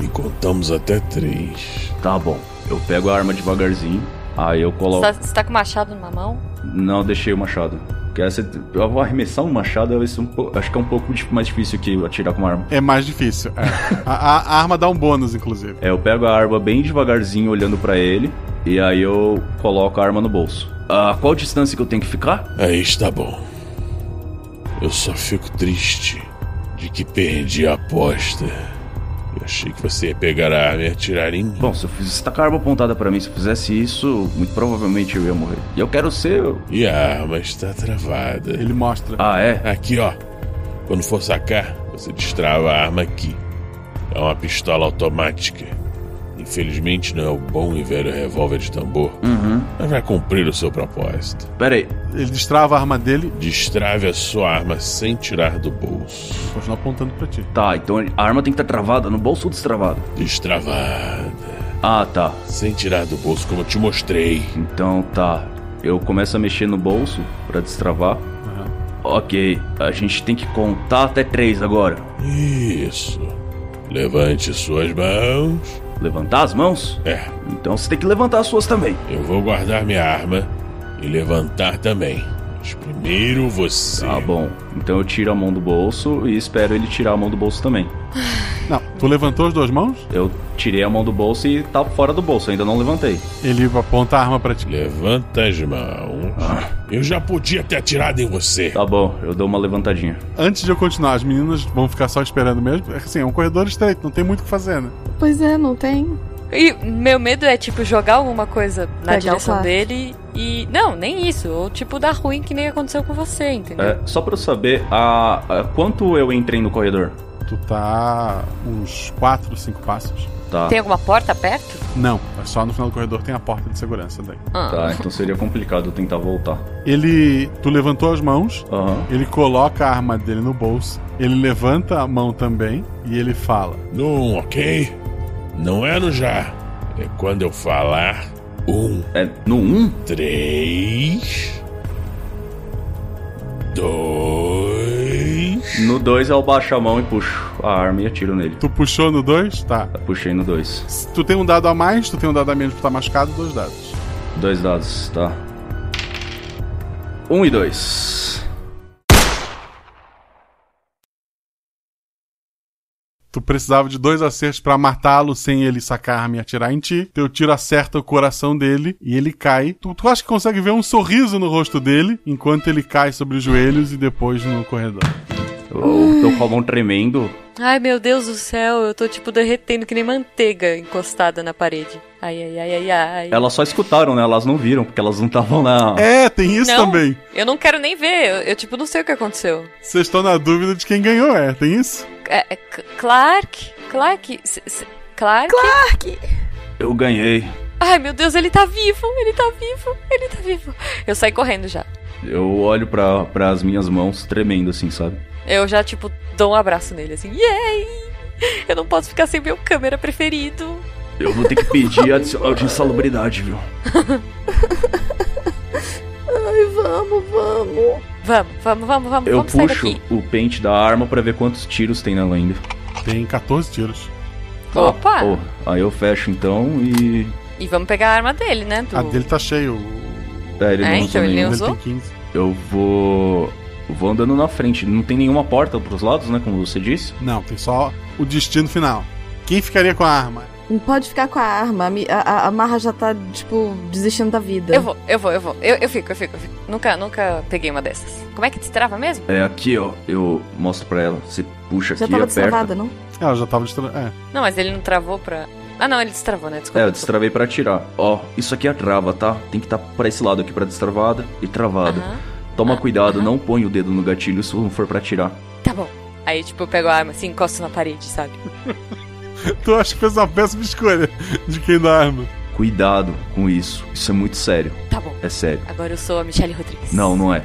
Speaker 17: e contamos até três.
Speaker 11: Tá bom. Eu pego a arma devagarzinho. Aí eu
Speaker 9: Você
Speaker 11: coloco.
Speaker 9: tá, você tá com machado numa mão?
Speaker 11: Não, eu deixei o machado. Porque essa, eu vou arremessar um machado, vai ser um pouco- acho que é um pouco dif- mais difícil que atirar com uma arma.
Speaker 1: É mais difícil. é. a, a- a arma dá um bônus, inclusive.
Speaker 11: É, eu pego a arma bem devagarzinho olhando pra ele. E aí eu coloco a arma no bolso. A qual distância que eu tenho que ficar?
Speaker 17: Aí está É tá bom. Eu só fico triste de que perdi a aposta. Eu achei que você ia pegar a arma e atirar em mim.
Speaker 11: Bom, se eu fizesse tacar a arma apontada pra mim, se eu fizesse isso, muito provavelmente eu ia morrer. E eu quero ser.
Speaker 17: E a arma está travada.
Speaker 1: Ele mostra.
Speaker 11: Ah, é?
Speaker 17: Aqui, ó. Quando for sacar, você destrava a arma aqui. É uma pistola automática. E Infelizmente não é o bom e velho revólver de tambor.
Speaker 11: Uhum.
Speaker 17: Mas vai cumprir o seu propósito.
Speaker 11: Pera aí.
Speaker 1: Ele destrava a arma dele.
Speaker 17: Destrave a sua arma sem tirar do bolso.
Speaker 1: Continua apontando pra ti.
Speaker 11: Tá, então a arma tem que estar travada no bolso ou destravada?
Speaker 17: Destravada.
Speaker 11: Ah, tá.
Speaker 17: Sem tirar do bolso, como eu te mostrei.
Speaker 11: Então tá. Eu começo a mexer no bolso pra destravar. Ok, a gente tem que contar até três agora.
Speaker 17: Isso. Levante suas mãos.
Speaker 11: Levantar as mãos?
Speaker 17: É.
Speaker 11: Então você tem que levantar as suas também.
Speaker 17: Eu vou guardar minha arma e levantar também. Mas primeiro você.
Speaker 11: Tá bom. Então eu tiro a mão do bolso e espero ele tirar a mão do bolso também.
Speaker 1: Ah. Não, tu levantou as duas mãos?
Speaker 11: Eu tirei a mão do bolso e tá fora do bolso, ainda não levantei.
Speaker 1: Ele aponta a arma pra ti. Ah.
Speaker 17: Levanta as mãos. Eu já podia ter atirado em você.
Speaker 11: Tá bom, eu dou uma levantadinha.
Speaker 1: Antes de eu continuar, as meninas vão ficar só esperando mesmo. É que, assim, é um corredor estreito, não tem muito o que fazer, né?
Speaker 12: Pois é, não tem.
Speaker 9: E meu medo é, tipo, jogar alguma coisa na
Speaker 12: Pegar o
Speaker 9: direção
Speaker 12: quarto.
Speaker 9: dele e. Não, nem isso. Ou, tipo, dar ruim que nem aconteceu com você, entendeu?
Speaker 11: É, só pra eu saber, a, a- quanto eu entrei no corredor?
Speaker 1: Tu tá uns 4, 5 passos.
Speaker 11: Tá.
Speaker 9: Tem alguma porta perto?
Speaker 1: Não, é só no final do corredor tem a porta de segurança daí.
Speaker 9: Ah.
Speaker 11: Tá, então seria complicado eu tentar voltar.
Speaker 1: Ele. Tu levantou as mãos,
Speaker 11: Aham.
Speaker 1: ele coloca a arma dele no bolso, ele levanta a mão também e ele fala.
Speaker 17: Num, ok? Não é no já. É quando eu falar. Um,
Speaker 11: É no 1? Um?
Speaker 17: três. Dois.
Speaker 11: No 2 eu baixo a mão e puxo a arma e atiro nele.
Speaker 1: Tu puxou no 2? Tá.
Speaker 11: Puxei no 2.
Speaker 1: Se Tu tem um dado a mais, tu tem um dado a menos pra tá machucado, dois dados.
Speaker 11: Dois dados, tá. Um e dois.
Speaker 1: Tu precisava de dois acertos pra matá-lo sem ele sacar a arma e atirar em ti. Teu tiro acerta o coração dele e ele cai. Tu, tu acha que consegue ver um sorriso no rosto dele enquanto ele cai sobre os joelhos e depois no corredor.
Speaker 11: Eu tô com a mão tremendo.
Speaker 9: Ai, meu Deus do céu, eu tô, tipo, derretendo que nem manteiga encostada na parede. Ai, ai, ai, ai, ai.
Speaker 11: Elas só escutaram, né? Elas não viram, porque elas não estavam na.
Speaker 1: É, tem isso
Speaker 9: Não.
Speaker 1: também.
Speaker 9: Eu não quero nem ver, eu, eu, tipo, não sei o que aconteceu.
Speaker 1: Vocês estão na dúvida de quem ganhou, é? Tem isso?
Speaker 9: É, é, C- Clark? Clark? C- C- Clark? Clark!
Speaker 11: Eu ganhei.
Speaker 9: Ai, meu Deus, ele tá vivo, ele tá vivo, ele tá vivo. Eu saí correndo já.
Speaker 11: Eu olho pra, pras minhas mãos tremendo, assim, sabe?
Speaker 9: Eu já, tipo, dou um abraço nele, assim, yay! Eu não posso ficar sem meu câmera preferido.
Speaker 11: Eu vou ter que pedir adicional de insalubridade, viu?
Speaker 12: Ai, vamos, vamos.
Speaker 9: Vamos, vamos, vamos, vamos,
Speaker 11: Eu
Speaker 9: vamos sair
Speaker 11: puxo
Speaker 9: daqui.
Speaker 11: o pente da arma pra ver quantos tiros tem nela ainda.
Speaker 1: Tem 14 tiros.
Speaker 9: Opa!
Speaker 11: Oh, aí eu fecho então e.
Speaker 9: E vamos pegar a arma dele, né? Do...
Speaker 1: A dele tá cheio.
Speaker 11: É, ele
Speaker 9: É,
Speaker 11: não usa
Speaker 9: então ele
Speaker 11: nenhum.
Speaker 9: usou?
Speaker 1: Tem 15.
Speaker 11: Eu vou. Vou andando na frente. Não tem nenhuma porta pros lados, né? Como você disse.
Speaker 1: Não, tem só o destino final. Quem ficaria com a arma?
Speaker 12: Não pode ficar com a arma. A mi- A, a, a Marra já tá, tipo, desistindo da vida.
Speaker 9: Eu vou, eu vou, eu vou. Eu, eu fico, eu fico, eu fico. Nunca, nunca peguei uma dessas. Como é que destrava mesmo?
Speaker 11: É aqui, ó. Eu mostro pra ela. Você puxa
Speaker 12: Já
Speaker 11: aqui e
Speaker 12: tava
Speaker 11: aperta.
Speaker 12: destravada, não?
Speaker 1: Ela Ah, já tava destravada. É.
Speaker 9: Não, mas ele não travou pra. Ah, não, ele destravou, né? Desculpa.
Speaker 11: É, eu
Speaker 9: desculpa.
Speaker 11: destravei pra tirar. Ó, isso aqui é a trava, tá? Tem que estar tá pra esse lado aqui, pra destravada e travada.
Speaker 9: Aham.
Speaker 11: Toma cuidado, não ponha o dedo no gatilho se não for pra tirar.
Speaker 9: Tá bom. Aí, tipo, eu pego a arma assim, encosto na parede, sabe?
Speaker 1: Tu acha que fez uma péssima escolha de quem dá a arma.
Speaker 11: Cuidado com isso. Isso é muito sério.
Speaker 9: Tá bom.
Speaker 11: É sério.
Speaker 9: Agora eu sou a Michelle Rodrigues.
Speaker 11: Não, não é.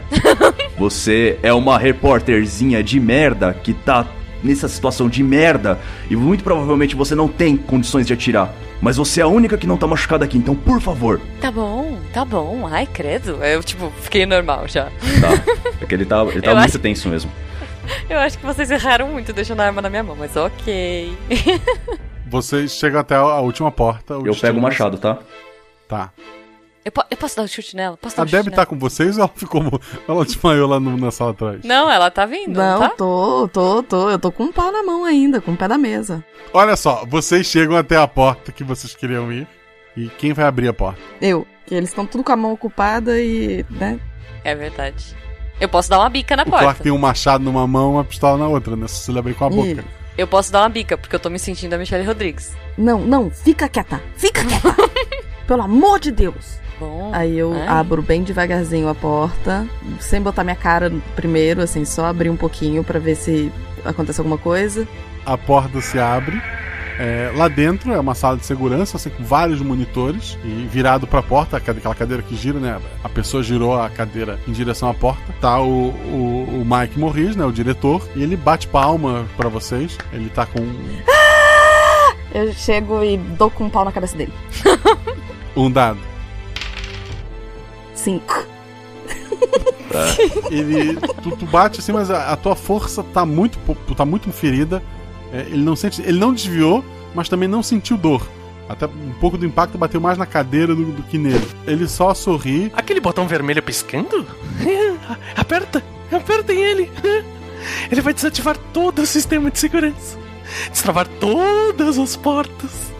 Speaker 11: Você é uma repórterzinha de merda que tá nessa situação de merda e muito provavelmente você não tem condições de atirar. Mas você é a única que não tá machucada aqui, então por favor.
Speaker 9: Tá bom, tá bom. Ai, credo. Eu, tipo, fiquei normal já.
Speaker 11: Tá. É que ele tá, ele tá
Speaker 9: Eu
Speaker 11: muito
Speaker 9: acho-
Speaker 11: tenso mesmo.
Speaker 9: Eu acho que vocês erraram muito deixando a arma na minha mão, mas ok.
Speaker 1: Vocês chegam até a última porta.
Speaker 11: Eu pego o machado, tá?
Speaker 1: Tá.
Speaker 9: Eu, po- eu posso dar um chute nela? Posso dar
Speaker 1: A
Speaker 9: um chute
Speaker 1: Deb tá com vocês ou ela ficou. mo- Ela desmaiou lá no- na sala atrás?
Speaker 9: nela? Não, ela tá vindo, não,
Speaker 12: Não,
Speaker 9: tá?
Speaker 12: tô, tô, tô. Eu tô com um pau na mão ainda, com o pé da mesa.
Speaker 1: Olha só, vocês chegam até a porta que vocês queriam ir. E quem vai abrir a porta?
Speaker 12: Eu. Que eles estão tudo com a mão ocupada e, né?
Speaker 9: É verdade. Eu posso dar uma bica na
Speaker 1: O
Speaker 9: porta.
Speaker 1: Clark tem um machado numa mão e uma pistola na outra, né? Se você abrir com a boca.
Speaker 9: Eu posso dar uma bica, porque eu tô me sentindo a Michelle Rodrigues.
Speaker 12: Não, não, fica quieta. Fica quieta. Pelo amor de Deus.
Speaker 9: Bom. né?
Speaker 12: Aí eu
Speaker 9: ai.
Speaker 12: abro bem devagarzinho a porta, sem botar minha cara primeiro, assim, só abrir um pouquinho pra ver se acontece alguma coisa.
Speaker 1: A porta se abre. É, lá dentro é uma sala de segurança, assim, com vários monitores e virado pra porta, aquela cadeira que gira, né? A pessoa girou a cadeira em direção à porta. Tá o, o, o Mike Morris, né? O diretor, e ele bate palma pra vocês. Ele tá com
Speaker 12: Eu chego e dou com um pau na cabeça dele.
Speaker 1: um dado.
Speaker 12: Cinco.
Speaker 1: É. Ele, tu, tu bate assim, mas a, a tua força tá muito, po- tu tá muito ferida. É, ele não sente, ele não desviou, mas também não sentiu dor. Até um pouco do impacto bateu mais na cadeira do, do que nele. Ele só sorri.
Speaker 14: Aquele botão vermelho piscando? Aperta! Apertem ele! Ele vai desativar todo o sistema de segurança. Destravar todas as portas.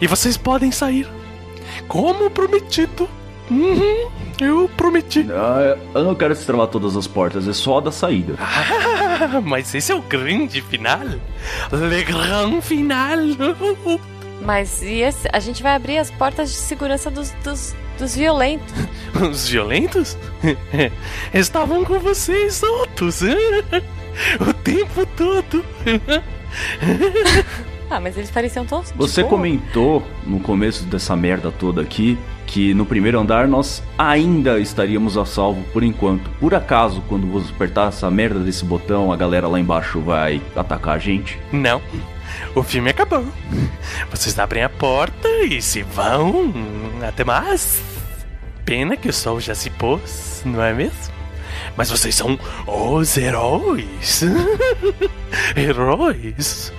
Speaker 14: E vocês podem sair. Como prometido. Uhum, eu prometi.
Speaker 11: Ah, eu não quero destravar todas as portas, é só a da saída.
Speaker 14: Ah, mas esse é o grande final. Le grand final.
Speaker 9: Mas e esse- a gente vai abrir as portas de segurança dos, dos, dos violentos.
Speaker 14: Os violentos? Estavam com vocês soltos. O tempo todo.
Speaker 9: Ah, mas eles pareciam todos. de
Speaker 11: Você
Speaker 9: boa.
Speaker 11: comentou no começo dessa merda toda aqui que no primeiro andar nós ainda estaríamos a salvo por enquanto. Por acaso, quando você apertar essa merda desse botão, a galera lá embaixo vai atacar a gente?
Speaker 14: Não. O filme acabou. Vocês abrem a porta e se vão. Até mais. Pena que o sol já se pôs, não é mesmo? Mas vocês são os heróis. heróis.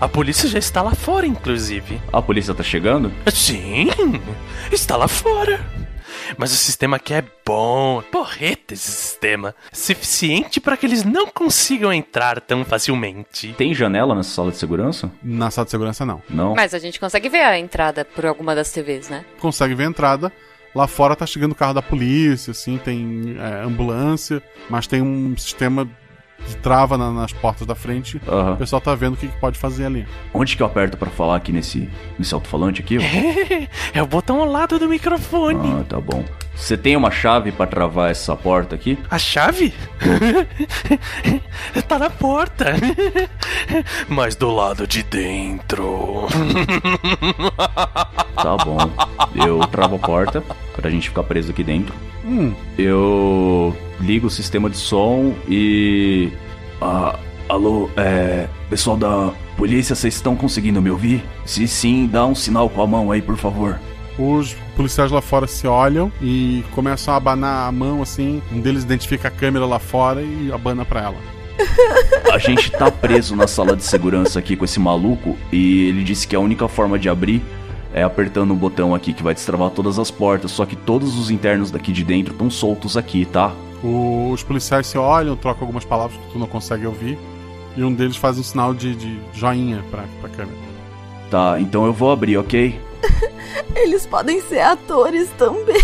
Speaker 14: A polícia já está lá fora, inclusive.
Speaker 11: A polícia tá chegando?
Speaker 14: Sim, está lá fora. Mas o sistema aqui é bom. Porreta esse sistema. Suficiente para que eles não consigam entrar tão facilmente.
Speaker 11: Tem janela nessa sala de segurança?
Speaker 1: Na sala Tá de segurança, não.
Speaker 11: Não.
Speaker 9: Mas a gente consegue ver a entrada por alguma das TVs, né?
Speaker 1: Consegue ver a entrada. Lá fora tá chegando o carro da polícia, assim, tem é, ambulância, mas tem um sistema de trava na- nas portas da frente.
Speaker 11: Aham.
Speaker 1: O pessoal tá vendo o que, que pode fazer ali.
Speaker 11: Onde que eu aperto pra falar aqui nesse, nesse alto-falante aqui?
Speaker 14: É o botão ao lado do microfone.
Speaker 11: ah, tá bom. Você tem uma chave pra travar essa porta aqui?
Speaker 14: A chave? tá na porta. Mas do lado de dentro.
Speaker 11: Tá bom. Eu travo a porta pra gente ficar preso aqui dentro.
Speaker 1: Hum.
Speaker 11: Eu ligo o sistema de som e. Ah, alô, é. Pessoal da polícia, vocês estão conseguindo me ouvir? Se sim, dá um sinal com a mão aí, por favor.
Speaker 1: Os policiais lá fora se olham e começam a abanar a mão assim. Um deles identifica a câmera lá fora e abana pra ela.
Speaker 11: A gente tá preso na sala de segurança aqui com esse maluco e ele disse que a única forma de abrir é apertando o botão aqui que vai destravar todas as portas, só que todos os internos daqui de dentro estão soltos aqui, tá?
Speaker 1: O- os policiais se olham, trocam algumas palavras que tu não consegue ouvir. E um deles faz um sinal de, de joinha pra, pra câmera.
Speaker 11: Tá, então eu vou abrir, ok?
Speaker 12: Eles podem ser atores também.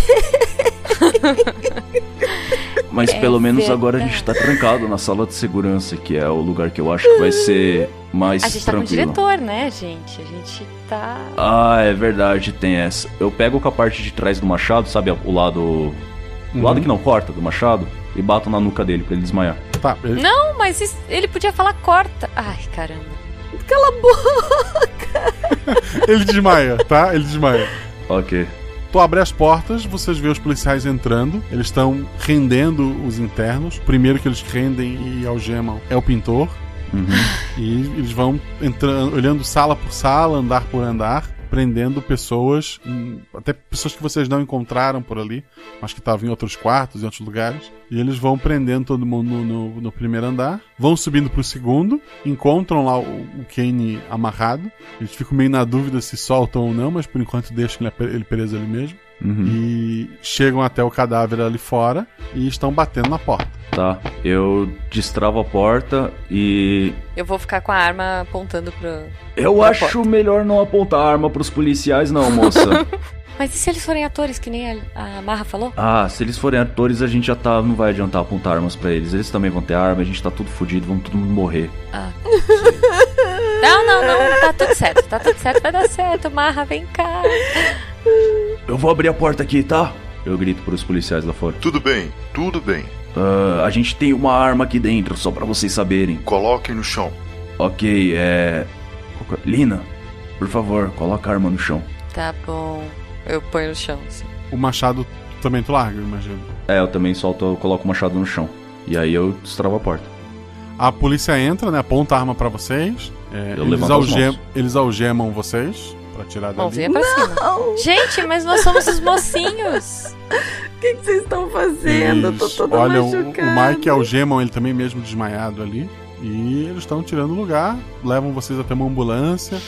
Speaker 11: Mas
Speaker 12: É
Speaker 11: pelo menos
Speaker 12: verdade.
Speaker 11: agora a gente tá trancado na sala de segurança, que é o lugar que eu acho que vai ser mais
Speaker 9: a gente tá com o
Speaker 11: tranquilo.
Speaker 9: diretor, né, gente? A gente tá.
Speaker 11: ah, é verdade, tem essa. Eu pego com a parte de trás do machado, sabe? O lado. O
Speaker 1: Uhum.
Speaker 11: lado que não corta do machado, e bato na nuca dele pra ele desmaiar.
Speaker 1: Tá, ele...
Speaker 9: Não, mas isso- ele podia falar corta. Ai, caramba.
Speaker 12: Cala a boca.
Speaker 1: ele desmaia, tá? Ele desmaia.
Speaker 11: Ok.
Speaker 1: Tu abre as portas, vocês vê os policiais entrando. Eles estão rendendo os internos. O primeiro que eles rendem e algemam é o pintor. E eles vão entrando, olhando sala por sala, andar por andar, prendendo pessoas, hum, até pessoas que vocês não encontraram por ali, mas que estavam em outros quartos, em outros lugares. E eles vão prendendo todo mundo no, no- no primeiro andar, vão subindo pro segundo, encontram lá o, o Kane amarrado. Eles ficam meio na dúvida se soltam ou não, mas por enquanto deixam ele apre- ele preso ali mesmo.
Speaker 5: Uhum.
Speaker 1: E chegam até o cadáver ali fora e estão batendo na porta.
Speaker 11: Tá, eu destravo a porta e.
Speaker 9: Eu vou ficar com a arma apontando pro.
Speaker 11: Eu
Speaker 9: pra
Speaker 11: acho melhor não apontar a arma pros policiais, não, moça.
Speaker 9: Mas e se eles forem atores, que nem a, a Marra falou?
Speaker 11: ah, se eles forem atores, a gente já tá. Não vai adiantar apontar armas pra eles. Eles também vão ter arma, a gente tá tudo fudido, vamos todo mundo morrer.
Speaker 9: Não, não, não, tá tudo certo, tá tudo certo, vai dar certo, Marra, vem cá.
Speaker 11: Eu vou abrir a porta aqui, tá? Eu grito pros policiais lá fora.
Speaker 18: Tudo bem, tudo bem.
Speaker 11: Ah, a gente tem uma arma aqui dentro, só pra vocês saberem.
Speaker 18: Coloquem no chão.
Speaker 11: Ok, é. Lina,
Speaker 5: Por favor, coloca a arma no chão.
Speaker 9: Tá bom. Eu ponho no chão, assim.
Speaker 1: O machado também tu larga, eu imagino.
Speaker 5: É, eu também solto, eu coloco o machado no chão. E aí eu destravo a porta.
Speaker 1: A polícia entra, né? Aponta a arma pra vocês. É,
Speaker 5: Eu
Speaker 1: eles,
Speaker 5: levanto as
Speaker 1: alge-
Speaker 5: mãos.
Speaker 1: eles algemam vocês pra tirar dali.
Speaker 9: Mãozinha pra cima. Gente, mas nós somos os mocinhos.
Speaker 12: O que, que vocês estão fazendo? Eu tô
Speaker 1: Eles
Speaker 12: toda
Speaker 1: olham o-
Speaker 12: machucada.
Speaker 1: o Mike algemam ele também mesmo desmaiado ali. E eles estão tirando o lugar, levam vocês até uma ambulância.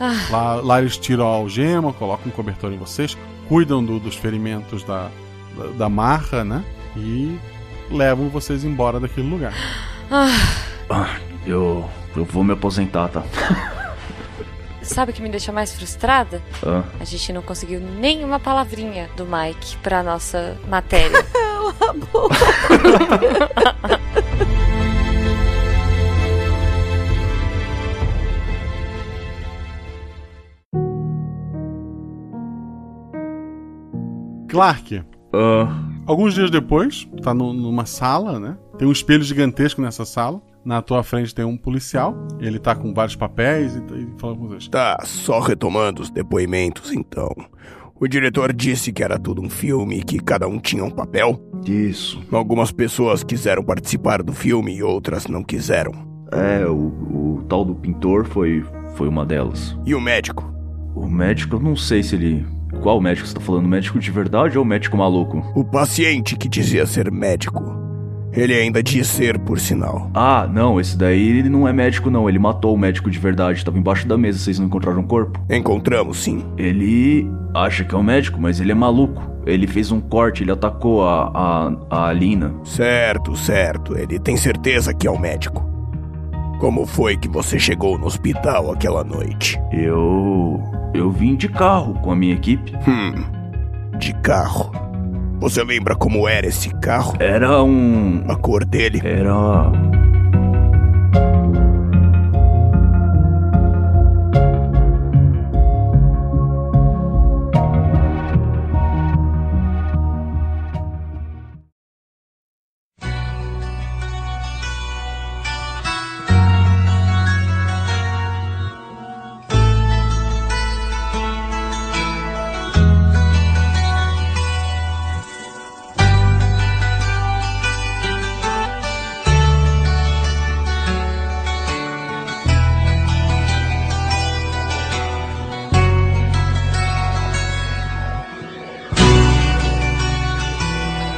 Speaker 9: Ah.
Speaker 1: Lá, lá eles tiram a algema, colocam um cobertor em vocês, cuidam do- dos ferimentos da, da, da marra, né? E levam vocês embora daquele lugar.
Speaker 9: Ah,
Speaker 5: Ah, eu. Eu vou me aposentar, tá?
Speaker 9: sabe o que me deixa mais frustrada?
Speaker 5: Ah.
Speaker 9: A gente não conseguiu nenhuma palavrinha do Mike pra nossa matéria.
Speaker 1: Clark. Alguns dias depois, tá nu- numa sala, né? Tem um espelho gigantesco nessa sala. Na tua frente tem um policial. Ele tá com vários papéis e, tá- e fala com vocês.
Speaker 19: Tá, só retomando os depoimentos então. O diretor disse que era tudo um filme e que cada um tinha um papel.
Speaker 5: Isso.
Speaker 19: Algumas pessoas quiseram participar do filme e outras não quiseram.
Speaker 5: É, o, o tal do pintor foi, foi uma delas.
Speaker 19: E o médico?
Speaker 5: O médico, eu não sei se ele. Qual médico você tá falando? O médico de verdade ou o médico maluco?
Speaker 19: O paciente que dizia ser médico. Ele ainda diz ser, por sinal.
Speaker 5: Ah, não, esse daí ele não é médico, não. Ele matou o médico de verdade. Tava embaixo da mesa, vocês não encontraram o corpo?
Speaker 19: Encontramos, sim.
Speaker 5: Ele acha que é o médico, mas ele é maluco. Ele fez um corte, ele atacou a, a, a Alina.
Speaker 19: Certo, certo. Ele tem certeza que é o médico. Como foi que você chegou no hospital aquela noite?
Speaker 5: Eu. Eu vim de carro com a minha equipe.
Speaker 19: Hum. De carro? Você lembra como era esse carro?
Speaker 5: Era um.
Speaker 19: A cor dele?
Speaker 5: Era.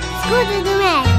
Speaker 20: Escudo do Mestre.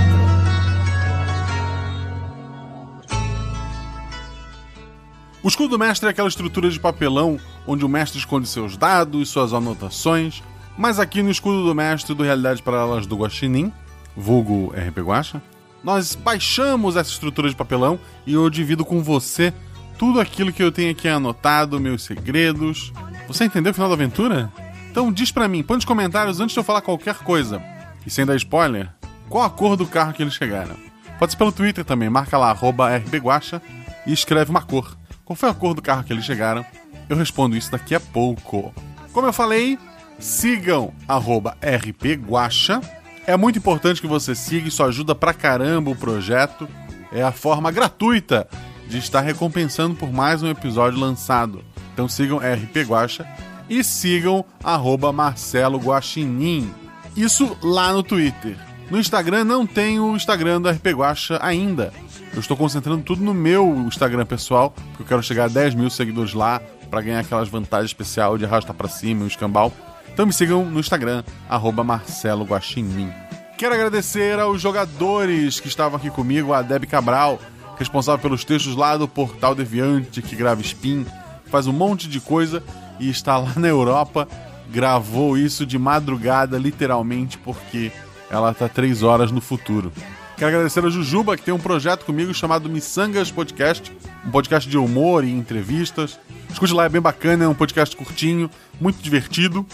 Speaker 1: O escudo do mestre é aquela estrutura de papelão onde o mestre esconde seus dados, suas anotações. Mas aqui no escudo do mestre do Realidade Paralelas do Guaxinim, vulgo RP Guacha, nós baixamos essa estrutura de papelão e eu divido com você tudo aquilo que eu tenho aqui anotado, meus segredos. Você entendeu o final da aventura? Então diz pra mim, põe nos comentários antes de eu falar qualquer coisa. E sem dar spoiler, qual a cor do carro que eles chegaram? Pode ser pelo Twitter também, marca lá, arroba rbguacha e escreve uma cor. Qual foi a cor do carro que eles chegaram? Eu respondo isso daqui a pouco. Como eu falei, sigam arroba rpguacha. É muito importante que você siga, isso ajuda pra caramba o projeto. É a forma gratuita de estar recompensando por mais um episódio lançado. Então sigam RP Guacha e sigam arroba Marcelo Guaxinim. Isso lá no Twitter. No Instagram não tem o Instagram do RP Guacha ainda. Eu estou concentrando tudo no meu Instagram pessoal, porque eu quero chegar a 10 mil seguidores lá para ganhar aquelas vantagens especial de arrasta pra cima e um escambau. Então me sigam no Instagram, arroba Marcelo Guaxinim. Quero agradecer aos jogadores que estavam aqui comigo, a Deb Cabral, responsável pelos textos lá do Portal Deviante, que grava Spin, faz um monte de coisa e está lá na Europa, gravou isso de madrugada, literalmente, porque ela está três horas no futuro. Quero agradecer a Jujuba, que tem um projeto comigo chamado Missangas Podcast, um podcast de humor e entrevistas. Escute lá, é bem bacana, é um podcast curtinho, muito divertido.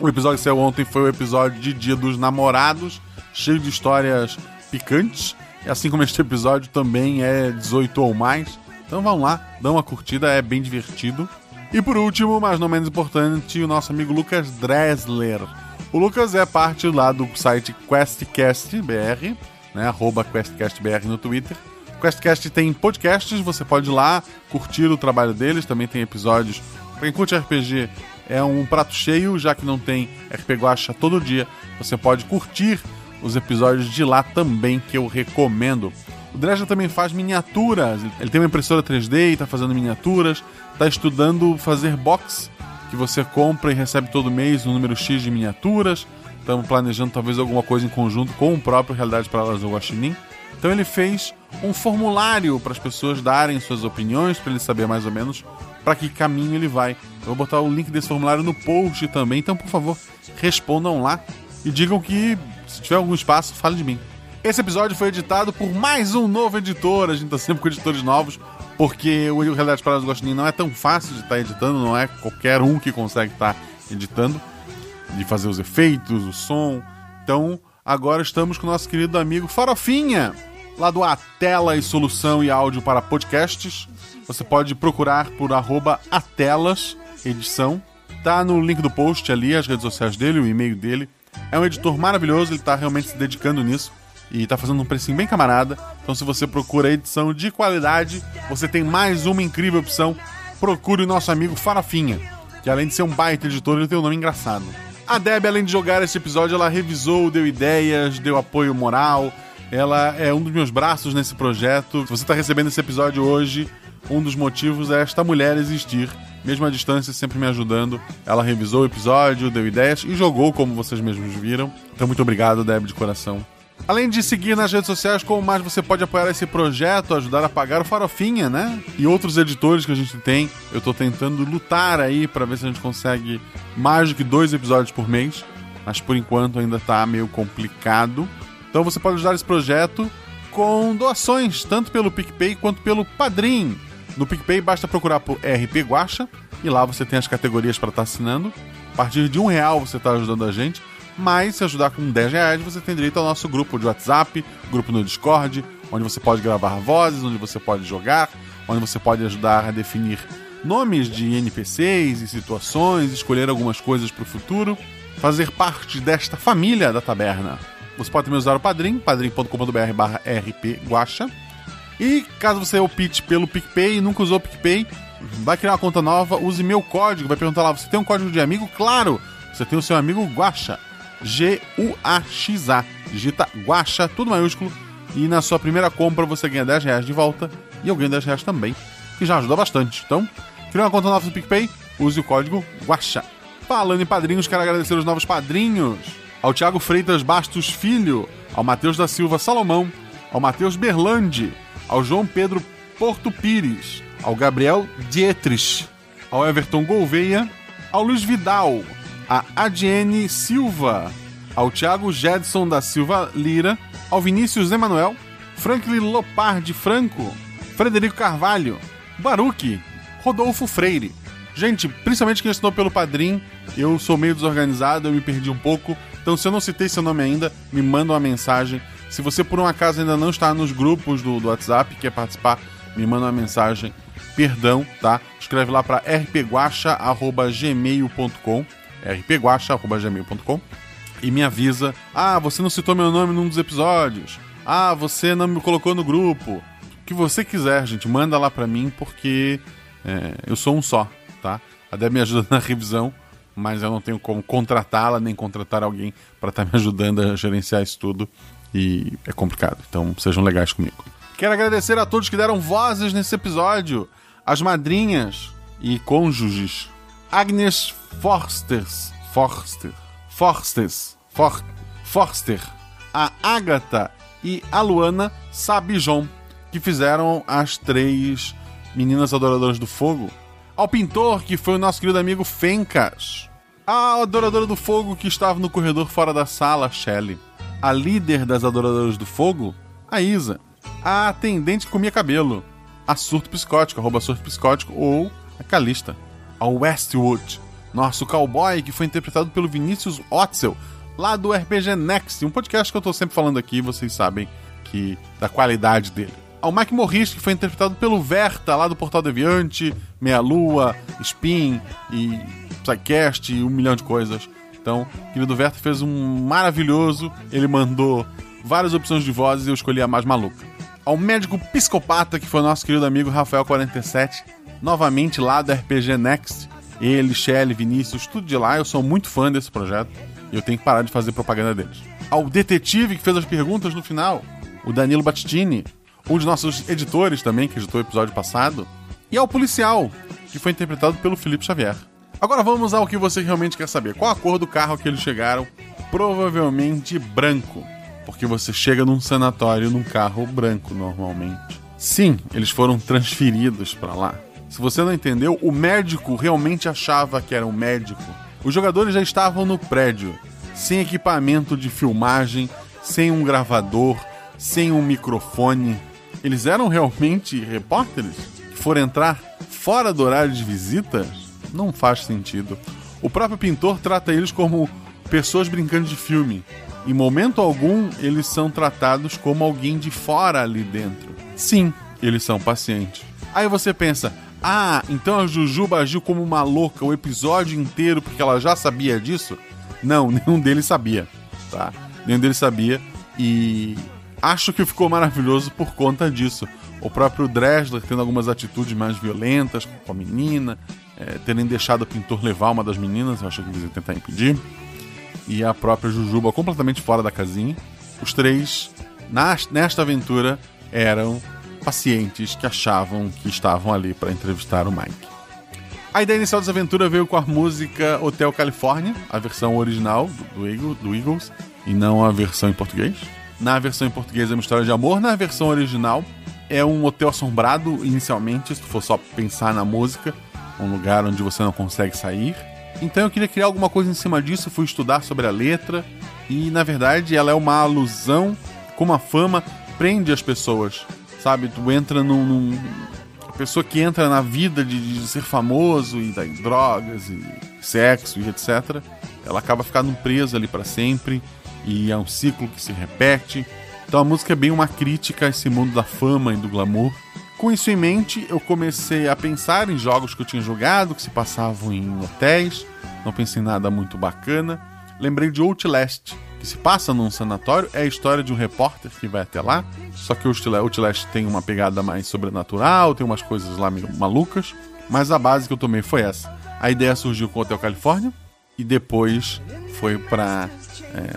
Speaker 1: O episódio que saiu ontem foi o episódio de Dia dos Namorados, cheio de histórias picantes. E Assim como este episódio também é 18 ou mais. Então vão lá, dão uma curtida, é bem divertido. E por último, mas não menos importante, o nosso amigo Lucas Dressler. O Lucas é parte lá do site QuestcastBR, né? Arroba QuestcastBR no Twitter. O Questcast tem podcasts, você pode ir lá curtir o trabalho deles, também tem episódios Pra quem curte RPG, é um prato cheio, já que não tem RP Guacha todo dia. Você pode curtir os episódios de lá também, que eu recomendo. O Dresden também faz miniaturas. Ele tem uma impressora 3D e tá fazendo miniaturas. Tá estudando fazer box, que você compra e recebe todo mês um número X de miniaturas. Estamos planejando talvez alguma coisa em conjunto com o próprio Realidade para Elas do Guaxinim. Então ele fez um formulário para as pessoas darem suas opiniões, para ele saber mais ou menos para que caminho ele vai. Eu vou botar o link desse formulário no post também, então por favor, respondam lá e digam que se tiver algum espaço, fale de mim. Esse episódio foi editado por mais um novo editor. A gente tá sempre com editores novos, porque o Realidade para os Gostinhos não é tão fácil de estar tá editando, não é qualquer um que consegue estar tá editando, de fazer os efeitos, o som. Então, agora estamos com o nosso querido amigo Farofinha, lá do A Tela e Solução e Áudio para Podcasts. Você pode procurar por arroba Atelas Edição. Tá no link do post ali, as redes sociais dele, o e-mail dele. É um editor maravilhoso, ele tá realmente se dedicando nisso e tá fazendo um precinho bem camarada. Então, se você procura edição de qualidade, você tem mais uma incrível opção. Procure o nosso amigo Farofinha, que além de ser um baita editor, ele tem um nome engraçado. A Deb, além de jogar esse episódio, ela revisou, deu ideias, deu apoio moral. Ela é um dos meus braços nesse projeto. Se você tá recebendo esse episódio hoje, um dos motivos é esta mulher existir. Mesmo à distância, sempre me ajudando. Ela revisou o episódio, deu ideias e jogou, como vocês mesmos viram. Então, muito obrigado, Deb, de coração. Além de seguir nas redes sociais, como mais você pode apoiar esse projeto, ajudar a pagar o Farofinha, né? E outros editores que a gente tem. Eu tô tentando lutar aí para ver se a gente consegue mais do que dois episódios por mês. Mas por enquanto ainda tá meio complicado. Então você pode ajudar esse projeto com doações, tanto pelo PicPay quanto pelo Padrim. No PicPay basta procurar por RP Guacha e lá você tem as categorias para estar tá assinando. A partir de um real você está ajudando a gente mas se ajudar com 10 reais, você tem direito ao nosso grupo de WhatsApp, grupo no Discord, onde você pode gravar vozes, onde você pode jogar, onde você pode ajudar a definir nomes de NPCs e situações, escolher algumas coisas para o futuro, fazer parte desta família da taberna. Você pode também usar o Padrim, padrim.com.br barra rpguacha. E caso você opte pelo PicPay e nunca usou o PicPay, vai criar uma conta nova, use meu código, vai perguntar lá, você tem um código de amigo? Claro! Você tem o seu amigo Guacha. G-U-A-X-A. Digita Guaxa, tudo maiúsculo. E na sua primeira compra você ganha 10 reais de volta. E eu ganho 10 reais também, que já ajuda bastante. Então, crie uma conta nova no PicPay, use o código Guaxa. Falando em padrinhos, quero agradecer os novos padrinhos. Ao Thiago Freitas Bastos Filho, ao Matheus da Silva Salomão, ao Matheus Berlandi, ao João Pedro Porto Pires, ao Gabriel Dietrich, ao Everton Gouveia, ao Luiz Vidal, a Adiene Silva, ao Thiago Jedson da Silva Lira, ao Vinícius Emanuel, Franklin Lopardi Franco, Frederico Carvalho, Baruque, Rodolfo Freire. Gente, principalmente quem assinou pelo Padrim, eu sou meio desorganizado, eu me perdi um pouco, então se eu não citei seu nome ainda, me manda uma mensagem. Se você por um acaso ainda não está nos grupos do, do WhatsApp, quer participar, me manda uma mensagem. Perdão, tá? Escreve lá para rpguacha.gmail.com rpguacha.gmail.com e me avisa: ah, você não citou meu nome num dos episódios, ah, você não me colocou no grupo. O que você quiser, gente, manda lá para mim porque é, eu sou um só, tá? A Deb me ajuda na revisão, mas eu não tenho como contratá-la nem contratar alguém para estar tá me ajudando a gerenciar isso tudo e é complicado. Então sejam legais comigo. Quero agradecer a todos que deram vozes nesse episódio, as madrinhas e cônjuges Agnes Forsters, Forster, Forsters, For, Forster, a Agatha e a Luana Sabijon, que fizeram as três meninas adoradoras do fogo, ao pintor que foi o nosso querido amigo Fencas, a adoradora do fogo que estava no corredor fora da sala, Shelley, a líder das adoradoras do fogo, a Isa, a atendente que comia cabelo, a surto psicótico, arroba surto psicótico ou a Calista ao Westwood, nosso cowboy que foi interpretado pelo Vinícius Otzel, lá do RPG Next, um podcast que eu estou sempre falando aqui, vocês sabem que da qualidade dele. Ao Mike Morris, que foi interpretado pelo Verta, lá do Portal Deviante, Meia Lua, Spin e Psycast e um milhão de coisas. Então, o querido Verta fez um maravilhoso, ele mandou várias opções de vozes e eu escolhi a mais maluca. Ao médico psicopata, que foi nosso querido amigo Rafael47, novamente lá do RPG Next, Ele, Shelley, Vinícius, tudo de lá. Eu sou muito fã desse projeto e eu tenho que parar de fazer propaganda deles. Ao detetive que fez as perguntas no final, o Danilo Battini, um de nossos editores também, que editou o episódio passado, e ao policial, que foi interpretado pelo Felipe Xavier. Agora vamos ao que você realmente quer saber. Qual a cor do carro que eles chegaram? Provavelmente branco, porque você chega num sanatório num carro branco normalmente. Sim, eles foram transferidos para lá. Se você não entendeu, o médico realmente achava que era um médico. Os jogadores já estavam no prédio, sem equipamento de filmagem, sem um gravador, sem um microfone. Eles eram realmente repórteres que foram entrar fora do horário de visita? Não faz sentido. O próprio pintor trata eles como pessoas brincando de filme. Em momento algum, eles são tratados como alguém de fora ali dentro. Sim, eles são pacientes. Aí você pensa: ah, então a Jujuba agiu como uma louca o episódio inteiro porque ela já sabia disso? Não, nenhum deles sabia, tá? Nenhum deles sabia e acho que ficou maravilhoso por conta disso. O próprio Dresler tendo algumas atitudes mais violentas com a menina, é, terem deixado o pintor levar uma das meninas, eu achei que eles iam tentar impedir. E a própria Jujuba completamente fora da casinha. Os três, nas, nesta aventura, eram pacientes que achavam que estavam ali para entrevistar o Mike. A ideia inicial dessa aventura veio com a música Hotel California, a versão original do, do Eagle- do Eagles, e não a versão em português. Na versão em português é uma história de amor, na versão original é um hotel assombrado, inicialmente, se tu for só pensar na música, um lugar onde você não consegue sair. Então eu queria criar alguma coisa em cima disso, fui estudar sobre a letra, e na verdade ela é uma alusão, como a fama prende as pessoas, sabe? Tu entra num. num- a pessoa que entra na vida de, de ser famoso e daí drogas e sexo e etc. Ela acaba ficando presa ali para sempre e é um ciclo que se repete. Então a música é bem uma crítica a esse mundo da fama e do glamour. Com isso em mente, eu comecei a pensar em jogos que eu tinha jogado, que se passavam em hotéis. Não pensei em nada muito bacana. Lembrei de Outlast, que se passa num sanatório. É a história de um repórter que vai até lá. Só que o Outla- Outlast tem uma pegada mais sobrenatural, tem umas coisas lá meio malucas. Mas a base que eu tomei foi essa. A ideia surgiu com o Hotel Califórnia e depois foi para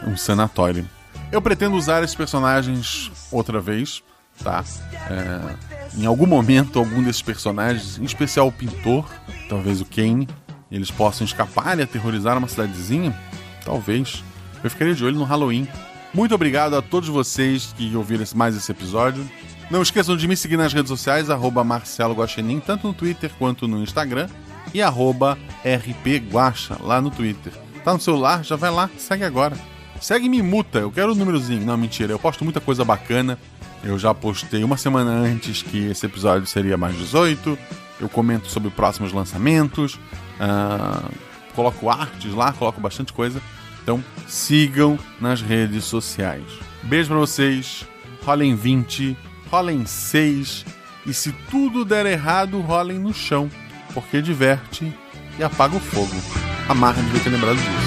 Speaker 1: um sanatório. Eu pretendo usar esses personagens outra vez, tá? É, em algum momento, algum desses personagens, em especial o pintor, talvez o Kane, eles possam escapar e aterrorizar uma cidadezinha? Talvez. Eu ficaria de olho no Halloween. Muito obrigado a todos vocês que ouviram esse- mais esse episódio. Não esqueçam de me seguir nas redes sociais, arroba Marcelo Guaxinim, tanto no Twitter quanto no Instagram, e arroba RPGuaxa, lá no Twitter. Tá no celular? Já vai lá, segue agora. Segue e me muta, eu quero o númerozinho. Não, mentira, eu posto muita coisa bacana. Eu já postei uma semana antes que esse episódio seria mais 18. Eu comento sobre próximos lançamentos. ah, coloco artes lá, coloco bastante coisa. Então sigam nas redes sociais. Beijo pra vocês. Rolem 20, rolem 6. E se tudo der errado, rolem no chão. Porque diverte e apaga o fogo. Amarra de ter lembrado disso.